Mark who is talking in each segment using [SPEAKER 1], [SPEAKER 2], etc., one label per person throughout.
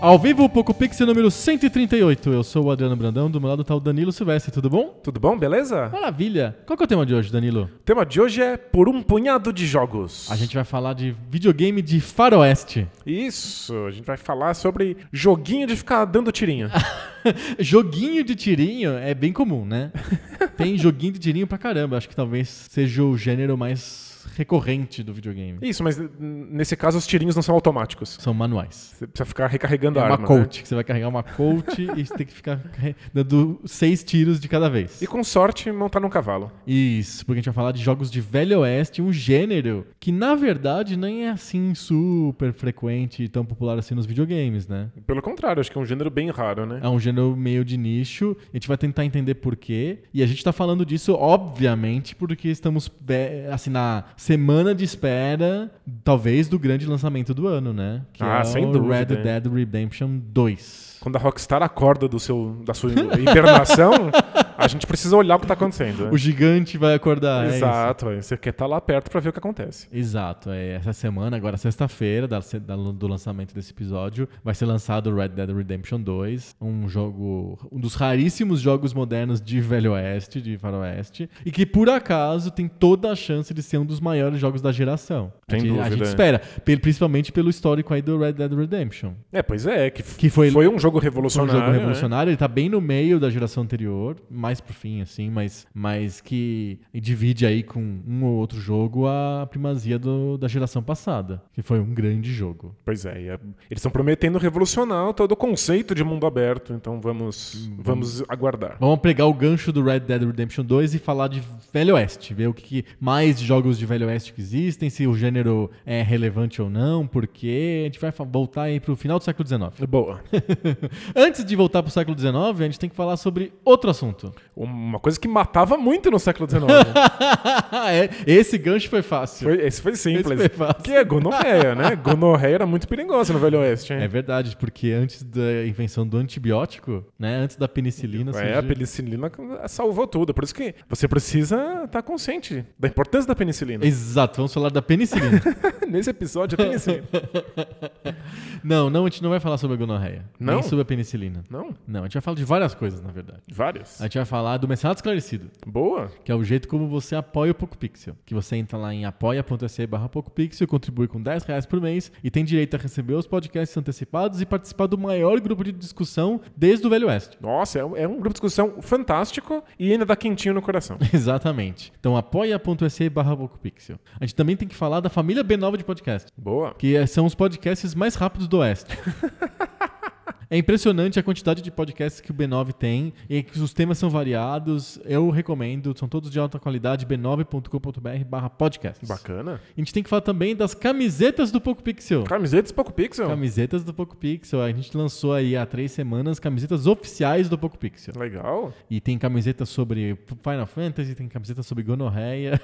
[SPEAKER 1] Ao vivo, Poco Pixel número 138. Eu sou o Adriano Brandão, do meu lado tá o Danilo Silvestre, tudo bom?
[SPEAKER 2] Tudo bom, beleza?
[SPEAKER 1] Maravilha! Qual que é o tema de hoje, Danilo?
[SPEAKER 2] O tema de hoje é por um punhado de jogos.
[SPEAKER 1] A gente vai falar de videogame de faroeste.
[SPEAKER 2] Isso, a gente vai falar sobre joguinho de ficar dando tirinho.
[SPEAKER 1] joguinho de tirinho é bem comum, né? Tem joguinho de tirinho pra caramba. Acho que talvez seja o gênero mais recorrente do videogame.
[SPEAKER 2] Isso, mas n- nesse caso os tirinhos não são automáticos.
[SPEAKER 1] São manuais.
[SPEAKER 2] Você precisa ficar recarregando
[SPEAKER 1] É
[SPEAKER 2] a
[SPEAKER 1] uma
[SPEAKER 2] arma. né?
[SPEAKER 1] coach, que você vai carregar uma coach e você tem que ficar carre- dando seis tiros de cada vez.
[SPEAKER 2] E com sorte, montar num cavalo.
[SPEAKER 1] Isso, porque a gente vai falar de jogos de Velho Oeste, um gênero que na verdade nem é assim super frequente e tão popular assim nos videogames, né?
[SPEAKER 2] Pelo contrário, acho que é um gênero bem raro, né?
[SPEAKER 1] É um gênero meio de nicho, a gente vai tentar entender por quê. E a gente tá falando disso, obviamente, porque estamos é, assim na semana de espera, talvez, do grande lançamento do ano, né? Que
[SPEAKER 2] Ah,
[SPEAKER 1] é
[SPEAKER 2] sem
[SPEAKER 1] o
[SPEAKER 2] dúvida.
[SPEAKER 1] Red Dead Redemption 2.
[SPEAKER 2] Quando a Rockstar acorda do seu, da sua hibernação, a gente precisa olhar o que tá acontecendo.
[SPEAKER 1] O
[SPEAKER 2] Né?
[SPEAKER 1] gigante vai acordar. é isso.
[SPEAKER 2] Exato, aí você quer estar lá perto pra ver o que acontece.
[SPEAKER 1] Exato, é essa semana, agora sexta-feira da- da- do lançamento desse episódio, vai ser lançado o Red Dead Redemption 2, um jogo, um dos raríssimos jogos modernos de Velho Oeste, de Faroeste, e que por acaso tem toda a chance de ser um dos maiores jogos da geração.
[SPEAKER 2] Sem
[SPEAKER 1] a gente, A
[SPEAKER 2] dúvida.
[SPEAKER 1] gente espera, pe- principalmente pelo histórico aí do Red Dead Redemption.
[SPEAKER 2] É, pois é, que,
[SPEAKER 1] Que foi-
[SPEAKER 2] foi um jogo
[SPEAKER 1] Foi um
[SPEAKER 2] revolucionário.
[SPEAKER 1] jogo
[SPEAKER 2] né?
[SPEAKER 1] revolucionário, ele tá bem no meio da geração anterior, mais pro fim, assim, mas, mas que divide aí com um ou outro jogo a primazia do- da geração passada, que foi um grande jogo.
[SPEAKER 2] Pois é, e é- eles estão prometendo revolucionar todo o conceito de mundo aberto, então vamos,
[SPEAKER 1] Uhum.
[SPEAKER 2] vamos aguardar.
[SPEAKER 1] Vamos pegar o gancho do Red Dead Redemption 2 e falar de Velho Oeste, ver o que que mais de jogos de Velho Oeste que existem, se o gênero é relevante ou não, por quê. A gente vai fa- voltar aí pro final do século XIX.
[SPEAKER 2] Boa.
[SPEAKER 1] Antes de voltar pro século XIX, a gente tem que falar sobre outro assunto.
[SPEAKER 2] Uma coisa que matava muito no século XIX.
[SPEAKER 1] É, Esse gancho foi fácil.
[SPEAKER 2] Foi- esse foi simples.
[SPEAKER 1] Esse foi fácil.
[SPEAKER 2] que é gonorreia, né? Gonorreia era muito perigosa no Velho Oeste,
[SPEAKER 1] É
[SPEAKER 2] hein?
[SPEAKER 1] verdade, porque antes da invenção do antibiótico, né? Antes da penicilina,
[SPEAKER 2] É, a penicilina salvou tudo. Por isso que você precisa estar consciente da importância da penicilina.
[SPEAKER 1] Exato, vamos falar da penicilina.
[SPEAKER 2] Nesse episódio, a penicilina.
[SPEAKER 1] não, não, a gente não vai falar sobre a gonorreia.
[SPEAKER 2] Não?
[SPEAKER 1] Nem sobre a penicilina.
[SPEAKER 2] Não?
[SPEAKER 1] Não, a gente vai falar de várias coisas, na verdade.
[SPEAKER 2] Vários.
[SPEAKER 1] A gente vai falar do Mercenário Esclarecido,
[SPEAKER 2] Boa.
[SPEAKER 1] que é o jeito como você apoia o PocoPixel. Que você entra lá em apoia.se barra PocoPixel, contribui com 10 reais por mês e tem direito a receber os podcasts antecipados e participar do maior grupo de discussão desde o Velho Oeste.
[SPEAKER 2] Nossa, é um é um grupo de discussão fantástico e ainda dá quentinho no coração.
[SPEAKER 1] Exatamente. Então apoia.se barra PocoPixel. A gente também tem que falar da família B9 de podcast.
[SPEAKER 2] Boa.
[SPEAKER 1] que é- são os podcasts mais rápidos do Oeste. É impressionante a quantidade de podcasts que o B9 tem e que os temas são variados. Eu recomendo, são todos de alta qualidade, b9.com.br barra podcasts.
[SPEAKER 2] Bacana.
[SPEAKER 1] A gente tem que falar também das camisetas do Poco Pixel.
[SPEAKER 2] Camisetas Poco Pixel.
[SPEAKER 1] Camisetas do Poco Pixel. A gente lançou aí há três semanas camisetas oficiais do Poco Pixel.
[SPEAKER 2] Legal.
[SPEAKER 1] E tem camiseta sobre Final Fantasy, tem camiseta sobre gonorreia,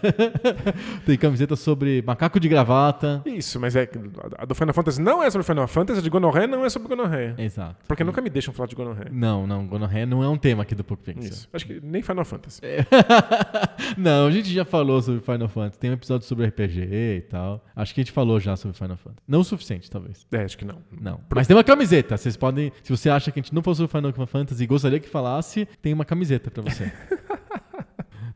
[SPEAKER 1] tem camiseta sobre macaco de gravata.
[SPEAKER 2] Isso, mas é que a do Final Fantasy não é sobre Final Fantasy, a de Gonorreia não é sobre Gonorreia.
[SPEAKER 1] Exato.
[SPEAKER 2] Porque nunca me deixam falar de Gonorreia.
[SPEAKER 1] Não, não, gonorreia não é um tema aqui do Poco Pixel.
[SPEAKER 2] Isso. Acho que nem Final Fantasy.
[SPEAKER 1] É. não, a gente já falou sobre Final Fantasy. Tem um episódio sobre RPG e tal. Acho que a gente falou já sobre Final Fantasy. Não o suficiente, talvez.
[SPEAKER 2] É, acho que não.
[SPEAKER 1] Não. Mas tem uma camiseta. Vocês podem. Se você acha que a gente não falou sobre Final Fantasy e gostaria que falasse, tem uma camiseta pra você.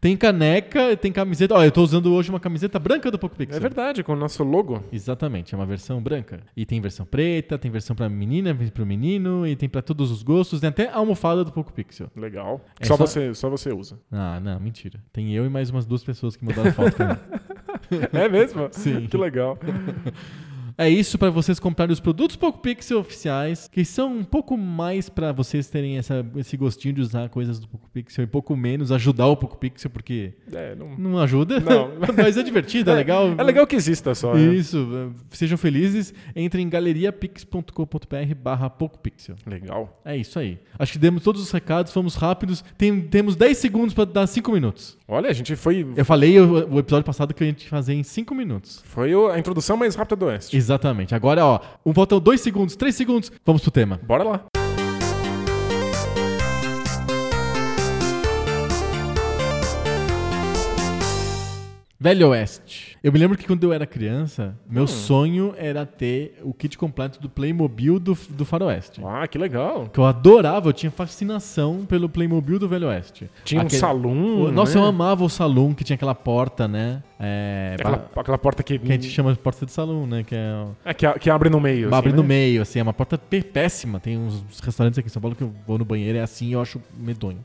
[SPEAKER 1] tem caneca, tem camiseta. Olha, eu tô usando hoje uma camiseta branca do Poco Pixel.
[SPEAKER 2] É verdade, com o nosso logo.
[SPEAKER 1] Exatamente, é uma versão branca. E tem versão preta, tem versão pra menina, pro menino, e tem pra todos os gostos, tem até a almofada do Poco Pixel.
[SPEAKER 2] Legal.
[SPEAKER 1] É
[SPEAKER 2] só,
[SPEAKER 1] só-
[SPEAKER 2] Você, só você usa.
[SPEAKER 1] Ah, não, mentira. Tem eu e mais umas duas pessoas que mandaram foto pra mim.
[SPEAKER 2] é mesmo?
[SPEAKER 1] Sim.
[SPEAKER 2] Que legal.
[SPEAKER 1] É isso para vocês comprarem os produtos Poco Pixel oficiais, que são um pouco mais para vocês terem essa, esse gostinho de usar coisas do Poco Pixel e pouco menos ajudar o Poco Pixel, porque
[SPEAKER 2] É, não-
[SPEAKER 1] não ajuda.
[SPEAKER 2] Não.
[SPEAKER 1] Mas é divertido, é, legal.
[SPEAKER 2] É legal que exista só. né?
[SPEAKER 1] Isso, eh, sejam felizes. Entrem em galeriapix.com.br barra PocoPixel.
[SPEAKER 2] Legal.
[SPEAKER 1] É isso aí. Acho que demos todos os recados, fomos rápidos. Tem- temos 10 segundos para dar 5 minutos.
[SPEAKER 2] Olha, a gente foi.
[SPEAKER 1] Eu falei o, o episódio passado que a gente fazia em 5 minutos.
[SPEAKER 2] Foi o- a introdução mais rápida do Oeste.
[SPEAKER 1] Exatamente. Agora, ó, um- faltam 2 segundos, 3 segundos, vamos pro tema.
[SPEAKER 2] Bora lá.
[SPEAKER 1] Velho Oeste. Eu me lembro que quando eu era criança,
[SPEAKER 2] Hum.
[SPEAKER 1] meu sonho era ter o kit completo do Playmobil do, do Faroeste.
[SPEAKER 2] Ah, que legal.
[SPEAKER 1] Que eu adorava, eu tinha fascinação pelo Playmobil do Velho Oeste.
[SPEAKER 2] Tinha um
[SPEAKER 1] Aquele-
[SPEAKER 2] salão.
[SPEAKER 1] O- Nossa,
[SPEAKER 2] né?
[SPEAKER 1] eu amava o salão que tinha aquela porta, né? É,
[SPEAKER 2] Aquela,
[SPEAKER 1] ba-
[SPEAKER 2] aquela porta que,
[SPEAKER 1] Que a gente chama de porta de salão, né? Que é o-
[SPEAKER 2] é, que, a- que abre no meio. assim,
[SPEAKER 1] abre no
[SPEAKER 2] né?
[SPEAKER 1] meio, assim, é uma porta pé- péssima. Tem uns uns restaurantes aqui em São Paulo que eu vou no banheiro, é assim e eu acho medonho.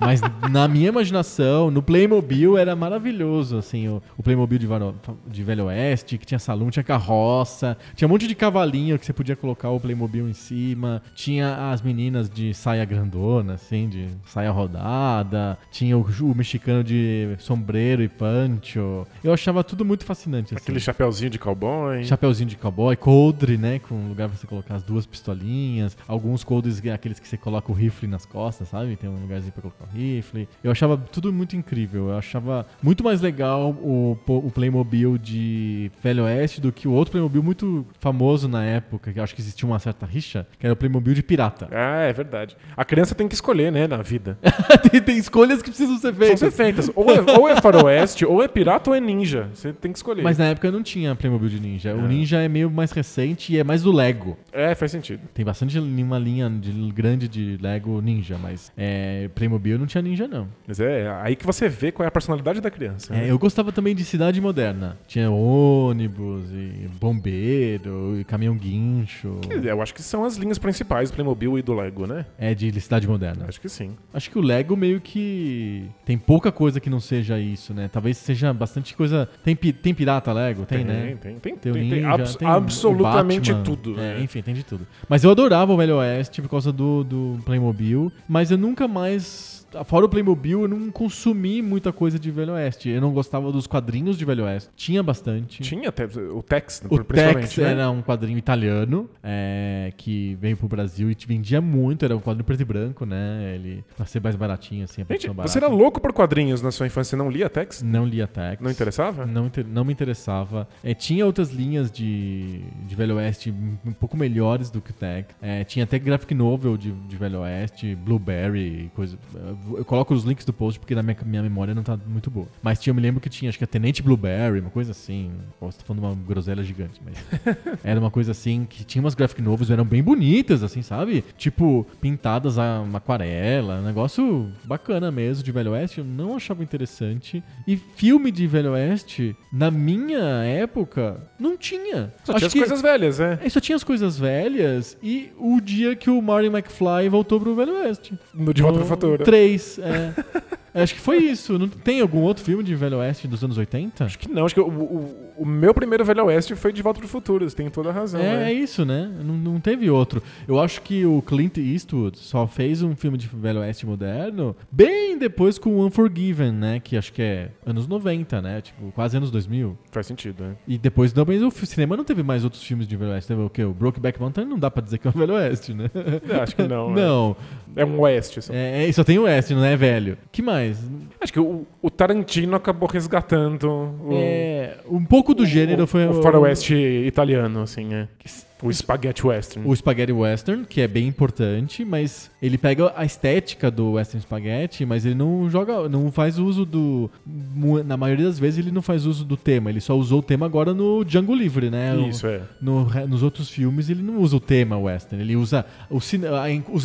[SPEAKER 1] Mas na minha imaginação, no Playmobil era maravilhoso, assim, o, o Playmobil de, Varo- de Velho Oeste, que tinha salão, tinha carroça, tinha um monte de cavalinho que você podia colocar o Playmobil em cima, tinha as meninas de saia grandona, assim, de saia rodada, tinha o, o mexicano de sombreiro e pancho. Eu achava tudo muito fascinante, assim.
[SPEAKER 2] Aquele chapeuzinho de cowboy.
[SPEAKER 1] Chapeuzinho de cowboy, coldre, né? Com um lugar pra você colocar as duas pistolinhas. Alguns coldres, é aqueles que você coloca o rifle nas costas, sabe? Tem um lugarzinho pra colocar o rifle. Eu achava tudo muito incrível. Eu achava muito mais legal o, po- o Playmobil de Velho Oeste do que o outro Playmobil muito famoso na época, que eu acho que existia uma certa rixa, que era o Playmobil de pirata.
[SPEAKER 2] Ah, é verdade. A criança tem que escolher, né, na vida.
[SPEAKER 1] tem, tem escolhas que precisam ser
[SPEAKER 2] São
[SPEAKER 1] feitas.
[SPEAKER 2] ser feitas. Ou é, ou é faroeste, ou é pirata, ou é ninja. Você tem que escolher.
[SPEAKER 1] Mas na época não tinha Playmobil de Ninja. O Ninja é meio mais recente e é mais do Lego.
[SPEAKER 2] É, faz sentido.
[SPEAKER 1] Tem bastante li- uma linha de- grande de Lego Ninja, mas é, Playmobil não tinha Ninja, não.
[SPEAKER 2] Mas é aí que você vê qual é a personalidade da criança. né?
[SPEAKER 1] É, eu gostava também de Cidade Moderna. Tinha ônibus, e bombeiro, e caminhão guincho.
[SPEAKER 2] Quer dizer, Eu acho que são as linhas principais do Playmobil e do Lego, né?
[SPEAKER 1] É de Cidade Moderna.
[SPEAKER 2] Acho que sim.
[SPEAKER 1] Acho que o Lego meio que tem pouca coisa que não seja isso, né? Talvez seja bastante coisa. Tem, pi- tem pirata Lego? Tem, né?
[SPEAKER 2] Tem, tem,
[SPEAKER 1] Tem
[SPEAKER 2] tem,
[SPEAKER 1] o
[SPEAKER 2] tem
[SPEAKER 1] Ninja,
[SPEAKER 2] abs-
[SPEAKER 1] tem o
[SPEAKER 2] absolutamente
[SPEAKER 1] Batman.
[SPEAKER 2] tudo.
[SPEAKER 1] É,
[SPEAKER 2] né?
[SPEAKER 1] Enfim, tem de tudo. Mas eu adorava o Velho Oeste por causa do, do Playmobil, mas eu nunca mais. Fora o Playmobil, eu não consumi muita coisa de Velho Oeste. Eu não gostava dos quadrinhos de Velho Oeste. Tinha bastante.
[SPEAKER 2] Tinha até o Tex,
[SPEAKER 1] O
[SPEAKER 2] principalmente.
[SPEAKER 1] Tex
[SPEAKER 2] né?
[SPEAKER 1] era um quadrinho italiano é, que veio pro Brasil e te vendia muito. Era um quadrinho preto e branco, né? Ele pra ser mais baratinho, assim, a
[SPEAKER 2] Gente,
[SPEAKER 1] produção barata.
[SPEAKER 2] você era louco por quadrinhos na sua infância e não lia Tex?
[SPEAKER 1] Não lia Tex.
[SPEAKER 2] Não interessava?
[SPEAKER 1] Não, inter- não me interessava. É, tinha outras linhas de, de Velho Oeste um pouco melhores do que o Tech. É, tinha até graphic novel de, de Velho Oeste, Blueberry, e coisa. Eu coloco os links do post porque na minha, minha memória não tá muito boa. Mas tinha, eu me lembro que tinha, acho que a Tenente Blueberry, uma coisa assim. Posso estar falando uma groselha gigante, mas. era uma coisa assim que tinha umas graphic novels, eram bem bonitas, assim, sabe? Tipo, pintadas a uma aquarela, um negócio bacana mesmo de Velho Oeste, eu não achava interessante. E filme de Velho Oeste, na minha época, não tinha.
[SPEAKER 2] Só tinha as coisas velhas, é.
[SPEAKER 1] é, só tinha as coisas velhas e o dia que o Marty McFly voltou pro Velho Oeste.
[SPEAKER 2] No De né? Volta
[SPEAKER 1] No
[SPEAKER 2] para Futura.
[SPEAKER 1] Três, é. Acho que foi isso. Não tem algum outro filme de Velho Oeste dos anos 80?
[SPEAKER 2] Acho que não, acho que o, o- o meu primeiro Velho Oeste foi De Volta para o Futuro, você tem toda a razão.
[SPEAKER 1] É, é
[SPEAKER 2] né?
[SPEAKER 1] isso, né? Não, não teve outro. Eu acho que o Clint Eastwood só fez um filme de Velho Oeste moderno bem depois com o Unforgiven, né? Que acho que é anos 90, né? Tipo, quase anos 2000.
[SPEAKER 2] Faz sentido, né?
[SPEAKER 1] E depois também o fi- cinema não teve mais outros filmes de Velho Oeste. Teve o quê? O Brokeback Mountain não dá pra dizer que é um Velho Oeste, né?
[SPEAKER 2] Eu acho que não. né?
[SPEAKER 1] Não.
[SPEAKER 2] É um Oeste. Assim.
[SPEAKER 1] É, é- só tem o Oeste, não é velho. que mais?
[SPEAKER 2] Acho que o, o Tarantino acabou resgatando o,
[SPEAKER 1] É, um pouco do gênero
[SPEAKER 2] o,
[SPEAKER 1] foi
[SPEAKER 2] o faroeste italiano, assim, é. O Spaghetti Western.
[SPEAKER 1] o spaghetti western, que é bem importante, mas ele pega a estética do western spaghetti, mas ele não joga, não faz uso do mu- na maioria das vezes ele não faz uso do tema, ele só usou o tema agora no Django Livre, né? O-
[SPEAKER 2] Isso, é.
[SPEAKER 1] no re- nos outros filmes ele não usa o tema western, ele usa o cine- a en- os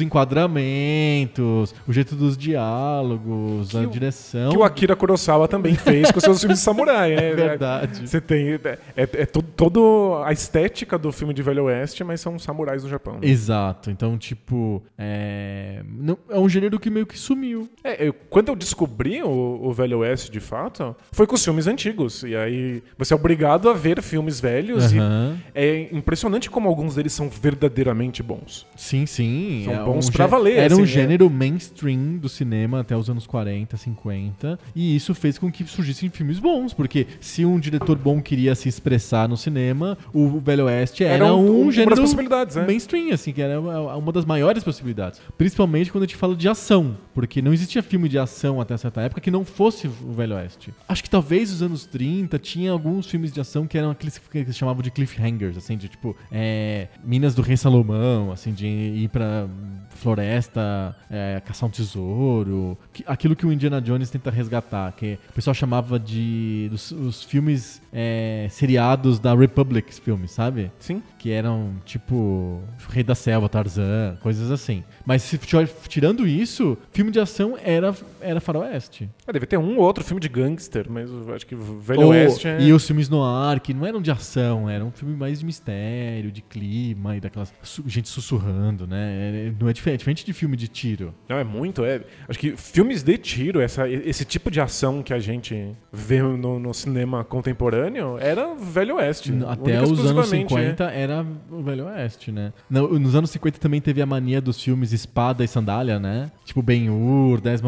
[SPEAKER 1] enquadramentos, o jeito dos diálogos, a
[SPEAKER 2] o-
[SPEAKER 1] direção.
[SPEAKER 2] Que o Akira Kurosawa também fez com seus filmes de samurai, né?
[SPEAKER 1] É verdade.
[SPEAKER 2] Você tem. É, é, é to- todo a estética do filme de Velho Velho Oeste, mas são samurais do Japão. né?
[SPEAKER 1] Exato. Então, tipo, é... não- é um gênero que meio que sumiu.
[SPEAKER 2] É, eu- quando eu descobri o, o Velho Oeste de fato, foi com os filmes antigos. E aí você é obrigado a ver filmes velhos
[SPEAKER 1] Aham.
[SPEAKER 2] e é impressionante como alguns deles são verdadeiramente bons.
[SPEAKER 1] Sim, sim.
[SPEAKER 2] São
[SPEAKER 1] é
[SPEAKER 2] bons
[SPEAKER 1] um
[SPEAKER 2] pra
[SPEAKER 1] gê-
[SPEAKER 2] valer,
[SPEAKER 1] Era
[SPEAKER 2] assim,
[SPEAKER 1] um
[SPEAKER 2] é.
[SPEAKER 1] gênero mainstream do cinema até os anos 40, 50. E isso fez com que surgissem filmes bons. Porque se um diretor bom queria se expressar no cinema, o Velho Oeste era,
[SPEAKER 2] Era um-
[SPEAKER 1] um,
[SPEAKER 2] uma das
[SPEAKER 1] gênero
[SPEAKER 2] possibilidades, né?
[SPEAKER 1] mainstream, assim, que era uma uma das maiores possibilidades. Principalmente quando a gente fala de ação. Porque não existia filme de ação até certa época que não fosse o Velho Oeste. Acho que talvez os anos 30 tinha alguns filmes de ação que eram aqueles que eles chamavam de cliffhangers, assim, de tipo, é, Minas do Rei Salomão, assim, de ir pra floresta, é, caçar um tesouro. que- aquilo que o Indiana Jones tenta resgatar, que o pessoal chamava de. dos os filmes é, seriados da Republic filmes, sabe?
[SPEAKER 2] Sim.
[SPEAKER 1] que eram tipo Rei da Selva, Tarzan, coisas assim. Mas se ti- tirando isso, filme de ação era era faroeste.
[SPEAKER 2] Ah, deve ter um ou outro filme de gangster, mas eu acho que Velho
[SPEAKER 1] Ou-
[SPEAKER 2] Oeste é...
[SPEAKER 1] Oh, E os filmes noir, que não eram de ação, eram um filme mais de mistério, de clima e daquelas su- gente sussurrando, né? É- Não é diferente, é diferente de filme de tiro.
[SPEAKER 2] Não, é muito, é. Acho que filmes de tiro, essa, esse tipo de ação que a gente vê no, no cinema contemporâneo, era Velho Oeste.
[SPEAKER 1] Até
[SPEAKER 2] única e
[SPEAKER 1] os anos
[SPEAKER 2] exclusivamente, é.
[SPEAKER 1] 50 era o Velho Oeste, né? Não, nos anos 50 também teve a mania dos filmes Espada e Sandália, né? Tipo Ben-Hur, Dez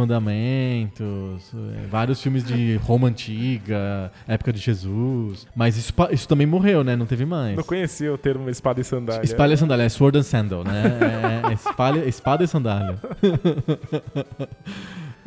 [SPEAKER 1] Mandamentos, eh, vários filmes de Roma Antiga, Época de Jesus. Mas isso, pa- isso também morreu, né? Não teve
[SPEAKER 2] né?
[SPEAKER 1] mais.
[SPEAKER 2] Não conhecia o termo espada e sandália.
[SPEAKER 1] Espalha e sandália, é sword and sandal, né? É, é espalha- espada e sandália.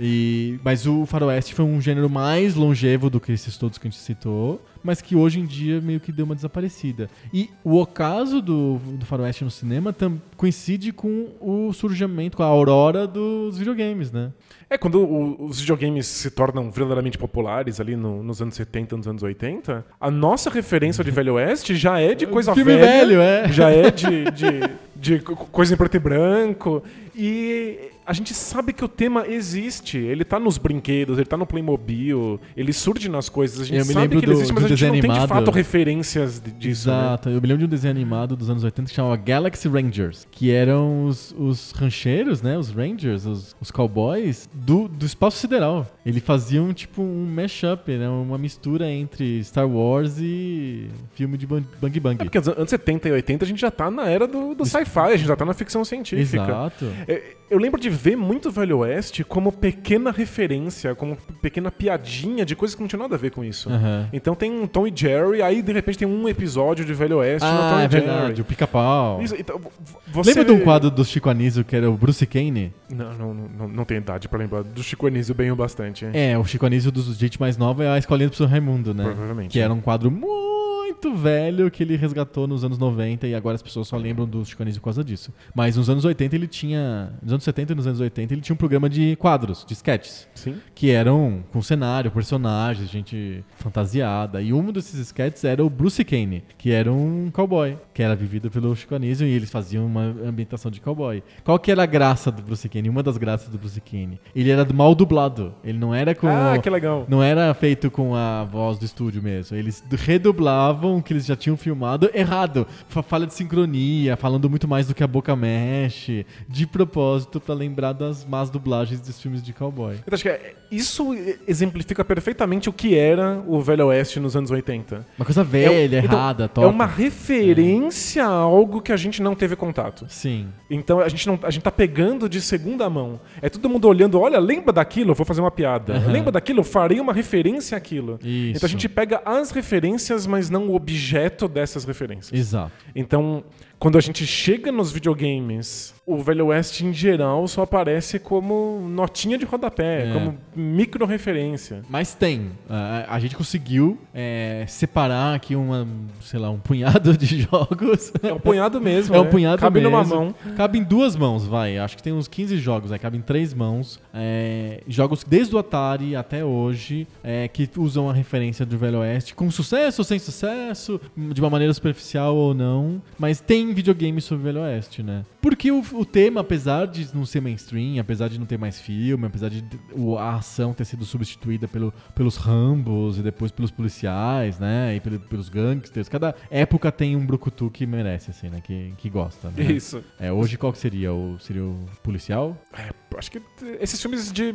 [SPEAKER 1] E- mas o faroeste foi um gênero mais longevo do que esses todos que a gente citou, mas que hoje em dia meio que deu uma desaparecida. E o ocaso do, do faroeste no cinema tam- coincide com o surgimento, com a aurora dos videogames, né?
[SPEAKER 2] É, quando o- os videogames se tornam verdadeiramente populares ali no- nos anos 70, nos anos 80, a nossa referência de Velho Oeste já é de coisa
[SPEAKER 1] Filme
[SPEAKER 2] velha.
[SPEAKER 1] velho, é.
[SPEAKER 2] Já é de, de, de co- coisa em preto e branco. E a gente sabe que o tema existe. Ele tá nos brinquedos, ele tá no Playmobil, ele surge nas coisas. A gente
[SPEAKER 1] Eu me
[SPEAKER 2] sabe
[SPEAKER 1] lembro
[SPEAKER 2] que ele
[SPEAKER 1] do-
[SPEAKER 2] existe, mas
[SPEAKER 1] do
[SPEAKER 2] a gente não
[SPEAKER 1] desenho
[SPEAKER 2] tem de
[SPEAKER 1] animado.
[SPEAKER 2] fato referências de- disso. né?
[SPEAKER 1] Exato. Eu me lembro de um desenho animado dos anos 80 que chamava Galaxy Rangers, que eram os, os rancheiros, né? Os Rangers, os, os cowboys do, do espaço sideral. Eles faziam tipo um mashup, né? Uma mistura entre Star Wars e filme de ban- Bang Bang.
[SPEAKER 2] É porque nos anos 70 e 80 a gente já tá na era do, do sci-fi, a gente já tá na ficção científica.
[SPEAKER 1] Exato.
[SPEAKER 2] É, Eu lembro de ver muito Velho Oeste como pequena referência, como pequena piadinha de coisas que não tinha nada a ver com isso.
[SPEAKER 1] Aham.
[SPEAKER 2] Então tem um Tom e Jerry, aí de repente tem um episódio de Velho Oeste no Tom
[SPEAKER 1] Ah, é
[SPEAKER 2] e Jerry.
[SPEAKER 1] verdade. O pica-pau.
[SPEAKER 2] Isso, então, vo- você...
[SPEAKER 1] Lembra de um quadro do Chico Anísio que era o Bruce Kane?
[SPEAKER 2] Não, não, não, não tenho idade pra lembrar. Do Chico Anísio bem o bastante. hein?
[SPEAKER 1] É, o Chico Anísio dos gente mais nova é a Escolinha do Professor Raimundo, né?
[SPEAKER 2] Provavelmente.
[SPEAKER 1] Que era um quadro muito velho que ele resgatou nos anos 90 e agora as pessoas só lembram do Chico Anísio por causa disso. Mas nos anos 80 ele tinha... Nos anos 70 e nos anos 80 ele tinha um programa de quadros, de sketches.
[SPEAKER 2] Sim.
[SPEAKER 1] Que eram com cenário, personagens, gente fantasiada. E um desses sketches era o Bruce Kane, que era um cowboy, que era vivido pelo Chico Anísio e eles faziam uma ambientação de cowboy. Qual que era a graça do Bruce Kane? Uma das graças do Bruce Kane. Ele era mal dublado. Ele não era com.
[SPEAKER 2] Ah, que legal.
[SPEAKER 1] Não era feito com a voz do estúdio mesmo. Eles redublavam o que eles já tinham filmado errado. Fa- Falha de sincronia, falando muito mais do que a boca mexe, de propósito pra lembrar das más dublagens dos filmes de cowboy.
[SPEAKER 2] Eu acho que é- isso exemplifica perfeitamente o que era o Velho Oeste nos anos 80.
[SPEAKER 1] Uma coisa
[SPEAKER 2] É um-
[SPEAKER 1] velha,
[SPEAKER 2] então,
[SPEAKER 1] errada,
[SPEAKER 2] É
[SPEAKER 1] top.
[SPEAKER 2] uma referência a algo que a gente não teve contato.
[SPEAKER 1] Sim.
[SPEAKER 2] Então a gente, não, a gente tá pegando de segunda mão. É todo mundo olhando, olha, lembra daquilo? Eu vou fazer uma piada. Lembra daquilo? Eu farei uma referência àquilo.
[SPEAKER 1] Isso.
[SPEAKER 2] Então a gente pega as referências, mas não o objeto dessas referências.
[SPEAKER 1] Exato.
[SPEAKER 2] Então, quando a gente chega nos videogames, o Velho Oeste em geral só aparece como notinha de rodapé,
[SPEAKER 1] É.
[SPEAKER 2] como micro-referência.
[SPEAKER 1] Mas tem. é, A, a gente conseguiu é, separar aqui uma, sei lá, um punhado de jogos.
[SPEAKER 2] É um punhado mesmo.
[SPEAKER 1] É um
[SPEAKER 2] né?
[SPEAKER 1] punhado
[SPEAKER 2] Cabe
[SPEAKER 1] mesmo.
[SPEAKER 2] numa mão.
[SPEAKER 1] Cabe em duas mãos, vai. Acho que tem uns 15 jogos, aí cabe em três mãos. É, jogos desde o Atari até hoje é, que usam a referência do Velho Oeste, com sucesso ou sem sucesso. sucesso, de uma maneira superficial ou não, mas tem videogame sobre o Velho Oeste, né? Porque o, o tema, apesar de não ser mainstream, apesar de não ter mais filme, apesar de o- a ação ter sido substituída pelo, pelos Rambos e depois pelos policiais, né? E pelo- pelos gangsters, cada época tem um brucutu que merece, assim, né? Que, que gosta, né?
[SPEAKER 2] Isso.
[SPEAKER 1] É, hoje qual que seria? O, seria o policial?
[SPEAKER 2] É, acho que esses filmes de.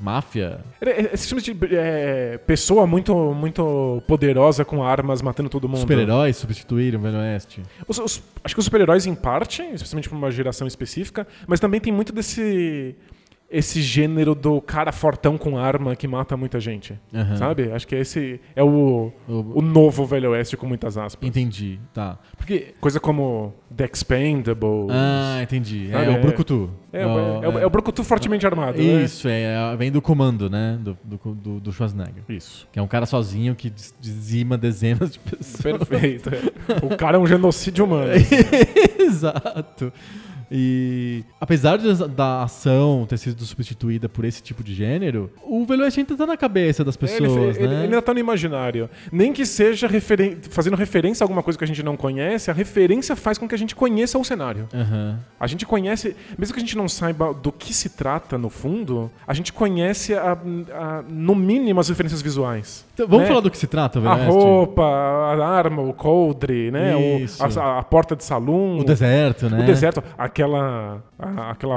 [SPEAKER 1] Máfia?
[SPEAKER 2] Esses filmes de é, pessoa muito, muito poderosa com armas matando todo mundo.
[SPEAKER 1] Super-heróis substituíram o Velho Oeste?
[SPEAKER 2] Os- os- acho que os super-heróis, em parte, especialmente pra uma geração específica, mas também tem muito desse. Esse gênero do cara fortão com arma que mata muita gente.
[SPEAKER 1] Aham.
[SPEAKER 2] Sabe? Acho que esse é o,
[SPEAKER 1] O-
[SPEAKER 2] o novo Velho Oeste com muitas aspas.
[SPEAKER 1] Entendi, tá. Porque.
[SPEAKER 2] Coisa como The Expendables.
[SPEAKER 1] Ah, entendi.
[SPEAKER 2] Sabe,
[SPEAKER 1] é, o
[SPEAKER 2] é-
[SPEAKER 1] Brucutu. Ah,
[SPEAKER 2] É, o- é, o- é o Brucutu fortemente armado. né?
[SPEAKER 1] Isso, é, é- vem do comando, né? Do, do, do- do Schwarzenegger.
[SPEAKER 2] Isso.
[SPEAKER 1] Que é um cara sozinho que des- dizima dezenas de pessoas.
[SPEAKER 2] Perfeito. é. O cara é um genocídio humano.
[SPEAKER 1] Exato. E apesar de- da ação ter sido substituída por esse tipo de gênero, o Velho Oeste ainda tá na cabeça das
[SPEAKER 2] É, ele-
[SPEAKER 1] pessoas,
[SPEAKER 2] ele,
[SPEAKER 1] né?
[SPEAKER 2] ele ainda tá no imaginário. Nem que seja referen- fazendo referência a alguma coisa que a gente não conhece, a referência faz com que a gente conheça o cenário.
[SPEAKER 1] Aham.
[SPEAKER 2] A gente conhece, mesmo que a gente não saiba do que se trata no fundo, a gente conhece, a- a- no mínimo, as referências visuais.
[SPEAKER 1] Então, vamos
[SPEAKER 2] né?
[SPEAKER 1] falar do que se trata, o Velho
[SPEAKER 2] A
[SPEAKER 1] Oeste?
[SPEAKER 2] roupa, a arma, o coldre, né? O-
[SPEAKER 1] Isso.
[SPEAKER 2] a, a porta de salão.
[SPEAKER 1] O deserto, né?
[SPEAKER 2] O deserto, aquela, a- aquela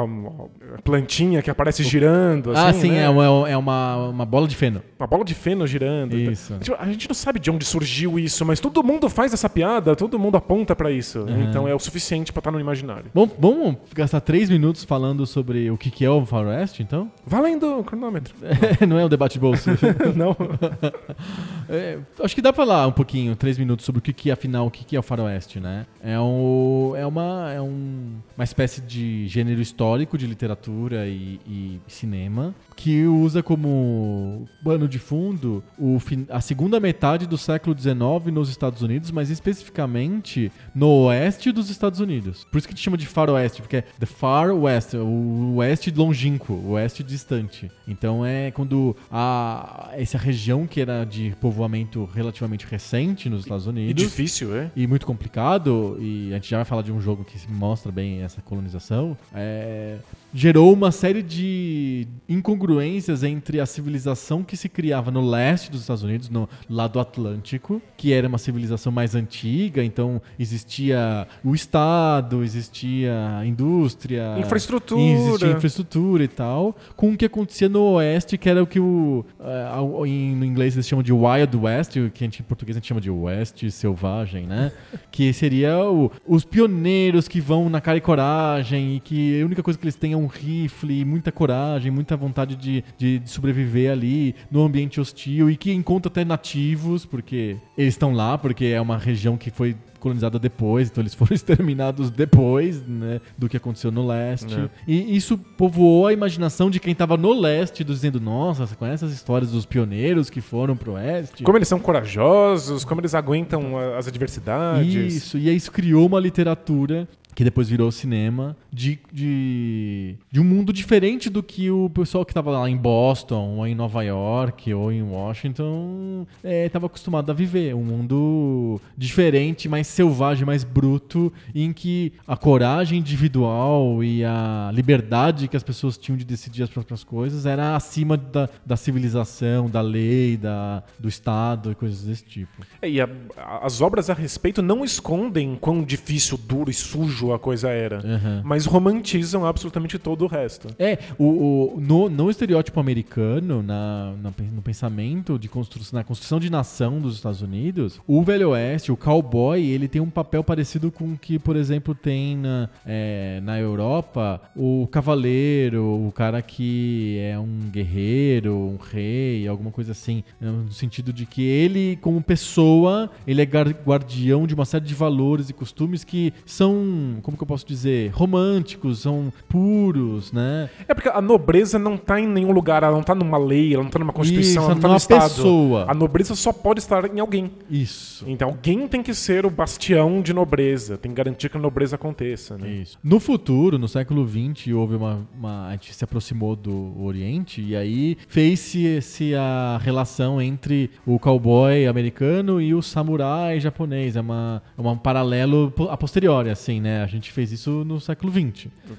[SPEAKER 2] plantinha que aparece girando.
[SPEAKER 1] Ah,
[SPEAKER 2] assim,
[SPEAKER 1] sim,
[SPEAKER 2] né?
[SPEAKER 1] é, uma, é uma, uma bola de feno.
[SPEAKER 2] Uma bola de feno girando.
[SPEAKER 1] Isso.
[SPEAKER 2] Tipo, a gente não sabe de onde surgiu isso, mas todo mundo faz essa piada, todo mundo aponta pra isso. Então é o suficiente pra estar no imaginário.
[SPEAKER 1] Bom, vamos gastar três minutos falando sobre o que, que é o Far West, então?
[SPEAKER 2] Valendo o cronômetro.
[SPEAKER 1] Não é um debate de bolso.
[SPEAKER 2] não.
[SPEAKER 1] É, acho que dá pra falar um pouquinho, três minutos, sobre o que, que afinal, o que, que é o faroeste, né? É, um, é, uma, é um, uma espécie de gênero histórico de literatura e, e cinema que usa como pano de fundo o fin- a segunda metade do século XIX nos Estados Unidos, mas especificamente no oeste dos Estados Unidos. Por isso que te chama de faroeste, porque é the far west, o oeste longínquo, o oeste distante. Então é quando a, essa região que era de povoamento relativamente recente nos Estados
[SPEAKER 2] E
[SPEAKER 1] Unidos
[SPEAKER 2] difícil, é?
[SPEAKER 1] e muito complicado, e a gente já vai falar de um jogo que se mostra bem essa colonização, é, gerou uma série de incongruências entre a civilização que se criava no leste dos Estados Unidos, no lado Atlântico, que era uma civilização mais antiga, então existia o Estado, existia a indústria,
[SPEAKER 2] Infraestrutura.
[SPEAKER 1] existia infraestrutura e tal, com o que acontecia no oeste, que era o que o, eh, ao- em, no inglês eles chamam de Wild West, o que a gente, em português a gente chama de West Selvagem, né? que seria o- os pioneiros que vão na cara e coragem e que a única coisa que eles têm é um rifle, muita coragem, muita vontade de, de- de sobreviver ali no ambiente hostil e que encontra até nativos, porque eles estão lá, porque é uma região que foi colonizada depois, então eles foram exterminados depois, né, do que aconteceu no leste.
[SPEAKER 2] É.
[SPEAKER 1] E isso povoou a imaginação de quem tava no leste, dizendo, nossa, você conhece as histórias dos pioneiros que foram pro oeste?
[SPEAKER 2] Como eles são corajosos, como eles aguentam a- as adversidades.
[SPEAKER 1] Tá. Isso, e aí isso criou uma literatura que depois virou cinema de, de, de um mundo diferente do que o pessoal que estava lá em Boston, ou em Nova York, ou em Washington estava acostumado a viver. Um mundo diferente, mais selvagem, mais bruto, em que a coragem individual e a liberdade que as pessoas tinham de decidir as próprias coisas era acima da, da civilização, da lei, da, do Estado e coisas desse tipo.
[SPEAKER 2] É, E a- a- as obras a respeito não escondem quão difícil, duro e sujo a coisa era,
[SPEAKER 1] Uhum.
[SPEAKER 2] mas romantizam absolutamente todo o resto.
[SPEAKER 1] É, o, o- no, no estereótipo americano, na, na pen- no pensamento de construção, na construção de nação dos Estados Unidos, o Velho Oeste, o cowboy, ele tem um papel parecido com o que, por exemplo, tem na, é, na Europa o cavaleiro, o cara que é um guerreiro, um rei, alguma coisa assim. né, No sentido de que ele, como pessoa, ele é gar- guardião de uma série de valores e costumes que são, como que eu posso dizer, românticos românticos, são puros, né?
[SPEAKER 2] É porque a nobreza não tá em nenhum lugar, ela não tá numa lei, ela não tá numa constituição,
[SPEAKER 1] Isso,
[SPEAKER 2] ela não tá
[SPEAKER 1] numa
[SPEAKER 2] no Estado.
[SPEAKER 1] pessoa.
[SPEAKER 2] A nobreza só pode estar em alguém.
[SPEAKER 1] Isso.
[SPEAKER 2] Então alguém tem que ser o bastião de nobreza, tem que garantir que a nobreza aconteça, né?
[SPEAKER 1] Isso. No futuro, no século XX, houve uma, uma- A gente se aproximou do Oriente e aí fez-se esse- a relação entre o cowboy americano e o samurai japonês. É uma, é um paralelo po- a posteriori, assim, né? A gente fez isso no século XX.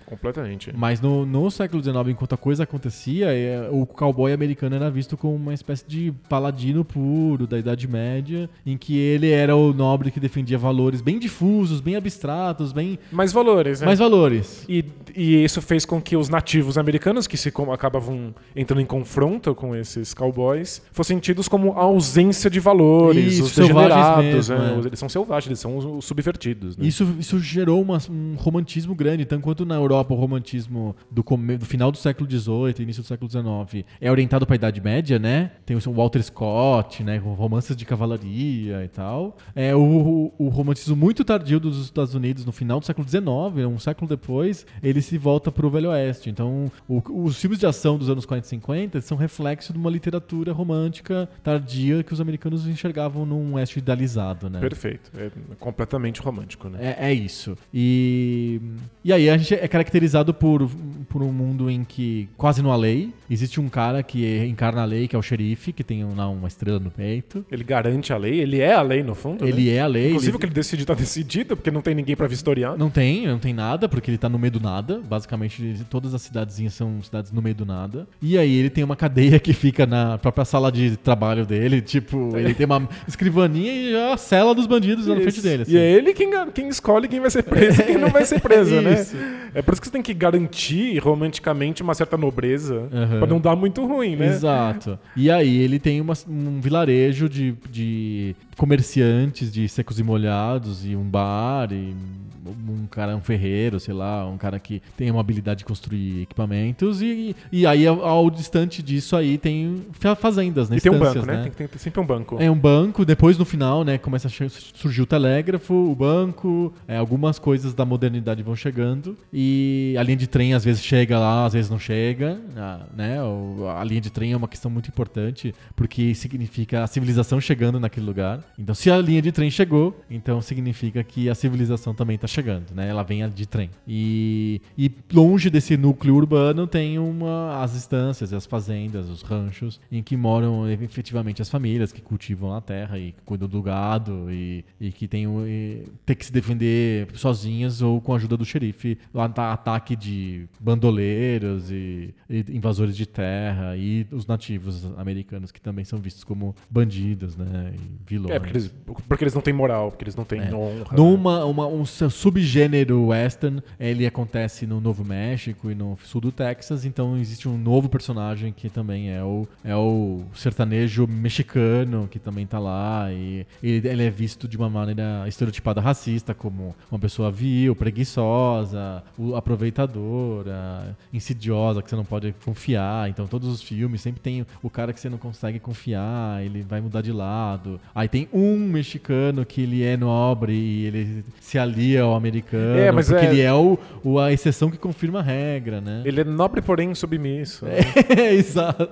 [SPEAKER 2] Completamente.
[SPEAKER 1] Mas no, no século XIX, enquanto a coisa acontecia, é, o cowboy americano era visto como uma espécie de paladino puro da Idade Média, em que ele era o nobre que defendia valores bem difusos, bem abstratos, bem.
[SPEAKER 2] Mais valores, né?
[SPEAKER 1] Mais valores.
[SPEAKER 2] E, e isso fez com que os nativos americanos, que se com- acabavam entrando em confronto com esses cowboys, fossem tidos como a ausência de valores,
[SPEAKER 1] Isso,
[SPEAKER 2] os
[SPEAKER 1] selvagens
[SPEAKER 2] degenerados.
[SPEAKER 1] mesmo,
[SPEAKER 2] né?
[SPEAKER 1] é.
[SPEAKER 2] Os- Eles são selvagens, eles são os- os subvertidos. Né?
[SPEAKER 1] Isso, isso gerou uma- um romantismo grande, tanto quanto na Europa o romantismo do, come- do final do século XVIII, início do século XIX, é orientado para a Idade Média, né? Tem o seu Walter Scott, né? Com Romances de cavalaria e tal. É o, o- o romantismo muito tardio dos Estados Unidos, no final do século XIX, um século depois, ele se volta para o Velho Oeste. Então, o- os filmes de ação dos anos 40 e 50 são reflexo de uma literatura romântica tardia que os americanos enxergavam num Oeste idealizado, né?
[SPEAKER 2] Perfeito. É completamente romântico, né?
[SPEAKER 1] É, é isso. E, e aí a gente é caracterizado por, por um mundo em que quase não há lei. Existe um cara que encarna a lei, que é o xerife, que tem lá uma estrela no peito.
[SPEAKER 2] Ele garante a lei, ele é a lei no fundo. né?
[SPEAKER 1] Ele é a lei.
[SPEAKER 2] Inclusive,
[SPEAKER 1] ele-
[SPEAKER 2] o que ele decide tá decidido, porque não tem ninguém pra vistoriar. né?
[SPEAKER 1] Não tem, não tem nada, porque ele tá no meio do nada. Basicamente, todas as cidadezinhas são cidades no meio do nada. E aí ele tem uma cadeia que fica na própria sala de trabalho dele.
[SPEAKER 2] Tá.
[SPEAKER 1] Tipo, ele tem uma escrivaninha e já a cela dos bandidos lá na frente
[SPEAKER 2] Isso.
[SPEAKER 1] dele. assim.
[SPEAKER 2] E é ele quem, gar- quem escolhe quem vai ser preso e quem não vai ser preso, né?
[SPEAKER 1] Isso.
[SPEAKER 2] É por isso que você tem que garantir romanticamente uma certa nobreza
[SPEAKER 1] Aham.
[SPEAKER 2] pra não dar muito ruim, né?
[SPEAKER 1] Exato. E aí ele tem uma- um vilarejo de, de comerciantes de secos e molhados e um bar e um cara, um ferreiro, sei lá, um cara que tem uma habilidade de construir equipamentos e, e aí ao, ao distante disso aí tem fa- fazendas, né?
[SPEAKER 2] E tem um
[SPEAKER 1] Estâncias,
[SPEAKER 2] banco, né? Tem que ter sempre um banco.
[SPEAKER 1] É um banco, depois no final, né, começa a che- surgir o telégrafo, o banco, é, algumas coisas da modernidade vão chegando e a linha de trem às vezes chega lá, às vezes não chega, a- né? o- A linha de trem é uma questão muito importante porque significa a civilização chegando naquele lugar. Então, se a linha de trem chegou, então significa que a civilização também está chegando, né? Ela vem de trem. E, e longe desse núcleo urbano tem uma as estâncias, as fazendas, os ranchos, em que moram efetivamente as famílias que cultivam a terra e que cuidam do gado e, e que tem, o- e ter que se defender sozinhas ou com a ajuda do xerife, lá tá ataque de bandoleiros e, e invasores de terra e os nativos americanos que também são vistos como bandidos, né, e vilões.
[SPEAKER 2] É, porque eles, porque eles não têm moral, porque eles não têm honra.
[SPEAKER 1] É. Numa, uma- um su- subgênero western, ele acontece no Novo México e no sul do Texas, então existe um novo personagem que também é o, é o sertanejo mexicano, que também tá lá, e ele, ele é visto de uma maneira estereotipada racista, como uma pessoa vil, preguiçosa, o- aproveitadora, insidiosa, que você não pode confiar, então todos os filmes sempre tem o cara que você não consegue confiar, ele vai mudar de lado. Aí tem um mexicano que ele é nobre e ele se alia ao americano,
[SPEAKER 2] É, mas
[SPEAKER 1] porque
[SPEAKER 2] é-
[SPEAKER 1] ele é o, o- a exceção que confirma a regra, né?
[SPEAKER 2] Ele é nobre, porém submisso.
[SPEAKER 1] É, exato.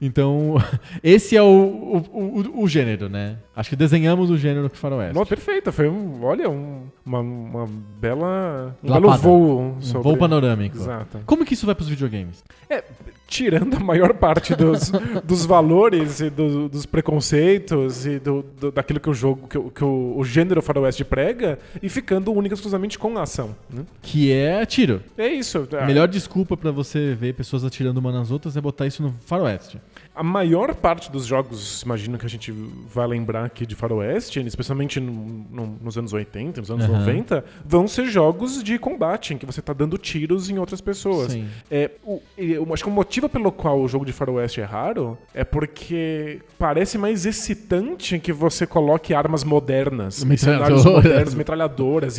[SPEAKER 1] Então, esse é o, o, o- o gênero, né? Acho que desenhamos o gênero que faroeste.
[SPEAKER 2] Nossa, perfeita. Foi, um, olha, um- uma, uma bela... Um
[SPEAKER 1] Lapada.
[SPEAKER 2] belo voo.
[SPEAKER 1] Um
[SPEAKER 2] sobre-
[SPEAKER 1] voo panorâmico.
[SPEAKER 2] Exato.
[SPEAKER 1] Como que isso vai pros videogames?
[SPEAKER 2] Tirando a maior parte dos, dos valores e do- dos preconceitos e do, do- daquilo que o jogo, que, o- que o, o gênero faroeste prega, e ficando única e exclusivamente com a ação. né?
[SPEAKER 1] Que é tiro.
[SPEAKER 2] É isso.
[SPEAKER 1] A melhor desculpa pra você ver pessoas atirando uma nas outras é botar isso no faroeste.
[SPEAKER 2] A maior parte dos jogos, imagino que a gente vai lembrar aqui de Faroeste, especialmente no- no- nos anos 80, nos anos
[SPEAKER 1] Aham.
[SPEAKER 2] 90, vão ser jogos de combate, em que você tá dando tiros em outras pessoas.
[SPEAKER 1] Sim.
[SPEAKER 2] É, o, e eu acho que o motivo pelo qual o jogo de Faroeste é raro é porque parece mais excitante que você coloque armas modernas, em cenários
[SPEAKER 1] Metralhadoras.
[SPEAKER 2] modernos, metralhadoras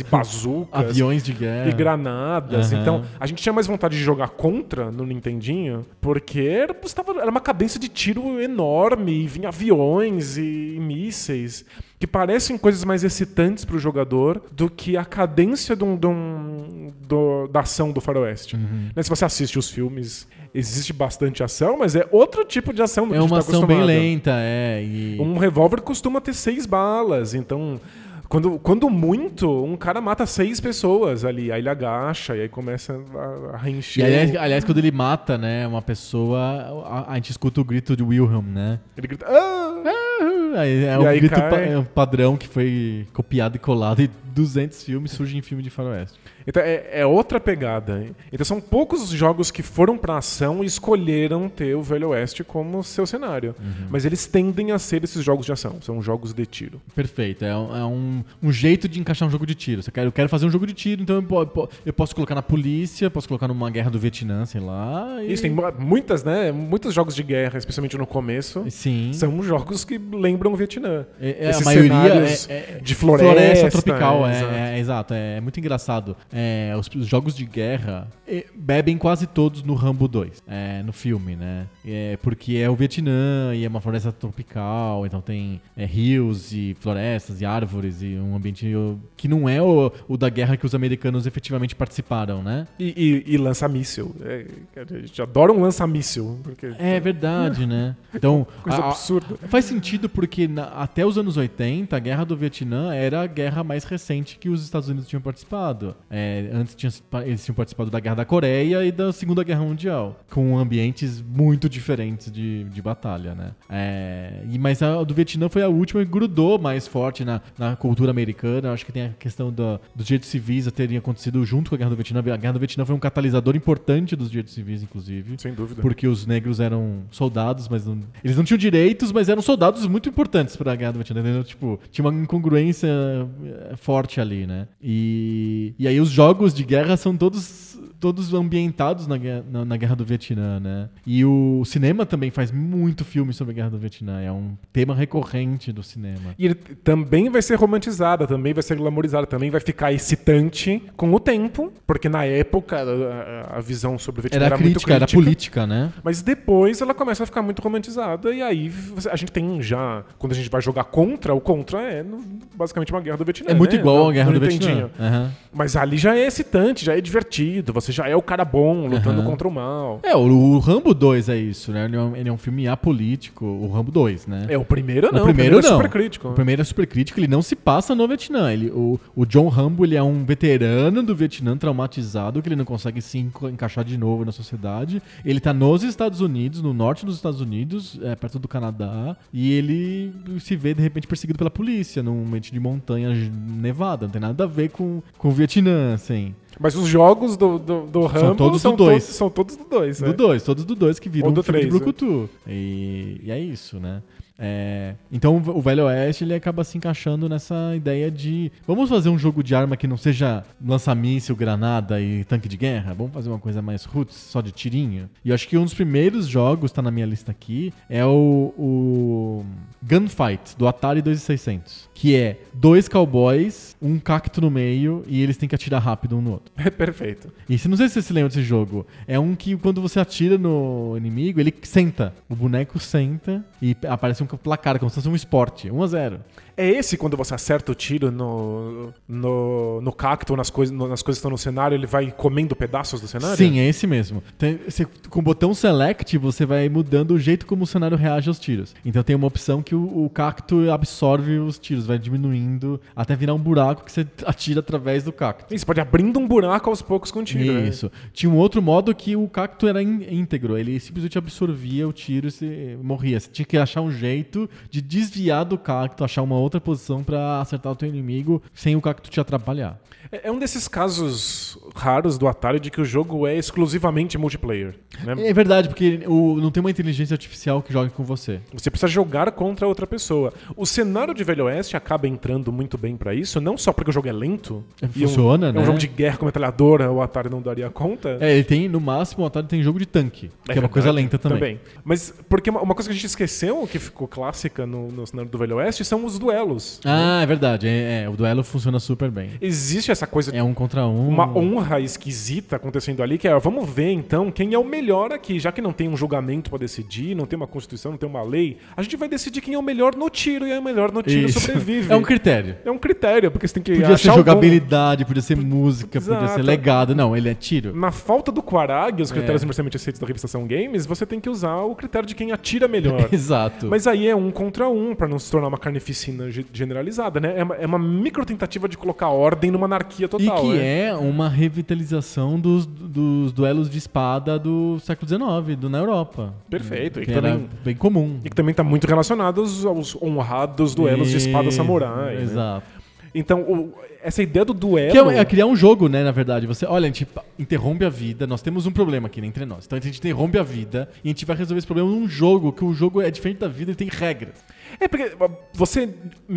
[SPEAKER 2] e bazucas.
[SPEAKER 1] Aviões de
[SPEAKER 2] E
[SPEAKER 1] guerra.
[SPEAKER 2] granadas.
[SPEAKER 1] É. Aham.
[SPEAKER 2] Então, a gente tinha mais vontade de jogar contra no Nintendinho, porque era, você tava- era uma cadência de tiro enorme, e vinha aviões e mísseis, que parecem coisas mais excitantes para o jogador do que a cadência de um- de um- do- da ação do faroeste.
[SPEAKER 1] Uhum.
[SPEAKER 2] Né, se você assiste os filmes, existe bastante ação, mas é outro tipo de ação do que
[SPEAKER 1] É
[SPEAKER 2] a gente
[SPEAKER 1] uma
[SPEAKER 2] tá
[SPEAKER 1] ação bem
[SPEAKER 2] acostumado.
[SPEAKER 1] lenta, é. E...
[SPEAKER 2] Um revólver costuma ter seis balas, então. Quando, quando muito, um cara mata seis pessoas ali. Aí ele agacha e aí começa a, a
[SPEAKER 1] E
[SPEAKER 2] reencher.
[SPEAKER 1] aliás,
[SPEAKER 2] o-
[SPEAKER 1] aliás, quando ele mata, né, uma pessoa, a, a gente escuta o grito de Wilhelm, né?
[SPEAKER 2] Ele grita. "Ah!"
[SPEAKER 1] Ah, Aí é
[SPEAKER 2] E
[SPEAKER 1] um
[SPEAKER 2] aí
[SPEAKER 1] grito
[SPEAKER 2] cai.
[SPEAKER 1] pa- é um padrão que foi copiado e colado em 200 filmes, surge em filme de faroeste.
[SPEAKER 2] Então é, é outra pegada. hein? Então são poucos jogos que foram pra ação e escolheram ter o Velho Oeste como seu cenário.
[SPEAKER 1] Uhum.
[SPEAKER 2] Mas eles tendem a ser esses jogos de ação. São jogos de tiro.
[SPEAKER 1] Perfeito, é, um- é um, um jeito de encaixar um jogo de tiro. Você quer, eu quero fazer um jogo de tiro, então eu, po- po- eu posso colocar na polícia, posso colocar numa guerra do Vietnã, sei lá. E...
[SPEAKER 2] Isso, tem mu- muitas, né? Muitos jogos de guerra, especialmente no começo.
[SPEAKER 1] Sim.
[SPEAKER 2] São jogos que lembram o Vietnã.
[SPEAKER 1] Hum? É, é, a
[SPEAKER 2] Esses
[SPEAKER 1] maioria é,
[SPEAKER 2] cenários
[SPEAKER 1] é- é-
[SPEAKER 2] de floresta,
[SPEAKER 1] tropical, é,
[SPEAKER 2] exato.
[SPEAKER 1] é, exato. É, muito engraçado. É, os, os jogos de guerra é, bebem quase todos no Rambo 2, é, no filme, né? É, porque é o Vietnã e é uma floresta tropical, então tem é, rios e florestas e árvores e um ambiente que não é o, o da guerra que os americanos efetivamente participaram, né?
[SPEAKER 2] E, e, e lança míssil. É, a gente adora um lança míssil. Porque
[SPEAKER 1] É verdade, né? Então,
[SPEAKER 2] coisa
[SPEAKER 1] a- a-
[SPEAKER 2] absurda.
[SPEAKER 1] Faz sentido porque na- até os anos 80, a guerra do Vietnã era a guerra mais recente que os Estados Unidos tinham participado. É, antes tinha se- eles tinham participado da Guerra da Coreia e da Segunda Guerra Mundial, com ambientes muito diferentes de, de batalha, né? É, e, mas a do Vietnã foi a última e grudou mais forte na, na cultura americana. Acho que tem a questão da- dos direitos civis terem acontecido junto com a Guerra do Vietnã. A Guerra do Vietnã foi um catalisador importante dos direitos civis, inclusive.
[SPEAKER 2] Sem dúvida.
[SPEAKER 1] Porque os negros eram soldados, mas não, eles não tinham direitos, mas eram soldados muito importantes pra guerra do Vietnã, entendeu? Tipo, tinha uma incongruência eh, forte ali, né? E, e aí os jogos de guerra são todos todos ambientados na guerra, na, na guerra do Vietnã, né? E o cinema também faz muito filme sobre a guerra do Vietnã, é um tema recorrente do cinema.
[SPEAKER 2] E ele t- também vai ser romantizada, também vai ser glamorizada, também vai ficar excitante com o tempo, porque na época a, a- a visão sobre o Vietnã
[SPEAKER 1] Era,
[SPEAKER 2] Tipo, era, muito
[SPEAKER 1] crítica,
[SPEAKER 2] crítica.
[SPEAKER 1] era política, né?
[SPEAKER 2] Mas depois ela começa a ficar muito romantizada, e aí você- a gente tem já. Quando a gente vai jogar contra, o contra é no- basicamente uma guerra do Vietnã.
[SPEAKER 1] É muito
[SPEAKER 2] né?
[SPEAKER 1] igual
[SPEAKER 2] No-
[SPEAKER 1] à guerra do
[SPEAKER 2] no
[SPEAKER 1] Vietnã. é.
[SPEAKER 2] Nintendinho.
[SPEAKER 1] Aham.
[SPEAKER 2] Mas ali já é excitante, já é divertido, você já é o cara bom lutando
[SPEAKER 1] Aham.
[SPEAKER 2] contra o mal.
[SPEAKER 1] É, o, o Rambo 2 é isso, né? Ele é um, ele é um filme apolítico, o Rambo 2, né?
[SPEAKER 2] É, o primeiro
[SPEAKER 1] No
[SPEAKER 2] não.
[SPEAKER 1] primeiro,
[SPEAKER 2] o
[SPEAKER 1] não.
[SPEAKER 2] primeiro é super crítico.
[SPEAKER 1] O primeiro é super crítico, ele não se passa no Vietnã. Ele, o, o John Rambo ele é um veterano do Vietnã traumatizado que ele não consegue se enco- encaixar de novo na sociedade. Ele tá nos Estados Unidos, no norte dos Estados Unidos, é, perto do Canadá, e ele se vê de repente perseguido pela polícia num ambiente de montanha j- nevada. Não tem nada a ver com, com o Vietnã, assim.
[SPEAKER 2] Mas os jogos do, do, do Rambo
[SPEAKER 1] todos do
[SPEAKER 2] são,
[SPEAKER 1] dois.
[SPEAKER 2] são todos do dois.
[SPEAKER 1] Do
[SPEAKER 2] é.
[SPEAKER 1] dois, todos do dois que viram
[SPEAKER 2] Ou do
[SPEAKER 1] um filme
[SPEAKER 2] três, né?
[SPEAKER 1] de Brucutu. E, e é isso, né? É, então o Velho Oeste ele acaba se encaixando nessa ideia de vamos fazer um jogo de arma que não seja lança-míssil, granada e tanque de guerra? Vamos fazer uma coisa mais roots, só de tirinho? E eu acho que um dos primeiros jogos, tá na minha lista aqui, é o, o Gunfight, do Atari 2600. Que é dois cowboys, um cacto no meio e eles têm que atirar rápido um no outro.
[SPEAKER 2] É perfeito.
[SPEAKER 1] E se não sei se você se lembra desse jogo, é um que quando você atira no inimigo, ele senta. O boneco senta e aparece um placar, como se fosse um esporte. 1 a 0
[SPEAKER 2] É esse quando você acerta o tiro no, no, no cacto, nas, coisas no- nas coisas que estão no cenário, ele vai comendo pedaços do cenário?
[SPEAKER 1] Sim, é esse mesmo. Tem- você- com o botão select, você vai mudando o jeito como o cenário reage aos tiros. Então tem uma opção que o, o cacto absorve os tiros, vai diminuindo até virar um buraco que você atira através do cacto.
[SPEAKER 2] Ih, Você pode ir abrindo um buraco aos poucos com o tiro. né?
[SPEAKER 1] Isso. Tinha um outro modo que o cacto era ín- íntegro. Ele simplesmente absorvia o tiro e você morria. Você tinha que achar um jeito de desviar do cacto, achar uma outra posição pra acertar o teu inimigo sem o cacto te atrapalhar.
[SPEAKER 2] É, é um desses casos raros do Atari de que o jogo é exclusivamente multiplayer. né?
[SPEAKER 1] É verdade, porque o- não tem uma inteligência artificial que jogue com você.
[SPEAKER 2] Você precisa jogar contra outra pessoa. O cenário de Velho Oeste acaba entrando muito bem pra isso, não só porque o jogo é lento. e
[SPEAKER 1] Funciona,
[SPEAKER 2] um, É
[SPEAKER 1] né?
[SPEAKER 2] um jogo de guerra com metralhadora, o Atari não daria conta.
[SPEAKER 1] É, ele tem, no máximo, o Atari tem jogo de tanque, que é, uma
[SPEAKER 2] verdade,
[SPEAKER 1] coisa lenta também.
[SPEAKER 2] Mas porque uma, uma coisa que a gente esqueceu, que ficou clássica no, no cenário do Velho Oeste, são os duelos.
[SPEAKER 1] Ah, é verdade. É, é, o duelo funciona super bem.
[SPEAKER 2] Existe essa coisa,
[SPEAKER 1] É um contra um.
[SPEAKER 2] uma honra porra esquisita acontecendo ali, que é, vamos ver então quem é o melhor aqui, já que não tem um julgamento pra decidir, não tem uma constituição, não tem uma lei, a gente vai decidir quem é o melhor no tiro e é o melhor no tiro
[SPEAKER 1] Isso.
[SPEAKER 2] sobrevive.
[SPEAKER 1] É um critério.
[SPEAKER 2] É um critério, porque você tem que
[SPEAKER 1] Podia ser
[SPEAKER 2] achar o bom.
[SPEAKER 1] jogabilidade, podia ser música, podia ser
[SPEAKER 2] Exato.
[SPEAKER 1] legado. Não, ele é tiro.
[SPEAKER 2] Na falta do Quarag, os critérios
[SPEAKER 1] É.
[SPEAKER 2] universalmente aceitos da revista São Games, você tem que usar o critério de quem atira melhor.
[SPEAKER 1] Exato.
[SPEAKER 2] Mas aí é um contra um, pra não se tornar uma carnificina ge- generalizada, né? É uma, é uma micro tentativa de colocar ordem numa anarquia
[SPEAKER 1] e
[SPEAKER 2] total.
[SPEAKER 1] que
[SPEAKER 2] né?
[SPEAKER 1] é uma revitalização dos, dos duelos de espada do século XIX, do, na Europa.
[SPEAKER 2] Perfeito. E
[SPEAKER 1] Que
[SPEAKER 2] que,
[SPEAKER 1] era
[SPEAKER 2] também,
[SPEAKER 1] bem comum.
[SPEAKER 2] e que também tá muito relacionado aos, aos honrados duelos de espada
[SPEAKER 1] E-
[SPEAKER 2] samurai. né?
[SPEAKER 1] Exato.
[SPEAKER 2] Então, o- essa ideia do duelo.
[SPEAKER 1] Que é, é criar um jogo, né, na verdade. Você, olha, a gente pa- interrompe a vida, nós temos um problema aqui né, entre nós. Então a gente interrompe a vida e a gente vai resolver esse problema num jogo, que o jogo é diferente da vida, ele tem regras.
[SPEAKER 2] É porque você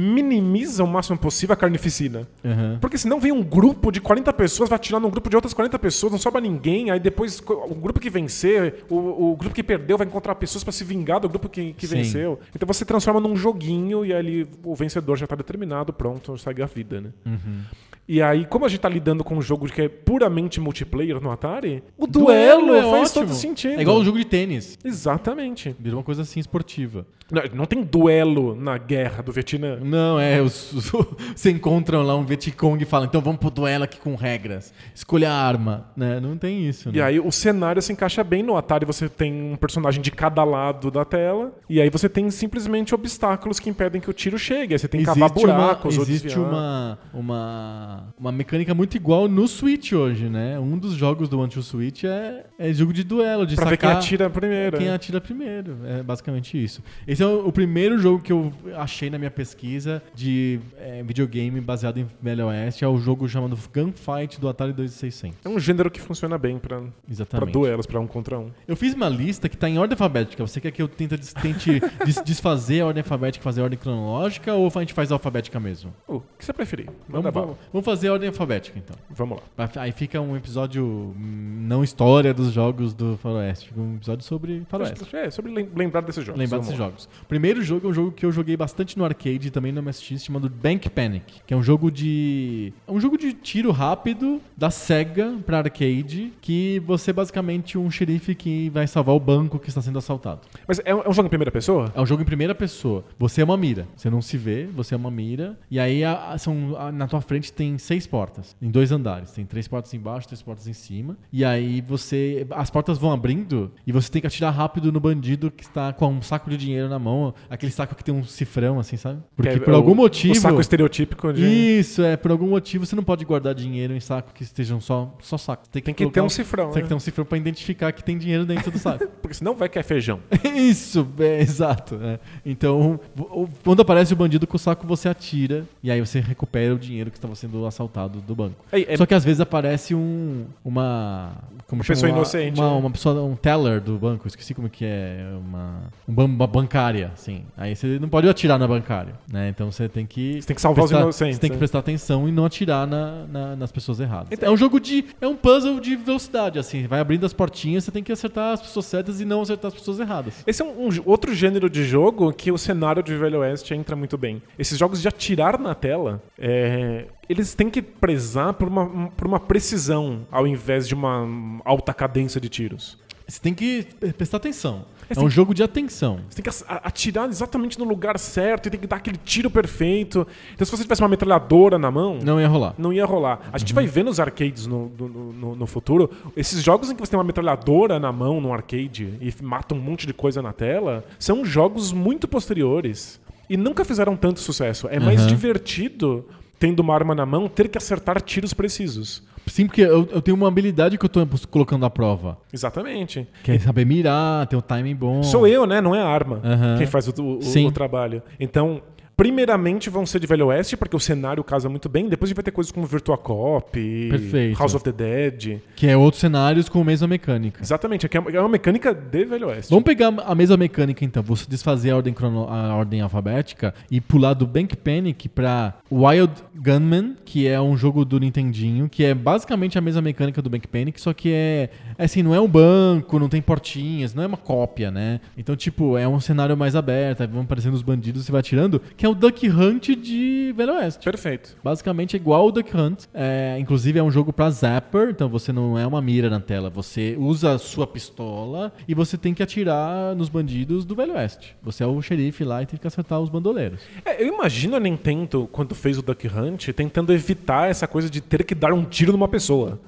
[SPEAKER 2] minimiza o máximo possível a carnificina.
[SPEAKER 1] Aham.
[SPEAKER 2] Porque senão vem um grupo de 40 pessoas, vai atirar num grupo de outras 40 pessoas, não sobra ninguém, aí depois co- o grupo que vencer, o, o grupo que perdeu vai encontrar pessoas pra se vingar do grupo que, que
[SPEAKER 1] Sim.
[SPEAKER 2] venceu. Então você transforma num joguinho e ali o vencedor já tá determinado, pronto, segue a vida, né?
[SPEAKER 1] Uhum.
[SPEAKER 2] E aí, como a gente tá lidando com um jogo que é puramente multiplayer no Atari, o duelo,
[SPEAKER 1] é
[SPEAKER 2] faz
[SPEAKER 1] ótimo.
[SPEAKER 2] todo sentido.
[SPEAKER 1] É igual o jogo de tênis.
[SPEAKER 2] Exatamente.
[SPEAKER 1] Virou uma coisa assim esportiva.
[SPEAKER 2] Não, não tem duelo na guerra do Vietnã.
[SPEAKER 1] Não, é, os, os- se encontram lá um Vietcong e falam, então vamos pro duelo aqui com regras. Escolha a arma, né? Não tem isso, né?
[SPEAKER 2] E aí o cenário se encaixa bem no Atari, você tem um personagem de cada lado da tela, e aí você tem simplesmente obstáculos que impedem que o tiro chegue. Aí você tem que cavar buracos
[SPEAKER 1] uma,
[SPEAKER 2] ou
[SPEAKER 1] existe
[SPEAKER 2] desviar.
[SPEAKER 1] uma, uma, uma mecânica muito igual no Switch hoje, né? Um dos jogos do One to Switch é, é jogo de duelo, de
[SPEAKER 2] Pra ver
[SPEAKER 1] sacar
[SPEAKER 2] quem atira primeiro.
[SPEAKER 1] quem
[SPEAKER 2] né?
[SPEAKER 1] atira primeiro. É basicamente isso. Esse é o, o primeiro jogo que eu achei na minha pesquisa de é, videogame baseado em Velho Oeste. É o jogo chamado Gunfight do Atari 2600.
[SPEAKER 2] É um gênero que funciona bem pra, pra
[SPEAKER 1] Exatamente.
[SPEAKER 2] duelos, pra um contra um.
[SPEAKER 1] Eu fiz uma lista que tá em ordem alfabética. Você quer que eu tente, des- tente des- desfazer a ordem alfabética e fazer a ordem cronológica ou a gente faz alfabética mesmo?
[SPEAKER 2] O que você preferir? Manda
[SPEAKER 1] Vamos,
[SPEAKER 2] bala.
[SPEAKER 1] vamos, vamos fazer a ordem alfabética então.
[SPEAKER 2] Vamos lá.
[SPEAKER 1] Vai fi- Aí fica um episódio hum, não história dos jogos do Faroeste. Fica um episódio sobre Faroeste.
[SPEAKER 2] É, sobre lem- lembrar desses jogos.
[SPEAKER 1] Lembrar
[SPEAKER 2] Vamos
[SPEAKER 1] desses
[SPEAKER 2] lá.
[SPEAKER 1] jogos. O primeiro jogo é um jogo que eu joguei bastante no arcade e também no MSX, chamado Bank Panic, que é um jogo de. É um jogo de tiro rápido da SEGA pra arcade, que você é basicamente um xerife que vai salvar o banco que está sendo assaltado.
[SPEAKER 2] Mas é um, é um jogo em primeira pessoa?
[SPEAKER 1] É um jogo em primeira pessoa. Você é uma mira. Você não se vê, você é uma mira. E aí a- a- são, a- na tua frente tem seis portas. Em dois andares. Tem três portas embaixo, três portas em cima. E aí você. As portas vão abrindo e você tem que atirar rápido no bandido que está com um saco de dinheiro na mão. Aquele saco que tem um cifrão, assim, sabe? Porque
[SPEAKER 2] Que é
[SPEAKER 1] por
[SPEAKER 2] o-
[SPEAKER 1] algum
[SPEAKER 2] O
[SPEAKER 1] motivo.
[SPEAKER 2] saco estereotípico de.
[SPEAKER 1] Isso, é, por algum motivo você não pode guardar dinheiro em saco que estejam só, só saco.
[SPEAKER 2] Tem que ter um cifrão,
[SPEAKER 1] Tem
[SPEAKER 2] né?
[SPEAKER 1] que ter um cifrão pra identificar que tem dinheiro dentro do saco.
[SPEAKER 2] Porque senão vai que é feijão.
[SPEAKER 1] Isso, é, exato. né? Então, o- quando aparece o bandido com o saco, você atira e aí você recupera o dinheiro que estava sendo assaltado do banco.
[SPEAKER 2] É- é-
[SPEAKER 1] Só que às vezes aparece um uma como chama?
[SPEAKER 2] pessoa
[SPEAKER 1] Uma-
[SPEAKER 2] inocente,
[SPEAKER 1] uma,
[SPEAKER 2] né?
[SPEAKER 1] uma pessoa, um teller do banco, esqueci como que é, uma, um ban- uma bancária, assim. Aí você não pode atirar na bancária, né? Então você tem que
[SPEAKER 2] Você tem que salvar os
[SPEAKER 1] prestar-
[SPEAKER 2] inocentes,
[SPEAKER 1] Você tem que
[SPEAKER 2] né? Então
[SPEAKER 1] prestar atenção e não atirar na- na- nas pessoas erradas. é um jogo de. É um puzzle de velocidade, assim. Vai abrindo as portinhas, você tem que acertar as pessoas certas e não acertar as pessoas erradas.
[SPEAKER 2] Esse é um, um j- outro gênero de jogo que o cenário de Velho Oeste entra muito bem. Esses jogos de atirar na tela, é, eles têm que prezar por uma, um- por uma precisão ao invés de uma hum, alta cadência de tiros.
[SPEAKER 1] Você tem que pre- prestar atenção. É
[SPEAKER 2] Assim-
[SPEAKER 1] um jogo de atenção.
[SPEAKER 2] Você tem que a- a- atirar exatamente no lugar certo e tem que dar aquele tiro perfeito. Então, se você tivesse uma metralhadora na mão.
[SPEAKER 1] Não ia rolar.
[SPEAKER 2] não ia rolar. A gente vai ver nos arcades no, no, no- no futuro esses jogos em que você tem uma metralhadora na mão num arcade e f- mata um monte de coisa na tela são jogos muito posteriores e nunca fizeram tanto sucesso. É mais
[SPEAKER 1] Aham.
[SPEAKER 2] divertido tendo uma arma na mão ter que acertar tiros precisos.
[SPEAKER 1] Sim, porque eu, eu tenho uma habilidade que eu tô bus- colocando à prova.
[SPEAKER 2] Exatamente.
[SPEAKER 1] Que é saber mirar, ter o timing bom.
[SPEAKER 2] Sou eu, né? Não é a arma
[SPEAKER 1] Aham.
[SPEAKER 2] quem faz o, o- o-
[SPEAKER 1] Sim.
[SPEAKER 2] o trabalho. Então, primeiramente vão ser de Velho Oeste, porque o cenário casa muito bem. Depois a gente vai ter coisas como Virtua Cop,
[SPEAKER 1] Perfeito.
[SPEAKER 2] House of the Dead.
[SPEAKER 1] Que é outros cenários com a mesma mecânica.
[SPEAKER 2] Exatamente, aqui é uma- é uma mecânica de Velho Oeste.
[SPEAKER 1] Vamos pegar a mesma mecânica então. Você desfazer a ordem, crono- a ordem alfabética e pular do Bank Panic pra Wild Gunman, que é um jogo do Nintendinho, que é basicamente a mesma mecânica do Bank Panic, só que é é assim, não é um banco, não tem portinhas, não é uma cópia, né? Então, tipo, é um cenário mais aberto, aí vão aparecendo os bandidos, você vai atirando, que que é o Duck Hunt de Velho Oeste.
[SPEAKER 2] Perfeito.
[SPEAKER 1] Basicamente é igual o Duck Hunt. É, inclusive é um jogo pra zapper, então você não é uma mira na tela. Você usa a sua pistola e você tem que atirar nos bandidos do Velho Oeste. Você é o xerife lá e tem que acertar os bandoleiros.
[SPEAKER 2] É, eu imagino a Nintendo, quando fez o Duck Hunt, tentando evitar essa coisa de ter que dar um tiro numa pessoa.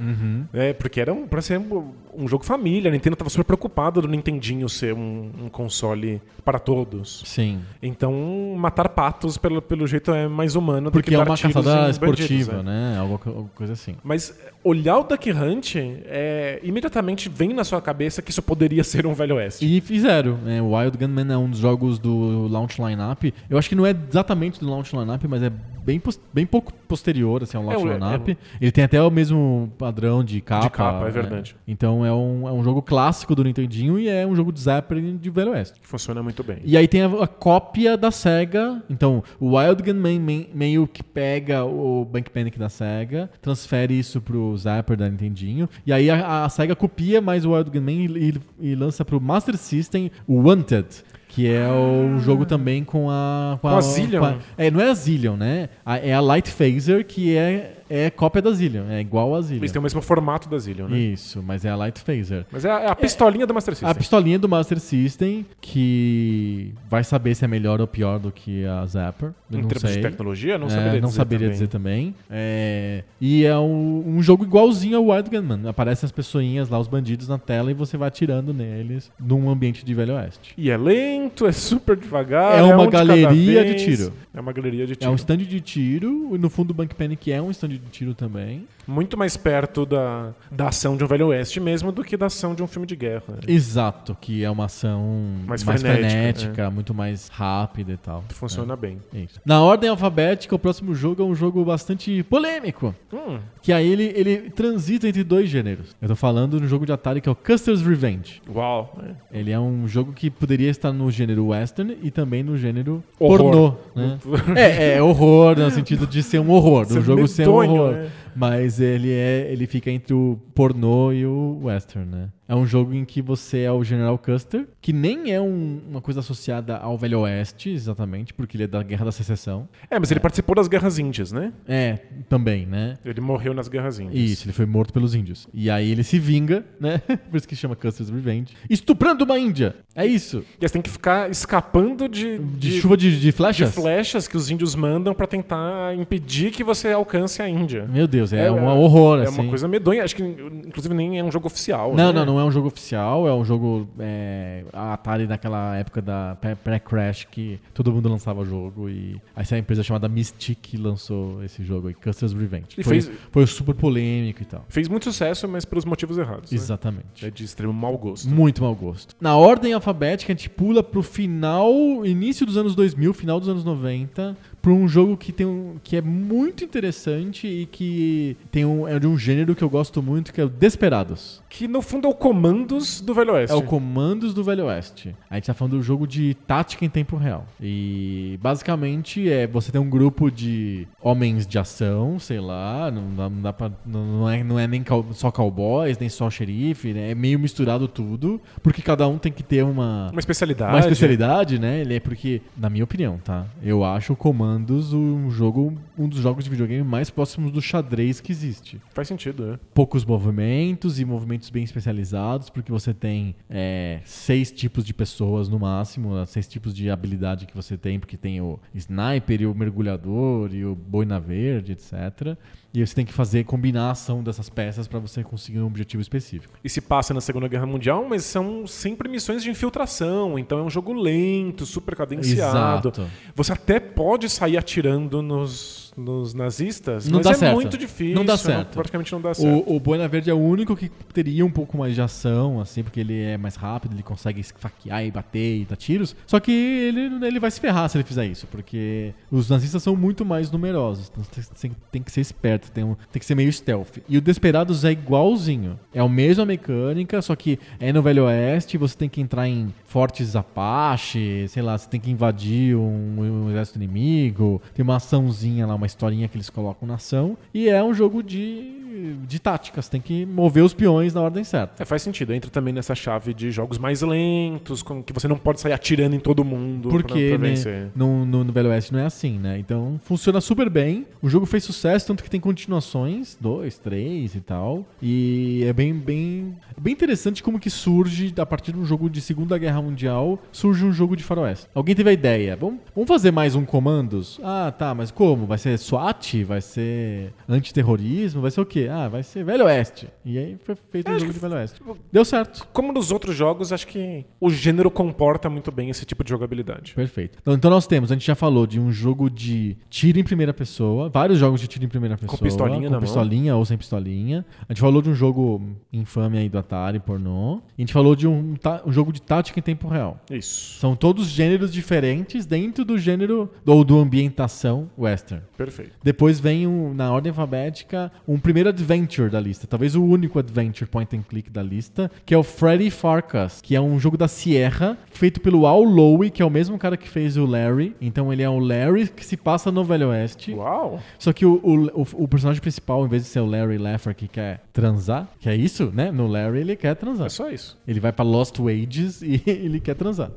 [SPEAKER 2] É, porque era um, pra ser um, um jogo família. A Nintendo tava super preocupada do Nintendinho ser um, um console para todos.
[SPEAKER 1] Sim.
[SPEAKER 2] Então, matar patos, pelo, pelo jeito, é mais humano do
[SPEAKER 1] Porque
[SPEAKER 2] que
[SPEAKER 1] é
[SPEAKER 2] dar
[SPEAKER 1] uma
[SPEAKER 2] tiros
[SPEAKER 1] caçada
[SPEAKER 2] em
[SPEAKER 1] esportiva,
[SPEAKER 2] bandidos, é.
[SPEAKER 1] né? Algo- alguma coisa assim.
[SPEAKER 2] Mas olhar o Duck Hunt, é, imediatamente vem na sua cabeça que isso poderia ser um Velho Oeste.
[SPEAKER 1] E fizeram. né? Wild Gunman é um dos jogos do launch lineup. Eu acho que não é exatamente do launch lineup, mas é bem, pos- bem pouco posterior assim, ao launch
[SPEAKER 2] É, o-
[SPEAKER 1] lineup.
[SPEAKER 2] é o-
[SPEAKER 1] Ele tem até o mesmo padrão de capa.
[SPEAKER 2] capa, é
[SPEAKER 1] né?
[SPEAKER 2] verdade.
[SPEAKER 1] Então é um, é um jogo clássico do Nintendinho e é um jogo de Zeppelin de Velho Oeste.
[SPEAKER 2] Funciona muito bem.
[SPEAKER 1] E aí tem a, a cópia da SEGA. Então, o Wild Gunman men- meio que pega o Bank Panic da SEGA, transfere isso pro Zapper da Nintendinho. E aí a, a SEGA copia mais o Wild Gunman e, e- e lança pro Master System o Wanted. Que é o jogo também com a.
[SPEAKER 2] Ah. Com a Zillion.
[SPEAKER 1] com a- é, não é a Zillion, né? A- é a Light Phaser, que é, é cópia da Zillion. É igual a Zillion.
[SPEAKER 2] Eles têm o mesmo formato da Zillion, né?
[SPEAKER 1] Isso, mas é a Light Phaser.
[SPEAKER 2] Mas é a, é a pistolinha do Master System.
[SPEAKER 1] A pistolinha do Master System, que vai saber se é melhor ou pior do que a Zapper. Eu
[SPEAKER 2] Em
[SPEAKER 1] não
[SPEAKER 2] termos
[SPEAKER 1] sei.
[SPEAKER 2] de tecnologia, não
[SPEAKER 1] É,
[SPEAKER 2] saberia
[SPEAKER 1] não
[SPEAKER 2] dizer
[SPEAKER 1] saberia
[SPEAKER 2] também.
[SPEAKER 1] dizer também. É, e é um, um jogo igualzinho ao Wild Gunman. Aparecem as pessoinhas lá, os bandidos na tela, e você vai atirando neles num ambiente de Velho Oeste.
[SPEAKER 2] E é lento, é super devagar.
[SPEAKER 1] É uma
[SPEAKER 2] um de cada
[SPEAKER 1] galeria
[SPEAKER 2] vez.
[SPEAKER 1] de tiro.
[SPEAKER 2] É uma galeria de
[SPEAKER 1] É
[SPEAKER 2] tiro.
[SPEAKER 1] um stand de tiro, e no fundo o Bank Panic é um stand de tiro também.
[SPEAKER 2] Muito mais perto da, da ação de um Velho Oeste mesmo do que da ação de um filme de guerra.
[SPEAKER 1] Exato, que é uma ação mais,
[SPEAKER 2] Mais
[SPEAKER 1] frenética,
[SPEAKER 2] frenética, é.
[SPEAKER 1] muito mais rápida e É. tal.
[SPEAKER 2] Funciona bem.
[SPEAKER 1] Isso. Na ordem alfabética, o próximo jogo é um jogo bastante polêmico.
[SPEAKER 2] Hum,
[SPEAKER 1] Que aí ele, ele transita entre dois gêneros. Eu tô falando de um jogo de Atari que é o Custer's Revenge.
[SPEAKER 2] uau. É.
[SPEAKER 1] Ele é um jogo que poderia estar no gênero western e também no gênero
[SPEAKER 2] Horror.
[SPEAKER 1] pornô. Né? é, é horror no sentido de ser um horror, do
[SPEAKER 2] Ser
[SPEAKER 1] jogo ser um
[SPEAKER 2] medonho,
[SPEAKER 1] horror.
[SPEAKER 2] né?
[SPEAKER 1] Mas ele é, ele fica entre o pornô e o western, né? É um jogo em que você é o General Custer, que nem é um- uma coisa associada ao Velho Oeste, exatamente, porque ele é da Guerra da Secessão.
[SPEAKER 2] É, mas ele participou das Guerras Índias, né?
[SPEAKER 1] É, também, né?
[SPEAKER 2] Ele morreu nas Guerras Índias.
[SPEAKER 1] Isso, ele foi morto pelos índios. E aí ele se vinga, né? Por isso que chama Custer's Revenge. Estuprando uma índia! É isso.
[SPEAKER 2] E você tem que ficar escapando de,
[SPEAKER 1] De, chuva de, de
[SPEAKER 2] de
[SPEAKER 1] flechas?
[SPEAKER 2] flechas que os índios mandam pra tentar impedir que você alcance a Índia.
[SPEAKER 1] Meu Deus, é, um horror,
[SPEAKER 2] é
[SPEAKER 1] assim.
[SPEAKER 2] uma coisa medonha. Acho que, inclusive, nem é um jogo oficial.
[SPEAKER 1] Não,
[SPEAKER 2] né?
[SPEAKER 1] não, não é um jogo oficial, é um jogo. É, a Atari naquela época da pré- pré-crash que todo mundo lançava jogo e. Aí essa empresa chamada Mystic lançou esse jogo aí, Custer's Revenge.
[SPEAKER 2] E
[SPEAKER 1] foi,
[SPEAKER 2] fez-
[SPEAKER 1] foi super polêmico e tal.
[SPEAKER 2] Fez muito sucesso, mas pelos motivos errados. né?
[SPEAKER 1] Exatamente.
[SPEAKER 2] É de extremo mau gosto.
[SPEAKER 1] Muito mau gosto. Na ordem alfabética, a gente pula pro final, início dos anos 2000, final dos anos 90, pra um jogo que, tem um, que é muito interessante e que tem um, é de um gênero que eu gosto muito, que é o Desperados.
[SPEAKER 2] Que no fundo é o comandos do Velho Oeste.
[SPEAKER 1] É o Comandos do Velho Oeste. A gente tá falando do jogo de tática em tempo real. E basicamente é você tem um grupo de homens de ação, sei lá, não dá, não dá pra, não, não é, não é nem cow- só cowboys, nem só xerife, né? É meio misturado tudo, porque cada um tem que ter uma
[SPEAKER 2] Uma especialidade.
[SPEAKER 1] uma especialidade, né? Ele é porque, na minha opinião, tá? Eu acho o Comandos um jogo, um dos jogos de videogame mais próximos do xadrez que existe
[SPEAKER 2] Faz sentido, né?
[SPEAKER 1] poucos movimentos e movimentos bem especializados, porque você tem é, seis tipos de pessoas no máximo, né? seis tipos de habilidade que você tem, porque tem o sniper e o mergulhador e o boina verde, etc. E você tem que fazer combinar a ação dessas peças para você conseguir um objetivo específico.
[SPEAKER 2] E se passa na Segunda Guerra Mundial, mas são sempre missões de infiltração. Então é um jogo lento, super cadenciado.
[SPEAKER 1] Exato.
[SPEAKER 2] Você até pode sair atirando nos, nos nazistas,
[SPEAKER 1] Não
[SPEAKER 2] mas
[SPEAKER 1] dá
[SPEAKER 2] é
[SPEAKER 1] certo.
[SPEAKER 2] muito difícil.
[SPEAKER 1] Não dá certo.
[SPEAKER 2] praticamente não dá certo.
[SPEAKER 1] O, o Boina Verde é o único que teria um pouco mais de ação, assim, porque ele é mais rápido, ele consegue esfaquear e bater e dar tiros. Só que ele, ele vai se ferrar se ele fizer isso, porque os nazistas são muito mais numerosos. Então você tem, tem que ser esperto, tem, um- tem que ser meio stealth. E o Desperados é igualzinho. É a mesma mecânica, só que é no Velho Oeste, você tem que entrar em fortes Apache, sei lá, você tem que invadir um, um exército inimigo. Tem uma açãozinha lá, uma historinha que eles colocam na ação. E é um jogo de de táticas, tem que mover os peões na ordem certa.
[SPEAKER 2] É, faz sentido. Entra também nessa chave de jogos mais lentos, com que você não pode sair atirando em todo mundo
[SPEAKER 1] Porque
[SPEAKER 2] pra, pra
[SPEAKER 1] né,
[SPEAKER 2] vencer.
[SPEAKER 1] no, no, no Velho Oeste não é assim, né? Então funciona super bem. O jogo fez sucesso, tanto que tem continuações, dois, três e tal. E é bem, bem, bem interessante como que surge, a partir de um jogo de Segunda Guerra Mundial, surge um jogo de faroeste. Alguém teve a ideia, vamos, vamos fazer mais um Comandos? Ah, tá, mas como? Vai ser SWAT? Vai ser antiterrorismo? Vai ser o quê? Ah, vai ser Velho Oeste. E aí foi feito um
[SPEAKER 2] acho
[SPEAKER 1] jogo
[SPEAKER 2] que
[SPEAKER 1] de Velho Oeste. Deu certo.
[SPEAKER 2] Como nos outros jogos, acho que o gênero comporta muito bem esse tipo de jogabilidade.
[SPEAKER 1] Perfeito. Então, então nós temos, a gente já falou de um jogo de tiro em primeira pessoa, vários jogos de tiro em primeira pessoa.
[SPEAKER 2] pistolinha na
[SPEAKER 1] Com
[SPEAKER 2] mão.
[SPEAKER 1] pistolinha ou sem pistolinha. A gente falou de um jogo infame aí do Atari, pornô. E a gente falou de um, ta- um jogo de tática em tempo real.
[SPEAKER 2] Isso.
[SPEAKER 1] São todos gêneros diferentes dentro do gênero ou do ambientação western.
[SPEAKER 2] Perfeito.
[SPEAKER 1] Depois vem, um- na ordem alfabética, um primeiro adventure da lista. Talvez o único adventure point and click da lista, que é o Freddy Farkas, que é um jogo da Sierra, feito pelo Al Lowe, que é o mesmo cara que fez o Larry. Então ele é o Larry que se passa no Velho Oeste.
[SPEAKER 2] Uau!
[SPEAKER 1] Só que o, o, o- o personagem principal, em vez de ser o Larry Laffer que quer transar, que é isso, né? No Larry ele quer transar.
[SPEAKER 2] É só isso.
[SPEAKER 1] Ele vai pra Lost Wages e ele quer transar.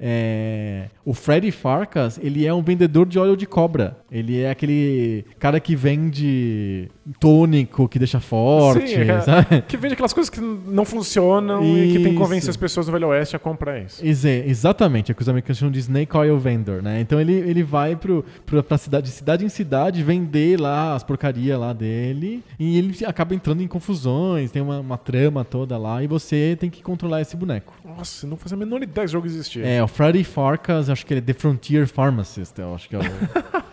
[SPEAKER 1] É, o Freddy Farkas, ele é um vendedor de óleo de cobra. Ele é aquele cara que vende tônico que deixa forte,
[SPEAKER 2] Sim, é-
[SPEAKER 1] sabe?
[SPEAKER 2] Que vende aquelas coisas que não funcionam e que tem que convencer
[SPEAKER 1] Isso.
[SPEAKER 2] as pessoas do Velho Oeste a comprar isso.
[SPEAKER 1] Exe- exatamente, é o que os americanos chamam de snake oil vendor, né? Então ele, ele vai pro, pro, pra cidade, de cidade em cidade vender lá as porcarias lá dele e ele acaba entrando em confusões, tem uma, uma trama toda lá e você tem que controlar esse boneco.
[SPEAKER 2] Nossa, não fazia a menor ideia que o jogo existia.
[SPEAKER 1] É, o Freddy Farkas, acho que ele é The Frontier Pharmacist, eu acho que é o.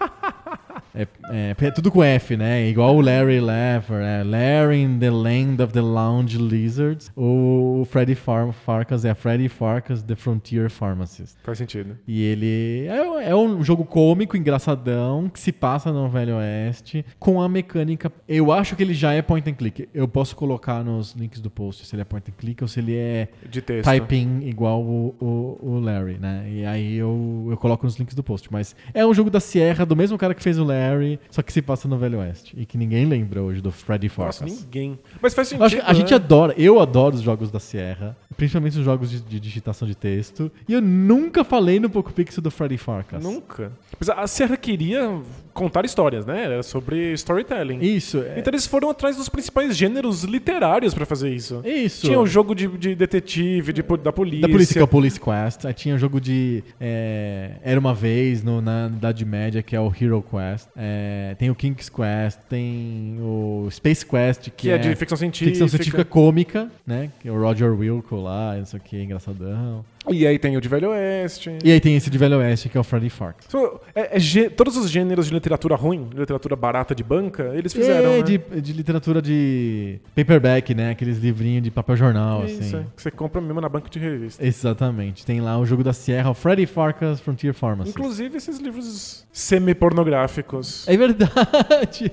[SPEAKER 1] É, é, é tudo com F, né? Igual o Larry Laffer, é Larry in the Land of the Lounge Lizards. O Freddy Far Farkas é Freddy Farkas, The Frontier Pharmacist.
[SPEAKER 2] Faz sentido.
[SPEAKER 1] E ele é, é um jogo cômico, engraçadão, que se passa no Velho Oeste, com a mecânica. Eu acho que ele já é point and click. Eu posso colocar nos links do post se ele é point and click ou se ele é
[SPEAKER 2] De texto.
[SPEAKER 1] typing igual o, o, o Larry, né? E aí eu, eu coloco nos links do post. Mas é um jogo da Sierra, do mesmo cara que fez o Larry, só que se passa no Velho Oeste. E que ninguém lembra hoje do Freddy
[SPEAKER 2] Nossa,
[SPEAKER 1] Farkas.
[SPEAKER 2] ninguém. Mas faz
[SPEAKER 1] Eu
[SPEAKER 2] sentido.
[SPEAKER 1] acho que a
[SPEAKER 2] né?
[SPEAKER 1] gente adora, eu adoro os jogos da Sierra, principalmente os jogos de, de digitação de texto, e eu nunca falei no Poco Pixel do Freddy Farkas.
[SPEAKER 2] Nunca. Mas a a Serra queria contar histórias, né? Era sobre storytelling.
[SPEAKER 1] Isso, é,
[SPEAKER 2] Então eles foram atrás dos principais gêneros literários pra fazer isso.
[SPEAKER 1] isso.
[SPEAKER 2] Tinha um o jogo de, de detetive, de po- da polícia.
[SPEAKER 1] da polícia, que é o Police Quest. Aí tinha o jogo de é, Era Uma Vez no- na Idade Média, que é o Hero Quest. É, tem o King's Quest, tem o Space Quest, que,
[SPEAKER 2] que é de ficção científica.
[SPEAKER 1] ficção científica cômica, né? Que é o Roger Wilco lá, isso aqui, engraçadão.
[SPEAKER 2] E aí tem o de Velho Oeste.
[SPEAKER 1] E é- aí tem esse de Velho Oeste, que é o Freddy Farkas.
[SPEAKER 2] So, é- é gê- todos os gêneros de literatura ruim, literatura barata de banca, eles fizeram.
[SPEAKER 1] é,
[SPEAKER 2] né?
[SPEAKER 1] de, de literatura de paperback, né? Aqueles livrinhos de papel jornal,
[SPEAKER 2] Isso,
[SPEAKER 1] assim.
[SPEAKER 2] é, que você compra mesmo na banca de revista.
[SPEAKER 1] Exatamente. Tem lá o jogo da Sierra, o Freddy Farkas Frontier Pharmacy.
[SPEAKER 2] Inclusive esses livros semi-pornográficos.
[SPEAKER 1] É verdade.